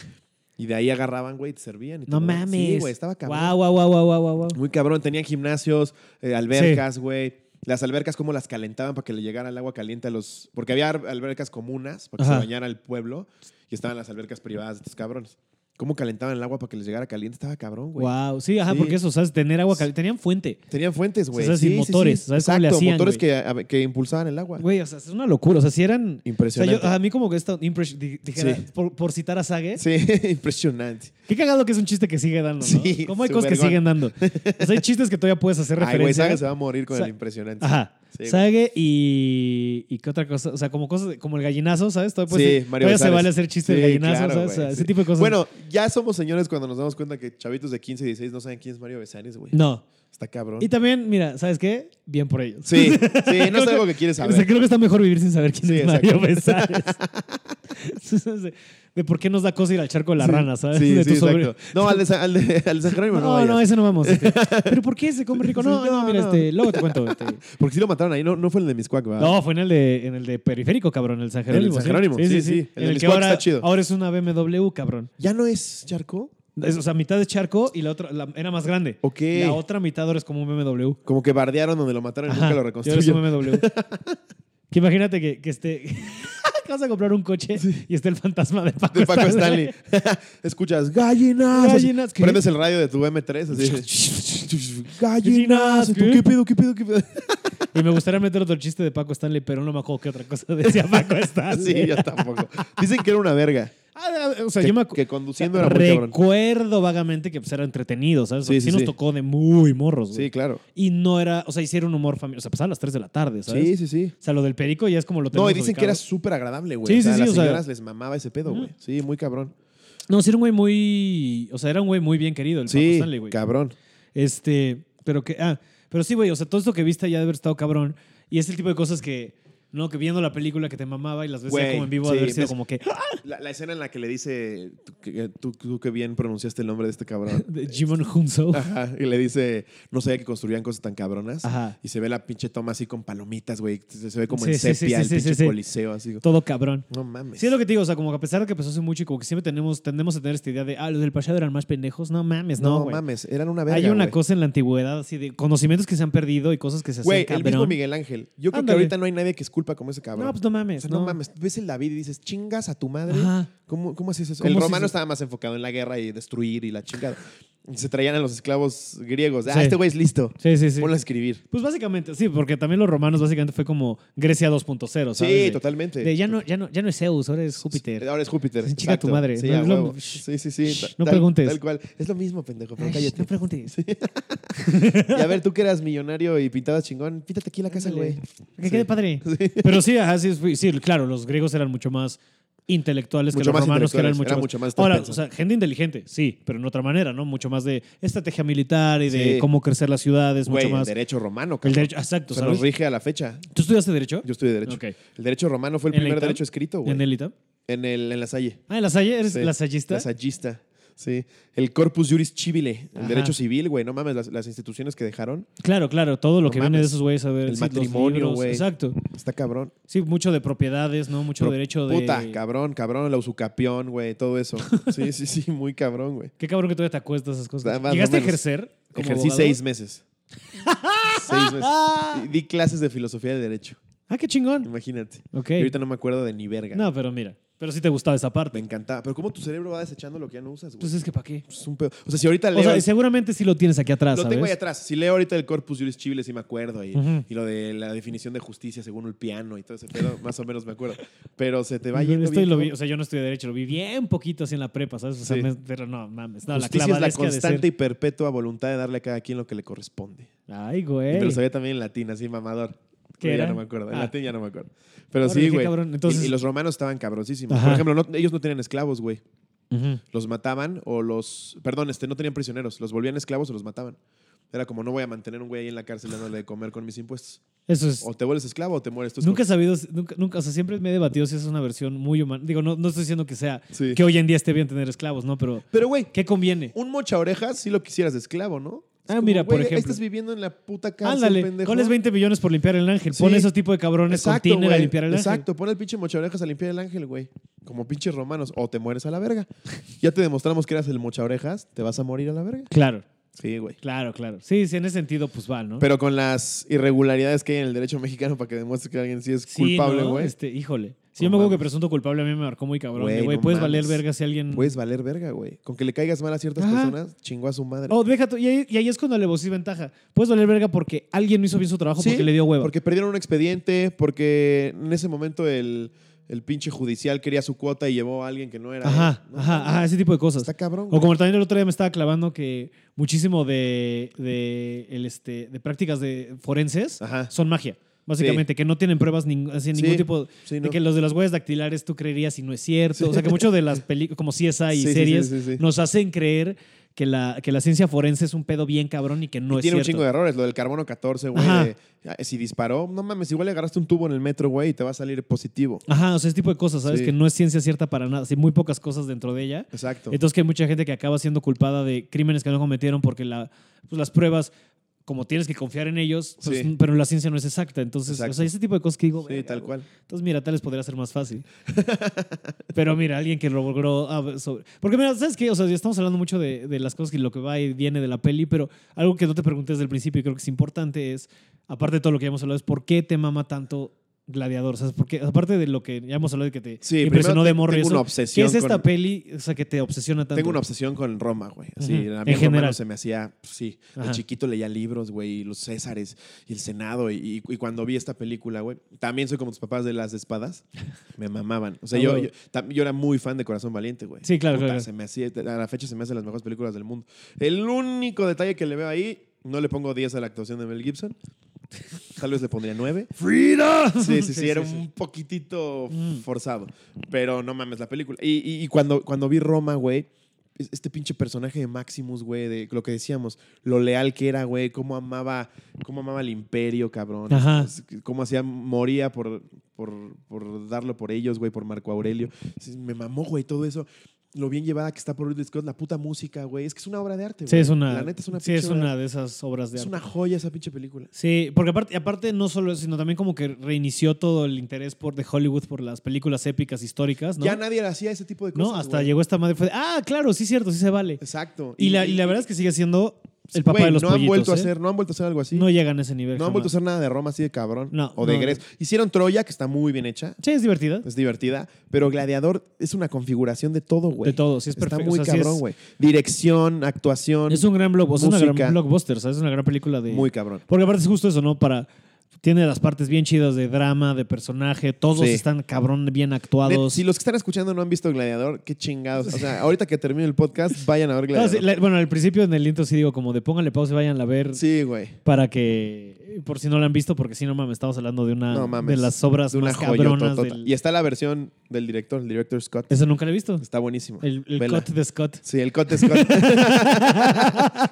Speaker 2: Y de ahí agarraban, güey, te servían. y
Speaker 1: No
Speaker 2: todo.
Speaker 1: mames.
Speaker 2: Sí, güey, estaba cabrón.
Speaker 1: Guau, guau, guau, guau, guau, guau.
Speaker 2: Muy cabrón. Tenían gimnasios, eh, albercas, güey. Las albercas, cómo las calentaban para que le llegara el agua caliente a los. Porque había ar- albercas comunas para que
Speaker 1: Ajá.
Speaker 2: se bañara el pueblo y estaban las albercas privadas de estos cabrones. ¿Cómo calentaban el agua para que les llegara caliente? Estaba cabrón, güey.
Speaker 1: Guau. Sí, ajá,
Speaker 2: Sí.
Speaker 1: porque eso, ¿sabes? Tener agua caliente. Tenían fuente.
Speaker 2: Tenían fuentes, güey.
Speaker 1: O sea, sin motores, ¿sabes cómo le
Speaker 2: Exacto,
Speaker 1: hacían,
Speaker 2: motores
Speaker 1: güey?
Speaker 2: que, a- que impulsaban el agua.
Speaker 1: Güey, o sea, es una locura. O sea, si eran. O sea,
Speaker 2: Impresionante.
Speaker 1: yo- a mí como que esta impresión dijera,
Speaker 2: Sí.
Speaker 1: por, por citar a Sage,
Speaker 2: Sí, [LAUGHS] impresionante.
Speaker 1: qué cagado que es un chiste que sigue dando, ¿no?
Speaker 2: Sí,
Speaker 1: ¿Cómo hay cosas que
Speaker 2: supergón.
Speaker 1: siguen dando? O sea, hay chistes que todavía puedes hacer
Speaker 2: Ay, güey,
Speaker 1: referencia. ¿eh?
Speaker 2: Saga se va a morir con
Speaker 1: Sa-
Speaker 2: el impresionante.
Speaker 1: Ajá.
Speaker 2: Sí, güey.
Speaker 1: Sage y. ¿Y qué otra cosa? O sea, como cosas. de- Como el gallinazo, ¿sabes? Todavía, puedes
Speaker 2: Sí,
Speaker 1: decir-
Speaker 2: Mario
Speaker 1: todavía se
Speaker 2: Besares.
Speaker 1: vale hacer chiste del
Speaker 2: Sí,
Speaker 1: gallinazo,
Speaker 2: claro,
Speaker 1: ¿sabes? O
Speaker 2: güey,
Speaker 1: sea,
Speaker 2: sí.
Speaker 1: ese tipo de cosas.
Speaker 2: Bueno, ya somos señores cuando nos damos cuenta que chavitos de 15 y 16 no saben quién es Mario Besares, güey.
Speaker 1: No.
Speaker 2: Está cabrón.
Speaker 1: Y también, mira, ¿sabes qué? Bien por ellos.
Speaker 2: Sí, sí, no es algo que quieres
Speaker 1: O sea,
Speaker 2: saber.
Speaker 1: creo que está mejor vivir sin saber quién
Speaker 2: Sí,
Speaker 1: es Mario Besares. [LAUGHS] de, de por qué nos da cosa ir al charco de la
Speaker 2: Sí,
Speaker 1: rana, ¿sabes?
Speaker 2: Sí,
Speaker 1: de
Speaker 2: sí,
Speaker 1: tu sobre-
Speaker 2: exacto. No, al de, San- al de, al de San Jerónimo
Speaker 1: No,
Speaker 2: no,
Speaker 1: no,
Speaker 2: vayas.
Speaker 1: ese no vamos.
Speaker 2: [LAUGHS]
Speaker 1: este. ¿Pero por qué se come rico? No,
Speaker 2: Sí,
Speaker 1: no,
Speaker 2: no,
Speaker 1: mira,
Speaker 2: no.
Speaker 1: este, luego te cuento.
Speaker 2: [LAUGHS]
Speaker 1: este.
Speaker 2: Porque sí lo mataron ahí, no, no fue el de Miscuac, ¿verdad?
Speaker 1: No, fue en el de, en el de periférico, cabrón, el San
Speaker 2: En el
Speaker 1: Jerónimo.
Speaker 2: San Jerónimo, sí, sí. El
Speaker 1: En
Speaker 2: de
Speaker 1: el que
Speaker 2: Miscuac
Speaker 1: ahora,
Speaker 2: está chido.
Speaker 1: ahora es una BMW, cabrón.
Speaker 2: ¿Ya no es charco?
Speaker 1: Es, o sea, mitad es charco y la otra la- era más grande.
Speaker 2: Ok.
Speaker 1: La otra mitad ahora es como un BMW.
Speaker 2: Como que bardearon donde lo mataron y
Speaker 1: Ajá,
Speaker 2: nunca lo
Speaker 1: y ahora es un
Speaker 2: reconstruyeron. [LAUGHS]
Speaker 1: BMW. que imagínate que, que esté. [LAUGHS] que vas a comprar un coche y esté el fantasma de Paco,
Speaker 2: [LAUGHS] De Paco
Speaker 1: Stanley. [LAUGHS] Ah,
Speaker 2: Stanley. Escuchas, gallinas.
Speaker 1: Gallinas, ¿qué?
Speaker 2: Prendes el radio de tu
Speaker 1: [LAUGHS]
Speaker 2: M3. Así.
Speaker 1: Gallinas,
Speaker 2: gallinas. ¿Y tú,
Speaker 1: ¿qué?
Speaker 2: ¿qué? pedo, qué pedo, qué
Speaker 1: [LAUGHS]
Speaker 2: pedo?
Speaker 1: Y me gustaría meter otro chiste de Paco Stanley, pero no me acuerdo qué otra cosa decía Paco Stanley.
Speaker 2: [LAUGHS] sí, yo tampoco. Dicen que era una verga.
Speaker 1: Ah, ah, o sea,
Speaker 2: que,
Speaker 1: yo me
Speaker 2: que
Speaker 1: acuerdo.
Speaker 2: conduciendo era muy cabrón.
Speaker 1: Recuerdo vagamente que pues, era entretenido, ¿sabes?
Speaker 2: Sí,
Speaker 1: Sí,
Speaker 2: sí,
Speaker 1: nos
Speaker 2: sí.
Speaker 1: tocó de muy morros, güey.
Speaker 2: Sí, claro.
Speaker 1: Y no era, o sea, hicieron humor familiar. O sea, pasaba a las 3 de la tarde, ¿sabes?
Speaker 2: Sí, sí, sí.
Speaker 1: O sea, lo del perico ya es como lo tenemos
Speaker 2: No, y dicen que
Speaker 1: ubicado.
Speaker 2: era súper agradable, güey.
Speaker 1: Sí,
Speaker 2: o sea,
Speaker 1: sí, sí,
Speaker 2: a las
Speaker 1: o sea-
Speaker 2: señoras les mamaba ese pedo, güey.
Speaker 1: Ujú.
Speaker 2: Sí, muy cabrón.
Speaker 1: No, sí era un güey muy. O sea, era un güey muy bien querido, el Paco
Speaker 2: Sí,
Speaker 1: Stanley, güey.
Speaker 2: cabrón.
Speaker 1: Este, pero que, ah, pero sí, güey, o sea, todo esto que viste ya de haber estado cabrón. Y es el tipo de cosas que, no, que viendo la película que te mamaba y las ves ya
Speaker 2: Güey,
Speaker 1: como en vivo,
Speaker 2: sí,
Speaker 1: de haber sido
Speaker 2: ves-
Speaker 1: como que, ¡ah!
Speaker 2: La, la escena en la que le dice, tú, que- eh, tú, tú que bien pronunciaste el nombre de este cabrón.
Speaker 1: [LAUGHS] de Jimon Hunso.
Speaker 2: Ajá, y le dice, no sabía que construían cosas tan cabronas.
Speaker 1: Ajá.
Speaker 2: Y se ve la pinche toma así con palomitas, güey. Se, se ve como
Speaker 1: Sí,
Speaker 2: en
Speaker 1: sí, sí,
Speaker 2: sepia el
Speaker 1: sí, sí, sí,
Speaker 2: pinche
Speaker 1: sí.
Speaker 2: coliseo, así.
Speaker 1: Todo cabrón.
Speaker 2: No mames.
Speaker 1: Sí, es lo que te digo, o sea, como que a pesar de que pasó hace mucho y como que siempre tenemos, tendemos a tener esta idea de, ah, los del pasado eran más pendejos. No mames, no,
Speaker 2: no
Speaker 1: güey.
Speaker 2: mames, eran una verga,
Speaker 1: Hay una
Speaker 2: güey.
Speaker 1: cosa en la antigüedad, así de conocimientos que se han perdido y cosas que se hacen
Speaker 2: Güey, el
Speaker 1: cabrón.
Speaker 2: mismo Miguel Ángel. Yo creo
Speaker 1: Ándale.
Speaker 2: que ahorita no hay nadie que esculpa como ese cabrón.
Speaker 1: no, pues no
Speaker 2: O
Speaker 1: mames,
Speaker 2: sea,
Speaker 1: no.
Speaker 2: no mames. Ves el David y dices, chingas a tu madre.
Speaker 1: Ajá.
Speaker 2: ¿Cómo, cómo hacías eso?
Speaker 1: ¿Cómo
Speaker 2: El
Speaker 1: se
Speaker 2: romano
Speaker 1: hizo?
Speaker 2: estaba más enfocado en la guerra y destruir y la chingada. Se traían a los esclavos griegos. Ah,
Speaker 1: Sí.
Speaker 2: este güey es listo.
Speaker 1: Sí, sí, sí.
Speaker 2: Ponlo a escribir.
Speaker 1: Pues básicamente, sí, porque también los romanos básicamente fue como Grecia 2.0, ¿sabes?
Speaker 2: Sí,
Speaker 1: De-
Speaker 2: totalmente.
Speaker 1: De ya no, ya no, ya no es Zeus, ahora es Júpiter.
Speaker 2: Ahora es Júpiter.
Speaker 1: Sí, chinga tu madre.
Speaker 2: Sí,
Speaker 1: No,
Speaker 2: a
Speaker 1: es lo-
Speaker 2: huevo. sí, sí. sí.
Speaker 1: Shh, no preguntes.
Speaker 2: Tal cual. Es lo mismo, pendejo, pero
Speaker 1: Ay,
Speaker 2: cállate.
Speaker 1: no preguntes.
Speaker 2: Y a ver, tú que eras millonario y pintabas chingón, píntate aquí la casa,
Speaker 1: Ándale.
Speaker 2: güey.
Speaker 1: Que quede padre. Pero sí, ajá, sí, fui- sí, claro, los griegos eran mucho más intelectuales que
Speaker 2: Mucho
Speaker 1: los
Speaker 2: más
Speaker 1: romanos, que eran
Speaker 2: intelectuales,
Speaker 1: mucho,
Speaker 2: era
Speaker 1: más...
Speaker 2: mucho más estar
Speaker 1: Ahora, o
Speaker 2: pensando.
Speaker 1: sea, gente inteligente, sí, pero en otra manera, ¿no? Mucho más de estrategia militar y de
Speaker 2: Sí.
Speaker 1: cómo crecer las ciudades,
Speaker 2: Güey,
Speaker 1: mucho
Speaker 2: el
Speaker 1: más.
Speaker 2: derecho romano,
Speaker 1: El
Speaker 2: cabrón.
Speaker 1: derecho, exacto,
Speaker 2: Se
Speaker 1: ¿sabes?
Speaker 2: nos rige a la fecha.
Speaker 1: ¿Tú estudiaste derecho?
Speaker 2: Yo estoy de derecho.
Speaker 1: Ok.
Speaker 2: El derecho romano fue el
Speaker 1: ¿En la
Speaker 2: primer
Speaker 1: ITAM?
Speaker 2: derecho escrito, güey.
Speaker 1: ¿En el ITAM?
Speaker 2: En, el, en la Salle.
Speaker 1: Ah, ¿en la Salle? ¿Eres
Speaker 2: Sí.
Speaker 1: lasallista?
Speaker 2: Lasallista, sí. El corpus juris civile, el
Speaker 1: Ajá.
Speaker 2: derecho civil, güey. No mames, las, las instituciones que dejaron.
Speaker 1: Claro, claro, todo lo
Speaker 2: No
Speaker 1: que viene de
Speaker 2: mames.
Speaker 1: esos güeyes, a ver,
Speaker 2: El
Speaker 1: sí, los
Speaker 2: matrimonio,
Speaker 1: libros,
Speaker 2: güey.
Speaker 1: Exacto.
Speaker 2: Está cabrón.
Speaker 1: Sí, mucho de propiedades, ¿no? Mucho
Speaker 2: Pro-
Speaker 1: derecho de.
Speaker 2: Puta, cabrón, cabrón, la usucapión, güey,
Speaker 1: [LAUGHS]
Speaker 2: todo eso. Sí, sí, sí, muy cabrón, güey.
Speaker 1: Qué cabrón que todavía te acuestas esas cosas.
Speaker 2: Está más o
Speaker 1: ¿Llegaste a
Speaker 2: menos.
Speaker 1: ejercer? como
Speaker 2: Ejercí
Speaker 1: abogado? [LAUGHS]
Speaker 2: seis meses. seis meses. Y Di clases de filosofía de derecho,
Speaker 1: Ah, qué chingón.
Speaker 2: imagínate.
Speaker 1: Ok.
Speaker 2: Y ahorita no me acuerdo de ni verga.
Speaker 1: No, pero mira. Pero sí te gustaba esa
Speaker 2: Me
Speaker 1: parte.
Speaker 2: encantaba. Pero cómo tu cerebro va desechando lo que ya no usas, güey.
Speaker 1: Entonces Pues es que para qué.
Speaker 2: es un pedo. O sea, si ahorita leo...
Speaker 1: O sea, seguramente sí lo tienes aquí atrás,
Speaker 2: lo
Speaker 1: Ah, ¿sabes?
Speaker 2: tengo ahí atrás. Si leo ahorita el Corpus Juris Civile, sí me acuerdo. Y,
Speaker 1: Ujú.
Speaker 2: y lo de la definición de justicia según el piano y todo ese pedo, más o menos me acuerdo. Pero se te va
Speaker 1: Yo
Speaker 2: yendo
Speaker 1: estoy-
Speaker 2: bien,
Speaker 1: lo
Speaker 2: ¿no?
Speaker 1: vi- o sea, yo no estudié derecho, lo vi bien poquito así en la prepa, ¿sabes? O sea,
Speaker 2: Sí.
Speaker 1: me- pero no, mames. No, la
Speaker 2: Justicia es la
Speaker 1: clavadesca de ser-
Speaker 2: constante y perpetua voluntad de darle a cada quien lo que le corresponde.
Speaker 1: Ay,
Speaker 2: Y
Speaker 1: güey.
Speaker 2: Me lo sabía también en latín, así mamador.
Speaker 1: ¿Qué
Speaker 2: Pero
Speaker 1: era?
Speaker 2: ya no me acuerdo. En
Speaker 1: Ah.
Speaker 2: latín ya no me acuerdo. Pero
Speaker 1: Órale,
Speaker 2: sí,
Speaker 1: qué
Speaker 2: güey.
Speaker 1: cabrón. Entonces-
Speaker 2: Y, y los romanos estaban cabrosísimos.
Speaker 1: Ajá.
Speaker 2: Por ejemplo, no- ellos no tenían esclavos, güey.
Speaker 1: Ujú.
Speaker 2: Los mataban o los... Perdón, este, no tenían prisioneros. Los volvían esclavos o los mataban. Era como, no voy a mantener un güey ahí en la cárcel dándole de comer con mis impuestos.
Speaker 1: Eso es.
Speaker 2: O te vuelves esclavo o te mueres. Tú
Speaker 1: Nunca he sabido, nunca, nunca, o sea, siempre me he debatido si es una versión muy humana. Digo, no, no estoy diciendo que sea
Speaker 2: Sí.
Speaker 1: que hoy en día esté bien tener esclavos, ¿no? Pero
Speaker 2: Pero, güey,
Speaker 1: ¿qué conviene?
Speaker 2: un mocha orejas sí lo quisieras de esclavo, ¿no? Es
Speaker 1: Ah,
Speaker 2: como,
Speaker 1: mira, por
Speaker 2: güey, ahí
Speaker 1: ejemplo.
Speaker 2: Estás viviendo en la puta casa,
Speaker 1: Ándale,
Speaker 2: pendejo.
Speaker 1: ¿cuáles 20 millones por limpiar el ángel?
Speaker 2: Sí.
Speaker 1: Pon esos tipos de cabrones
Speaker 2: Exacto,
Speaker 1: con tiner a
Speaker 2: güey.
Speaker 1: limpiar el ángel.
Speaker 2: Exacto, pon el pinche mochaorejas a limpiar el ángel, güey. Como pinches romanos. O te mueres a la verga. ya te demostramos que eras el mochaorejas, te vas a morir a la verga.
Speaker 1: Claro,
Speaker 2: Sí, güey.
Speaker 1: claro, claro. Sí, sí, en ese sentido, pues va, ¿no?
Speaker 2: Pero con las irregularidades que hay en el derecho mexicano para que demuestres que alguien sí es
Speaker 1: Sí,
Speaker 2: culpable,
Speaker 1: ¿no?
Speaker 2: güey.
Speaker 1: Este, híjole. Si
Speaker 2: No
Speaker 1: yo me acuerdo que
Speaker 2: mames.
Speaker 1: presunto culpable a mí me marcó muy cabrón.
Speaker 2: Güey,
Speaker 1: de, Güey,
Speaker 2: no
Speaker 1: puedes
Speaker 2: mames.
Speaker 1: valer verga si alguien.
Speaker 2: Puedes valer verga, güey. Con que le caigas mal a ciertas
Speaker 1: mm. Ajá.
Speaker 2: personas, chingó a su madre.
Speaker 1: Oh, deja tú. Y ahí, y ahí es cuando le vocís ventaja. Puedes valer verga porque alguien no hizo bien su trabajo
Speaker 2: Sí,
Speaker 1: porque le dio hueva.
Speaker 2: Porque perdieron un expediente, porque en ese momento el, el pinche judicial quería su cuota y llevó a alguien que no era.
Speaker 1: Ajá,
Speaker 2: él. No,
Speaker 1: ajá,
Speaker 2: no,
Speaker 1: ajá, ese tipo de cosas.
Speaker 2: Está cabrón.
Speaker 1: O
Speaker 2: güey.
Speaker 1: como también el otro día me estaba clavando que muchísimo de, de, el este, de prácticas de forenses
Speaker 2: Ajá.
Speaker 1: son magia. Básicamente, que no tienen pruebas ning- así, ningún
Speaker 2: Sí,
Speaker 1: tipo.
Speaker 2: sí,
Speaker 1: De
Speaker 2: no.
Speaker 1: que los de las huellas dactilares tú creerías y no es cierto. O sea, que muchos de las películas, como CSI y
Speaker 2: Sí, sí,
Speaker 1: series,
Speaker 2: sí, sí, sí.
Speaker 1: nos hacen creer que la, que la ciencia forense es un pedo bien cabrón y que no
Speaker 2: Y
Speaker 1: es
Speaker 2: tiene un
Speaker 1: cierto.
Speaker 2: chingo de errores. Lo del carbono 14, güey.
Speaker 1: Ajá.
Speaker 2: de, ah, Si disparó, no mames, igual le agarraste un tubo en el metro, güey, y te va a salir positivo.
Speaker 1: Ajá, o sea, ese tipo de cosas, ¿sabes?
Speaker 2: Sí.
Speaker 1: Que no es ciencia cierta para nada. Así, muy pocas cosas dentro de ella.
Speaker 2: Exacto.
Speaker 1: Entonces que hay mucha gente que acaba siendo culpada de crímenes que no cometieron porque la, pues, las pruebas, como tienes que confiar en ellos, pues,
Speaker 2: Sí.
Speaker 1: pero la ciencia no es exacta. Entonces,
Speaker 2: Exacto.
Speaker 1: o sea, ese tipo de cosas que digo,
Speaker 2: sí,
Speaker 1: "Verga,
Speaker 2: tal
Speaker 1: güey".
Speaker 2: cual.
Speaker 1: Entonces, mira, tal vez podría ser más fácil. pero mira, alguien que logró... ah, sobre- Porque mira, ¿sabes qué? O sea, ya estamos hablando mucho de, de las cosas y lo que va y viene de la peli, pero algo que no te pregunté desde el principio y creo que es importante es, aparte de todo lo que ya hemos hablado, es por qué te mama tanto... Gladiador, o sea, porque aparte de lo que ya hemos hablado de que te
Speaker 2: Sí,
Speaker 1: impresionó
Speaker 2: primero
Speaker 1: de
Speaker 2: te-
Speaker 1: morro y
Speaker 2: tengo
Speaker 1: eso,
Speaker 2: una
Speaker 1: ¿Qué
Speaker 2: obsesión
Speaker 1: es esta
Speaker 2: con-
Speaker 1: peli? O sea, que te obsesiona tanto.
Speaker 2: Tengo una obsesión con Roma, güey. Así,
Speaker 1: Ujú.
Speaker 2: a
Speaker 1: En
Speaker 2: mí en
Speaker 1: general.
Speaker 2: se me hacía, pues, sí, de
Speaker 1: Ajá.
Speaker 2: chiquito leía libros, güey, y los Césares y el Senado. Y, y- y cuando vi esta película, güey, también soy como tus papás de
Speaker 1: [LAUGHS]
Speaker 2: las espadas, me mamaban. O sea,
Speaker 1: Ah,
Speaker 2: yo,
Speaker 1: güey.
Speaker 2: yo, tam- yo era muy fan de Corazón Valiente, güey.
Speaker 1: Sí, claro,
Speaker 2: Puta,
Speaker 1: claro.
Speaker 2: Se me hacía, a la fecha se me hacen las mejores películas del mundo. El único detalle que le veo ahí, no le pongo 10 a la actuación de Mel Gibson. Tal vez le pondría 9.
Speaker 1: ¡Frida! [LAUGHS]
Speaker 2: Sí, sí, sí, era
Speaker 1: sí.
Speaker 2: un poquitito
Speaker 1: Mm.
Speaker 2: forzado. Pero no mames, la película. Y, y- y cuando, cuando vi Roma, güey, es- este pinche personaje de Maximus, güey, de lo que decíamos, lo leal que era, güey, cómo amaba, cómo amaba el imperio, cabrón.
Speaker 1: Ajá.
Speaker 2: Es- Cómo hacía, moría por, por, por darlo por ellos, güey, por Marco Aurelio. Sí, Me mamó, güey, todo eso. Lo bien llevada que está por Ridley Scott, la puta música, güey. Es que es una obra de arte, güey.
Speaker 1: Sí, es una,
Speaker 2: La neta es una
Speaker 1: sí, es
Speaker 2: pinche obra-
Speaker 1: una de esas obras de
Speaker 2: es
Speaker 1: arte.
Speaker 2: una joya esa pinche película.
Speaker 1: Sí, porque aparte, aparte no solo eso, sino también como que reinició todo el interés por de Hollywood por las películas épicas históricas, ¿no?
Speaker 2: Ya nadie le hacía ese tipo de cosas.
Speaker 1: no, hasta
Speaker 2: güey.
Speaker 1: llegó esta madre fue, de, ah, claro, sí cierto, sí se vale.
Speaker 2: Exacto.
Speaker 1: Y, la, y la verdad es que sigue siendo el papá
Speaker 2: Güey,
Speaker 1: de los
Speaker 2: no han
Speaker 1: pollitos,
Speaker 2: vuelto a
Speaker 1: ¿eh?
Speaker 2: hacer, no han vuelto a hacer algo así.
Speaker 1: No
Speaker 2: No,
Speaker 1: llegan a ese nivel.
Speaker 2: han vuelto
Speaker 1: jamás.
Speaker 2: a hacer nada de Roma así de cabrón
Speaker 1: No,
Speaker 2: o de
Speaker 1: no,
Speaker 2: Grecia. Hicieron Troya que está muy bien hecha,
Speaker 1: Sí, es divertida.
Speaker 2: es divertida, pero Gladiador es una configuración de todo, güey.
Speaker 1: De todo, sí es
Speaker 2: Está
Speaker 1: perfecto.
Speaker 2: muy
Speaker 1: o sea, sí es-
Speaker 2: cabrón, güey. Dirección, actuación,
Speaker 1: Es un gran blog, o sea, es una
Speaker 2: Música.
Speaker 1: gran blockbuster, ¿sabes? Es una gran película de
Speaker 2: muy cabrón.
Speaker 1: Porque aparte es justo eso, ¿no? Para tiene las partes bien chidas de drama, de personaje, todos
Speaker 2: Sí.
Speaker 1: están cabrón bien
Speaker 2: Net-
Speaker 1: actuados.
Speaker 2: si los que están escuchando no han visto Gladiador, qué chingados. O sea, ahorita que termine el podcast, vayan a ver
Speaker 1: [LAUGHS] No, sí,
Speaker 2: Gladiador.
Speaker 1: la- bueno, al principio en el intro sí digo como de pónganle pausa y vayan a ver
Speaker 2: Sí, güey.
Speaker 1: para que por si no la han visto porque si no mames estamos hablando de una
Speaker 2: No mames.
Speaker 1: de las obras
Speaker 2: De una tota.
Speaker 1: más cabronas
Speaker 2: joyototota.
Speaker 1: del-
Speaker 2: Y está la versión del director, el director Scott.
Speaker 1: Eso nunca la he visto.
Speaker 2: Está buenísimo.
Speaker 1: El, el
Speaker 2: Vela.
Speaker 1: cut de Scott.
Speaker 2: Sí, el Scott
Speaker 1: [LAUGHS]
Speaker 2: Scott.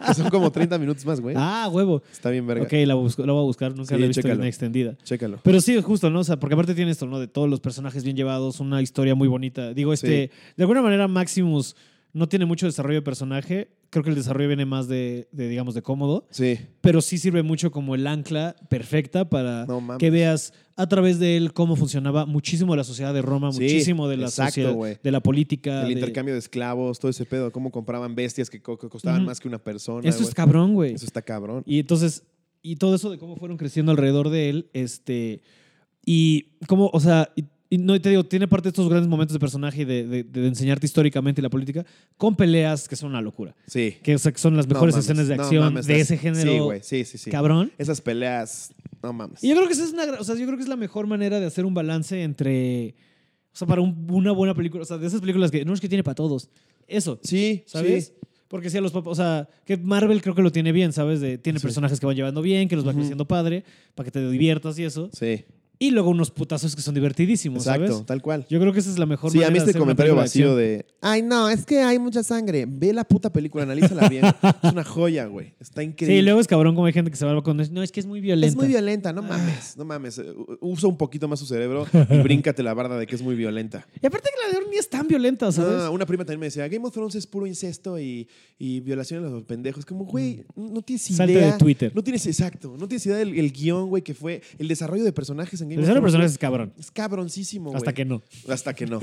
Speaker 2: Que son como 30 minutos más, güey.
Speaker 1: Ah, huevo.
Speaker 2: Está bien verga.
Speaker 1: Ok, la, busco- la voy a buscar, nunca
Speaker 2: Sí,
Speaker 1: la he visto
Speaker 2: chécalo.
Speaker 1: en extendida.
Speaker 2: Chécalo.
Speaker 1: Pero sí, justo, ¿no? O sea, porque aparte tiene esto, ¿no? De todos los personajes bien llevados, una historia muy bonita. Digo, este, de alguna manera Maximus no tiene mucho desarrollo de personaje. Creo que el desarrollo viene más de, de, digamos, de cómodo.
Speaker 2: Sí.
Speaker 1: Pero sí sirve mucho como el ancla perfecta para
Speaker 2: No mames.
Speaker 1: que veas a través de él cómo funcionaba muchísimo la sociedad de Roma,
Speaker 2: Sí,
Speaker 1: muchísimo de la
Speaker 2: exacto,
Speaker 1: sociedad,
Speaker 2: güey.
Speaker 1: de la política.
Speaker 2: El
Speaker 1: de-
Speaker 2: intercambio de esclavos, todo ese pedo, cómo compraban bestias que co- que costaban
Speaker 1: Ujú.
Speaker 2: más que una persona.
Speaker 1: Eso
Speaker 2: güey.
Speaker 1: es cabrón, güey.
Speaker 2: Eso está cabrón.
Speaker 1: Y entonces, y todo eso de cómo fueron creciendo alrededor de él, este, y cómo, o sea, y, y no y te digo, tiene parte de estos grandes momentos de personaje y de, de- de enseñarte históricamente y la política, con peleas que son una locura,
Speaker 2: Sí.
Speaker 1: que, o sea, que son las
Speaker 2: No
Speaker 1: mejores
Speaker 2: mames,
Speaker 1: escenas de
Speaker 2: no
Speaker 1: acción
Speaker 2: mames,
Speaker 1: de
Speaker 2: las-
Speaker 1: ese género,
Speaker 2: Sí, güey. Sí, sí, sí.
Speaker 1: cabrón.
Speaker 2: Esas peleas, no mames.
Speaker 1: Y yo creo que esa es una, gra- o sea, yo creo que es la mejor manera de hacer un balance entre, o sea, para un- una buena película, o sea, de esas películas que no es que tiene para todos, eso.
Speaker 2: Sí,
Speaker 1: ¿Sabes?
Speaker 2: sí.
Speaker 1: Porque si a los papás, o sea, que Marvel creo que lo tiene bien, ¿sabes? De, tiene
Speaker 2: Sí.
Speaker 1: personajes que van llevando bien, que los va
Speaker 2: Ujú.
Speaker 1: creciendo padre, para que te diviertas y eso.
Speaker 2: Sí.
Speaker 1: Y luego unos putazos que son divertidísimos,
Speaker 2: Exacto,
Speaker 1: ¿sabes?
Speaker 2: tal cual.
Speaker 1: Yo creo que esa es la mejor
Speaker 2: Sí, a
Speaker 1: manera
Speaker 2: mí
Speaker 1: de
Speaker 2: este
Speaker 1: hacer una
Speaker 2: comentario
Speaker 1: película
Speaker 2: vacío
Speaker 1: acción.
Speaker 2: de, ay, no, es que hay mucha sangre. Ve la puta película,
Speaker 1: [LAUGHS]
Speaker 2: analízala bien. es una joya, güey. Está increíble.
Speaker 1: Sí, luego es cabrón como hay gente que se va con eso. No, es que es muy violenta. Ah.
Speaker 2: Es muy violenta, no mames, no mames. Eh, u- Usa un poquito más su cerebro
Speaker 1: [LAUGHS]
Speaker 2: y bríncate la barda de que es muy violenta.
Speaker 1: Y aparte que la de Orn ni es tan violenta, ¿sabes?
Speaker 2: No, una prima también me decía, Game of Thrones es puro incesto y, y violación a los pendejos. Como, güey, no tienes idea.
Speaker 1: Mm. Salte de Twitter.
Speaker 2: No tienes, exacto, no tienes idea del el guión, güey, que fue el desarrollo de personajes en Game
Speaker 1: el
Speaker 2: of
Speaker 1: desarrollo de
Speaker 2: Thrones.
Speaker 1: personajes es cabrón.
Speaker 2: Es cabroncísimo, güey.
Speaker 1: Hasta que no.
Speaker 2: Hasta que no.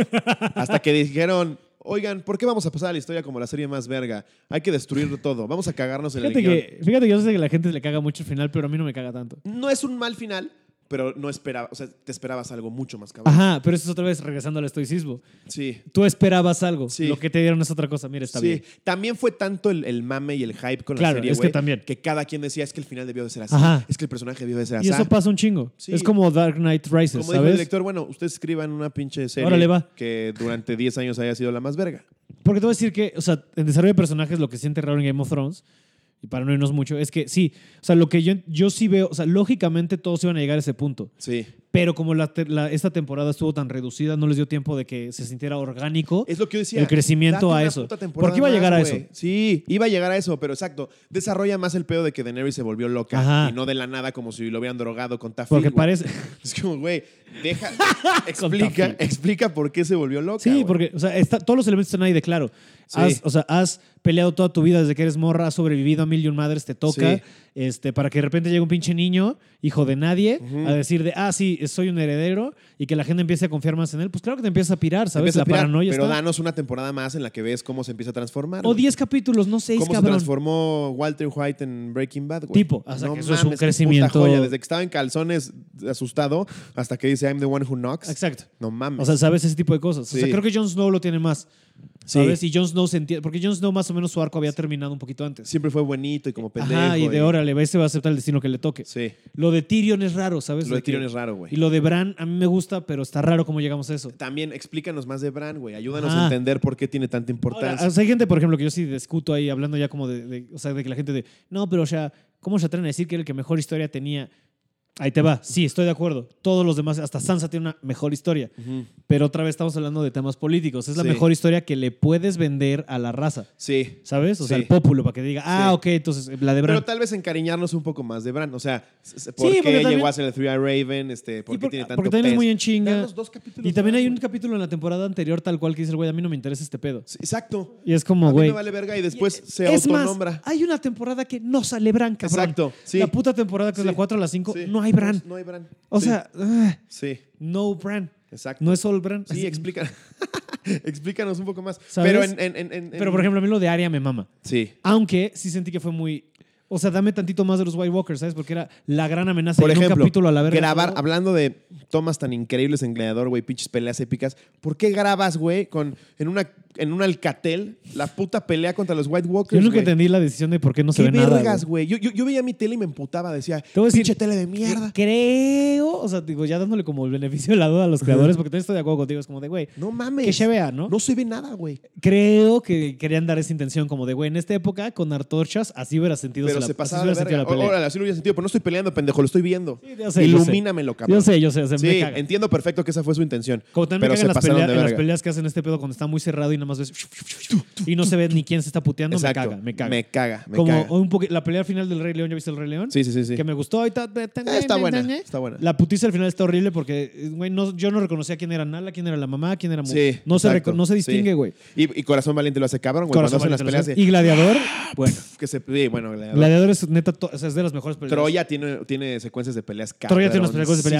Speaker 2: Hasta que dijeron, oigan, ¿por qué vamos a pasar a la historia como la serie más verga? Hay que destruir todo. Vamos a cagarnos en
Speaker 1: Fíjate
Speaker 2: el guión.
Speaker 1: que, fíjate que yo sé que a la gente le caga mucho el final, pero a mí no me caga tanto.
Speaker 2: No es un mal final, pero no esperaba, o sea, te esperabas algo mucho más cabrón.
Speaker 1: Ajá, pero eso es otra vez regresando al estoicismo.
Speaker 2: Sí.
Speaker 1: Tú esperabas algo.
Speaker 2: Sí.
Speaker 1: Lo que te dieron es otra cosa. Mira, está
Speaker 2: sí,
Speaker 1: bien.
Speaker 2: también fue tanto el, el mame y el hype con
Speaker 1: Claro,
Speaker 2: la serie,
Speaker 1: es que
Speaker 2: güey,
Speaker 1: también.
Speaker 2: que cada quien decía es que el final debió de ser así,
Speaker 1: Ajá.
Speaker 2: es que el personaje debió de ser así.
Speaker 1: Y eso pasa un chingo.
Speaker 2: Sí.
Speaker 1: Es como Dark Knight Rises,
Speaker 2: Como dijo el
Speaker 1: ¿sabes?
Speaker 2: director, bueno, ustedes escriban una pinche serie
Speaker 1: Órale, va.
Speaker 2: que durante 10 años haya sido la más verga.
Speaker 1: Porque te voy a decir que, o sea, en desarrollo de personajes, lo que siente raro en Game of Thrones, y para no irnos mucho, es que sí, o sea, lo que yo, yo sí veo, o sea, lógicamente todos iban a llegar a ese punto.
Speaker 2: Sí.
Speaker 1: Pero como la, te- la- esta temporada estuvo tan reducida, no les dio tiempo de que se sintiera orgánico.
Speaker 2: Es lo que yo decía.
Speaker 1: El crecimiento
Speaker 2: date
Speaker 1: a
Speaker 2: una
Speaker 1: eso.
Speaker 2: puta temporada
Speaker 1: Porque iba a llegar a
Speaker 2: güey.
Speaker 1: eso.
Speaker 2: Sí, iba a llegar a eso, pero exacto. Desarrolla más el pedo de que Daenerys se volvió loca
Speaker 1: Ajá.
Speaker 2: y no de la nada como si lo hubieran drogado con Tafil.
Speaker 1: porque
Speaker 2: güey.
Speaker 1: parece.
Speaker 2: Es como, güey,
Speaker 1: [LAUGHS]
Speaker 2: deja, explica,
Speaker 1: Tafil.
Speaker 2: explica por qué se volvió loca.
Speaker 1: Sí,
Speaker 2: güey.
Speaker 1: porque, o sea, está- todos los elementos están ahí de claro.
Speaker 2: Sí.
Speaker 1: Has, o sea, has peleado toda tu vida desde que eres morra, has sobrevivido a mil y un madres, te toca.
Speaker 2: Sí.
Speaker 1: Este, para que de repente llegue un pinche niño, hijo de nadie,
Speaker 2: Ujú.
Speaker 1: a decir de, ah, sí, soy un heredero y que la gente empiece a confiar más en él. Pues claro que te empiezas a pirar,
Speaker 2: Te
Speaker 1: ¿sabes?
Speaker 2: empieza a
Speaker 1: la
Speaker 2: pirar,
Speaker 1: paranoia
Speaker 2: Pero
Speaker 1: está.
Speaker 2: danos una temporada más en la que ves cómo se empieza a transformar.
Speaker 1: O
Speaker 2: güey.
Speaker 1: 10 capítulos, no seis,
Speaker 2: ¿Cómo se
Speaker 1: cabrón.
Speaker 2: transformó Walter White en Breaking Bad, güey?
Speaker 1: Tipo, o sea, que eso es un
Speaker 2: qué puta
Speaker 1: crecimiento-
Speaker 2: joya. Desde que estaba en calzones asustado hasta que dice I'm the one who knocks.
Speaker 1: Exacto.
Speaker 2: No mames.
Speaker 1: O sea, sabes ese tipo de cosas. O sea,
Speaker 2: Sí.
Speaker 1: creo que Jon Snow lo tiene más.
Speaker 2: Sí.
Speaker 1: ¿Sabes? Y Jon Snow se entiende. Porque Jon Snow, más o menos, su arco había terminado un poquito antes.
Speaker 2: Siempre fue buenito y como pendejo.
Speaker 1: Ajá, y de
Speaker 2: y-
Speaker 1: órale, este va a aceptar el destino que le toque.
Speaker 2: Sí.
Speaker 1: Lo de Tyrion es raro, ¿sabes?
Speaker 2: Lo de
Speaker 1: pues que-
Speaker 2: Tyrion es raro, güey.
Speaker 1: Y lo de Bran a mí me gusta, pero está raro cómo llegamos a eso.
Speaker 2: También explícanos más de Bran, güey. Ayúdanos
Speaker 1: Ajá.
Speaker 2: a entender por qué tiene tanta
Speaker 1: Ahora,
Speaker 2: importancia.
Speaker 1: o sea, hay gente, por ejemplo, que yo sí discuto ahí hablando ya como de, de- o sea, de que la gente de, no, pero o sea, ¿cómo se atreven a decir que era el que mejor historia tenía? Ahí te va, sí, estoy de acuerdo. Todos los demás, hasta Sansa tiene una mejor historia.
Speaker 2: Ujú.
Speaker 1: Pero otra vez estamos hablando de temas políticos. Es la
Speaker 2: Sí.
Speaker 1: mejor historia que le puedes vender a la raza,
Speaker 2: Sí.
Speaker 1: ¿sabes? O sea,
Speaker 2: Sí.
Speaker 1: al pópulo, para que diga, ah,
Speaker 2: Sí.
Speaker 1: ok, entonces eh, la de Bran.
Speaker 2: Pero tal vez encariñarnos un poco más de Bran. O sea, s- s- ¿por
Speaker 1: Sí,
Speaker 2: qué
Speaker 1: porque
Speaker 2: llegó
Speaker 1: también-
Speaker 2: a ser el Three Eye Raven? Este, ¿Por
Speaker 1: Y
Speaker 2: qué
Speaker 1: por-
Speaker 2: tiene tanto
Speaker 1: porque también es
Speaker 2: peso?
Speaker 1: muy en chinga.
Speaker 2: Danos dos capítulos
Speaker 1: y también
Speaker 2: más,
Speaker 1: hay un
Speaker 2: güey.
Speaker 1: capítulo en la temporada anterior tal cual que dice el güey, a mí no me interesa este pedo.
Speaker 2: Sí, Exacto.
Speaker 1: Y es
Speaker 2: A
Speaker 1: como,
Speaker 2: mí
Speaker 1: güey.
Speaker 2: me vale verga y después
Speaker 1: Y- eh,
Speaker 2: se
Speaker 1: es más,
Speaker 2: autonombra.
Speaker 1: hay una temporada que no sale Bran, cabrón.
Speaker 2: Exacto, sí.
Speaker 1: La puta temporada que es la
Speaker 2: Sí,
Speaker 1: 4 a la 5,
Speaker 2: Sí. pues,
Speaker 1: no hay Bran.
Speaker 2: No, hay Bran.
Speaker 1: o
Speaker 2: Sí,
Speaker 1: sea, ah,
Speaker 2: Sí,
Speaker 1: no Bran.
Speaker 2: exacto.
Speaker 1: No es all Bran.
Speaker 2: Sí,
Speaker 1: Así-
Speaker 2: explica. [LAUGHS] Explícanos un poco más.
Speaker 1: ¿Sabes?
Speaker 2: Pero en, en- en- en-
Speaker 1: Pero, por ejemplo, a mí lo de Arya me mama.
Speaker 2: Sí.
Speaker 1: Aunque sí sentí que fue muy... O sea, dame tantito más de los White Walkers, ¿sabes? Porque era la gran amenaza.
Speaker 2: Por
Speaker 1: y en un
Speaker 2: ejemplo,
Speaker 1: capítulo a la verga.
Speaker 2: grabar,
Speaker 1: ¿no?
Speaker 2: hablando de tomas tan increíbles en Gladiador, güey, pinches peleas épicas, ¿por qué grabas, güey, con, en, una, en un alcatel la puta pelea contra los White Walkers?
Speaker 1: Yo nunca
Speaker 2: güey?
Speaker 1: entendí la decisión de por qué no se
Speaker 2: ¿Qué
Speaker 1: ve nada.
Speaker 2: vergas,
Speaker 1: güey.
Speaker 2: güey? Yo, yo, yo veía mi tele y me emputaba, decía,
Speaker 1: Te voy a
Speaker 2: pinche
Speaker 1: decir-
Speaker 2: tele de mierda.
Speaker 1: Creo, o sea, digo, ya dándole como el beneficio de la duda a los creadores, porque también estoy de acuerdo contigo, es como de, güey,
Speaker 2: No mames.
Speaker 1: que se vea, ¿no?
Speaker 2: No se ve nada, güey.
Speaker 1: Creo que querían dar esa intención como de, güey, en esta época con antorchas así hubiera sentido
Speaker 2: Pero
Speaker 1: la,
Speaker 2: se
Speaker 1: así
Speaker 2: pasaba de
Speaker 1: hubiera
Speaker 2: verga.
Speaker 1: sentido la pelea.
Speaker 2: Órale, así lo hubiera sentido, pero no estoy peleando, pendejo, lo estoy viendo.
Speaker 1: Sí, ya sé, yo sé.
Speaker 2: Ilumínamelo, cabrón.
Speaker 1: Yo sé, yo sé, se me
Speaker 2: Sí,
Speaker 1: caga.
Speaker 2: entiendo perfecto que esa fue su intención.
Speaker 1: Como también
Speaker 2: pero
Speaker 1: me
Speaker 2: se
Speaker 1: cagan las,
Speaker 2: pasaron
Speaker 1: pelea-
Speaker 2: de
Speaker 1: en las
Speaker 2: verga.
Speaker 1: peleas que hacen este pedo cuando está muy cerrado y nada más ves y no se ve ni quién se está puteando,
Speaker 2: Exacto.
Speaker 1: me caga, me caga.
Speaker 2: Me caga, me
Speaker 1: como
Speaker 2: caga.
Speaker 1: un poqu- la pelea final del Rey León, ¿ya viste el Rey León?
Speaker 2: Sí, sí, sí, sí.
Speaker 1: Que me gustó. y ta- ta- ta-
Speaker 2: Eh, está
Speaker 1: ta-
Speaker 2: buena,
Speaker 1: ta-
Speaker 2: está buena.
Speaker 1: La putiza al final está horrible porque, eh, güey, no, yo no reconocía quién era Nala, quién era la mamá, quién era mujer.
Speaker 2: Sí,
Speaker 1: no, se
Speaker 2: exacto,
Speaker 1: reco- no se
Speaker 2: sí.
Speaker 1: distingue, güey.
Speaker 2: Y, y Corazón Valiente lo hace cabrón, güey. Cuando
Speaker 1: Corazón
Speaker 2: hacen las
Speaker 1: valiente,
Speaker 2: peleas
Speaker 1: lo sé.
Speaker 2: de- Ah,
Speaker 1: Y Gladiador, bueno.
Speaker 2: que se... Sí, bueno, la-
Speaker 1: Gladiador es neta, to- o sea, es de las mejores peleas.
Speaker 2: Troya tiene, tiene secuencias de peleas
Speaker 1: Troya tiene unas secuencias de pelea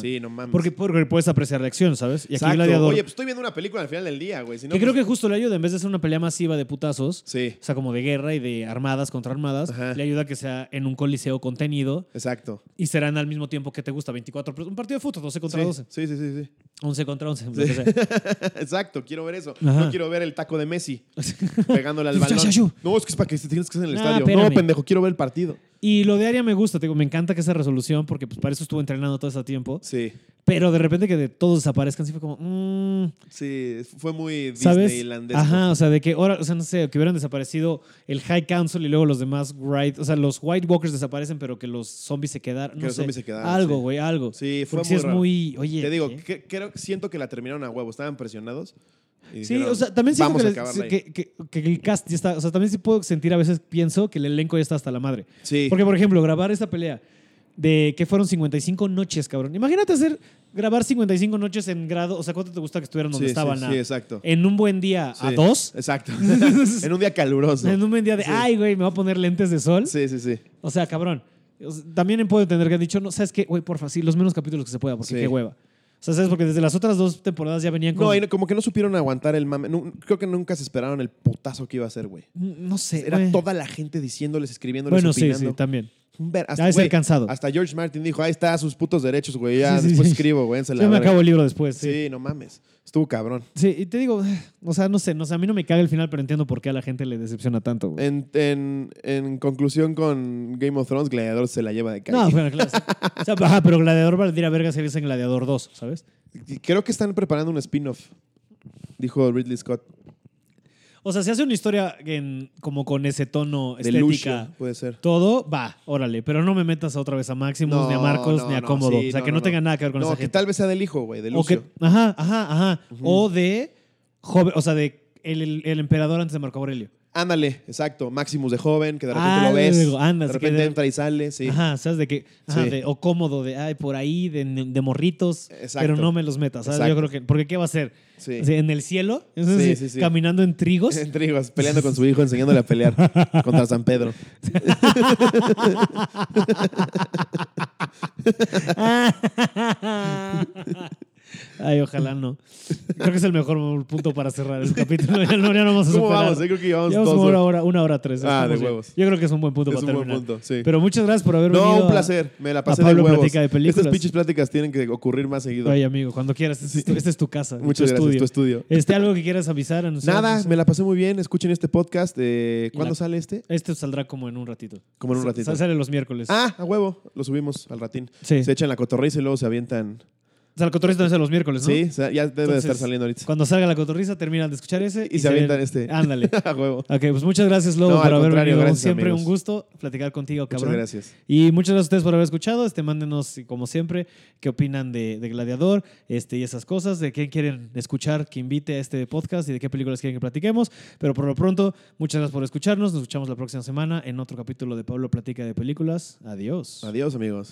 Speaker 1: verguísimas.
Speaker 2: Sí, no mames.
Speaker 1: Porque, porque puedes apreciar la acción, ¿sabes? Y aquí
Speaker 2: Exacto.
Speaker 1: Gladiador.
Speaker 2: Oye, pues estoy viendo una película al final del día, güey. Si no,
Speaker 1: que creo
Speaker 2: pues-
Speaker 1: que justo le ayuda, en vez de ser una pelea masiva de putazos,
Speaker 2: Sí,
Speaker 1: o sea, como de guerra y de armadas contra armadas,
Speaker 2: Ajá.
Speaker 1: le ayuda a que sea en un coliseo contenido
Speaker 2: exacto.
Speaker 1: y serán al mismo tiempo que te gusta 24, un partido de fútbol, 12 contra
Speaker 2: Sí,
Speaker 1: 12,
Speaker 2: sí, sí, sí. sí.
Speaker 1: 11 contra 11, lo
Speaker 2: Sí.
Speaker 1: que sea.
Speaker 2: Exacto, quiero ver eso.
Speaker 1: Ajá.
Speaker 2: No quiero ver el taco
Speaker 1: [LAUGHS]
Speaker 2: de Messi pegándole al
Speaker 1: Ya, ya,
Speaker 2: balón.
Speaker 1: ya.
Speaker 2: No, es que es para que tienes que ser en el
Speaker 1: No,
Speaker 2: estadio.
Speaker 1: Ah, espérame.
Speaker 2: No, pendejo, quiero ver el partido.
Speaker 1: Y lo de Aria me gusta, te digo, me encanta que esa resolución porque pues para eso estuvo entrenando todo ese tiempo,
Speaker 2: Sí.
Speaker 1: Pero de repente que de todos desaparezcan, sí fue como, mm,
Speaker 2: Sí, fue muy
Speaker 1: ¿sabes?
Speaker 2: Disneylandés.
Speaker 1: Ajá, o sea, de que ahora, o sea, no sé, que hubieran desaparecido el High Council y luego los demás Right, o sea, los White Walkers desaparecen, pero que los zombies se quedaron.
Speaker 2: Que
Speaker 1: no
Speaker 2: los
Speaker 1: sé,
Speaker 2: zombies se quedaron,
Speaker 1: Algo,
Speaker 2: sí.
Speaker 1: güey, algo.
Speaker 2: Sí, fue
Speaker 1: Porque
Speaker 2: muy,
Speaker 1: sí es
Speaker 2: raro.
Speaker 1: muy, oye.
Speaker 2: Te digo,
Speaker 1: ¿qué?
Speaker 2: que- creo, siento que la terminaron a huevo. Estaban presionados. y
Speaker 1: Sí,
Speaker 2: dijeron,
Speaker 1: o sea, también siento
Speaker 2: "Vamos
Speaker 1: que,
Speaker 2: a
Speaker 1: les-
Speaker 2: acabarla ahí".
Speaker 1: que- que- que el cast ya está, o sea, también sí puedo sentir a veces, pienso que el elenco ya está hasta la madre.
Speaker 2: Sí.
Speaker 1: Porque, por ejemplo, grabar esta pelea de que fueron 55 noches, cabrón. Imagínate hacer, grabar 55 noches en grado, o sea, ¿cuánto te gusta que estuvieran donde
Speaker 2: Sí, sí,
Speaker 1: estaban?
Speaker 2: Sí,
Speaker 1: a-
Speaker 2: exacto.
Speaker 1: en un buen día a
Speaker 2: Sí,
Speaker 1: dos. [LAUGHS]
Speaker 2: Exacto. en un día caluroso.
Speaker 1: En un buen día de,
Speaker 2: Sí.
Speaker 1: ay, güey, me voy a poner lentes de sol.
Speaker 2: Sí, sí, sí.
Speaker 1: O sea, cabrón. O sea, También puedo entender que han dicho, no, ¿sabes qué? Güey, porfa, sí, los menos capítulos que se pueda, porque
Speaker 2: Sí.
Speaker 1: qué hueva. O sea, ¿sabes? Porque desde las otras dos temporadas ya venían con...
Speaker 2: No,
Speaker 1: No,
Speaker 2: y no- como que no supieron aguantar el mame. Nu- creo que nunca se esperaron el putazo que iba a ser, güey.
Speaker 1: no sé,
Speaker 2: Era
Speaker 1: güey.
Speaker 2: toda la gente diciéndoles, escribiéndoles,
Speaker 1: Bueno, sí,
Speaker 2: opinando.
Speaker 1: sí, también.
Speaker 2: Un ver-
Speaker 1: Ha de ser
Speaker 2: güey,
Speaker 1: cansado.
Speaker 2: Hasta George Martin dijo, ahí está, sus putos derechos, güey. Ya
Speaker 1: Sí, sí,
Speaker 2: después
Speaker 1: sí.
Speaker 2: escribo, güey. se la
Speaker 1: Yo me
Speaker 2: verga".
Speaker 1: acabo el libro después,
Speaker 2: sí.
Speaker 1: sí.
Speaker 2: no mames. Estuvo cabrón.
Speaker 1: Sí, y te digo, eh, o sea, no sé, no sé, a mí no me caga el final, pero entiendo por qué a la gente le decepciona tanto, güey.
Speaker 2: En, en, en conclusión con Game of Thrones, Gladiador se la lleva de calle.
Speaker 1: No, bueno, claro. sí. O sea, ajá, pero Gladiador Valdira Verga se dice en Gladiador 2, ¿sabes?
Speaker 2: Y Creo que están preparando un spin-off, dijo Ridley Scott.
Speaker 1: O sea, si hace una historia en, como con ese tono
Speaker 2: De
Speaker 1: estética,
Speaker 2: Lucio, puede ser.
Speaker 1: todo, va, órale, pero no me metas otra vez a Maximus, ni a Marcos,
Speaker 2: no,
Speaker 1: ni a
Speaker 2: no,
Speaker 1: Cómodo.
Speaker 2: sí,
Speaker 1: o sea, que no, tenga nada que ver con
Speaker 2: No,
Speaker 1: esa
Speaker 2: que
Speaker 1: gente.
Speaker 2: tal vez sea del hijo, güey, de
Speaker 1: o
Speaker 2: Lucio.
Speaker 1: que, ajá, ajá, ajá. O de joven, o sea, de el, el- el emperador antes de Marco Aurelio.
Speaker 2: Ándale, exacto. Maximus de joven, que de repente lo
Speaker 1: Algo,
Speaker 2: ves.
Speaker 1: anda,
Speaker 2: de
Speaker 1: así que
Speaker 2: repente
Speaker 1: de-
Speaker 2: entra y sale, sí.
Speaker 1: Ajá, ¿sabes? De que, ajá,
Speaker 2: Sí.
Speaker 1: de- o cómodo, de, ay, por ahí, de, de morritos,
Speaker 2: Exacto.
Speaker 1: pero no me los metas, ¿sabes? Yo
Speaker 2: Exacto.
Speaker 1: creo que, porque ¿qué va a hacer?
Speaker 2: Sí.
Speaker 1: O sea, ¿En el cielo? [LAUGHS] Es
Speaker 2: Sí,
Speaker 1: decir,
Speaker 2: sí, sí.
Speaker 1: ¿Caminando en trigos?
Speaker 2: [LAUGHS] Entre hijos, peleando con su hijo, enseñándole
Speaker 1: [LAUGHS]
Speaker 2: a pelear contra San Pedro.
Speaker 1: Ay, ojalá no. Creo que es el mejor punto para cerrar el capítulo. Ya no, ya no vamos a
Speaker 2: ¿Cómo
Speaker 1: superar.
Speaker 2: vamos? Yo creo que llevamos
Speaker 1: Llevamos
Speaker 2: dos
Speaker 1: como una
Speaker 2: horas.
Speaker 1: hora, una hora tres.
Speaker 2: Ah,
Speaker 1: Estamos
Speaker 2: de
Speaker 1: bien.
Speaker 2: huevos.
Speaker 1: Yo creo que es un buen punto
Speaker 2: Es
Speaker 1: para
Speaker 2: un buen
Speaker 1: terminar.
Speaker 2: punto, sí.
Speaker 1: Pero muchas gracias por haber venido.
Speaker 2: No, un
Speaker 1: a-
Speaker 2: placer. Me la pasé
Speaker 1: a
Speaker 2: de
Speaker 1: Pablo
Speaker 2: huevos.
Speaker 1: Platica de Películas.
Speaker 2: Estas pinches pláticas tienen que ocurrir más seguido.
Speaker 1: Ay, amigo, cuando quieras. Este, es tu- este es tu casa.
Speaker 2: Muchas
Speaker 1: tu
Speaker 2: gracias,
Speaker 1: estudio.
Speaker 2: tu estudio.
Speaker 1: Este, algo que quieras avisar. anunciar, no
Speaker 2: Nada,
Speaker 1: sé.
Speaker 2: me la pasé muy bien. Escuchen este podcast. Eh,
Speaker 1: Y
Speaker 2: ¿Cuándo
Speaker 1: la-
Speaker 2: sale este?
Speaker 1: Este saldrá como en un ratito.
Speaker 2: Como en un
Speaker 1: Sa-
Speaker 2: ratito.
Speaker 1: Sale los miércoles.
Speaker 2: Ah, a huevo. Lo subimos al ratín.
Speaker 1: sí.
Speaker 2: Se echan la cotorriza y luego se avientan.
Speaker 1: O sea, la cotorriza también sale los miércoles, ¿no?
Speaker 2: Sí, o sea, ya debe de estar
Speaker 1: Entonces,
Speaker 2: saliendo ahorita.
Speaker 1: Cuando salga la cotorriza, terminan de escuchar ese.
Speaker 2: Y se avientan
Speaker 1: ven-
Speaker 2: este.
Speaker 1: Ándale.
Speaker 2: [LAUGHS] a huevo.
Speaker 1: Ok, pues muchas gracias, Lobo,
Speaker 2: No, al
Speaker 1: por haber
Speaker 2: contrario,
Speaker 1: venido. Como
Speaker 2: gracias,
Speaker 1: siempre
Speaker 2: amigos.
Speaker 1: un gusto platicar contigo, cabrón.
Speaker 2: Muchas gracias.
Speaker 1: Y muchas gracias a ustedes por haber escuchado. Este, mándenos, y como siempre, qué opinan de, de Gladiador este, y esas cosas, de qué quieren escuchar, que invite a este podcast y de qué películas quieren que platiquemos. Pero por lo pronto, muchas gracias por escucharnos. Nos escuchamos la próxima semana en otro capítulo de Pablo Platica de Películas. Adiós.
Speaker 2: Adiós, amigos.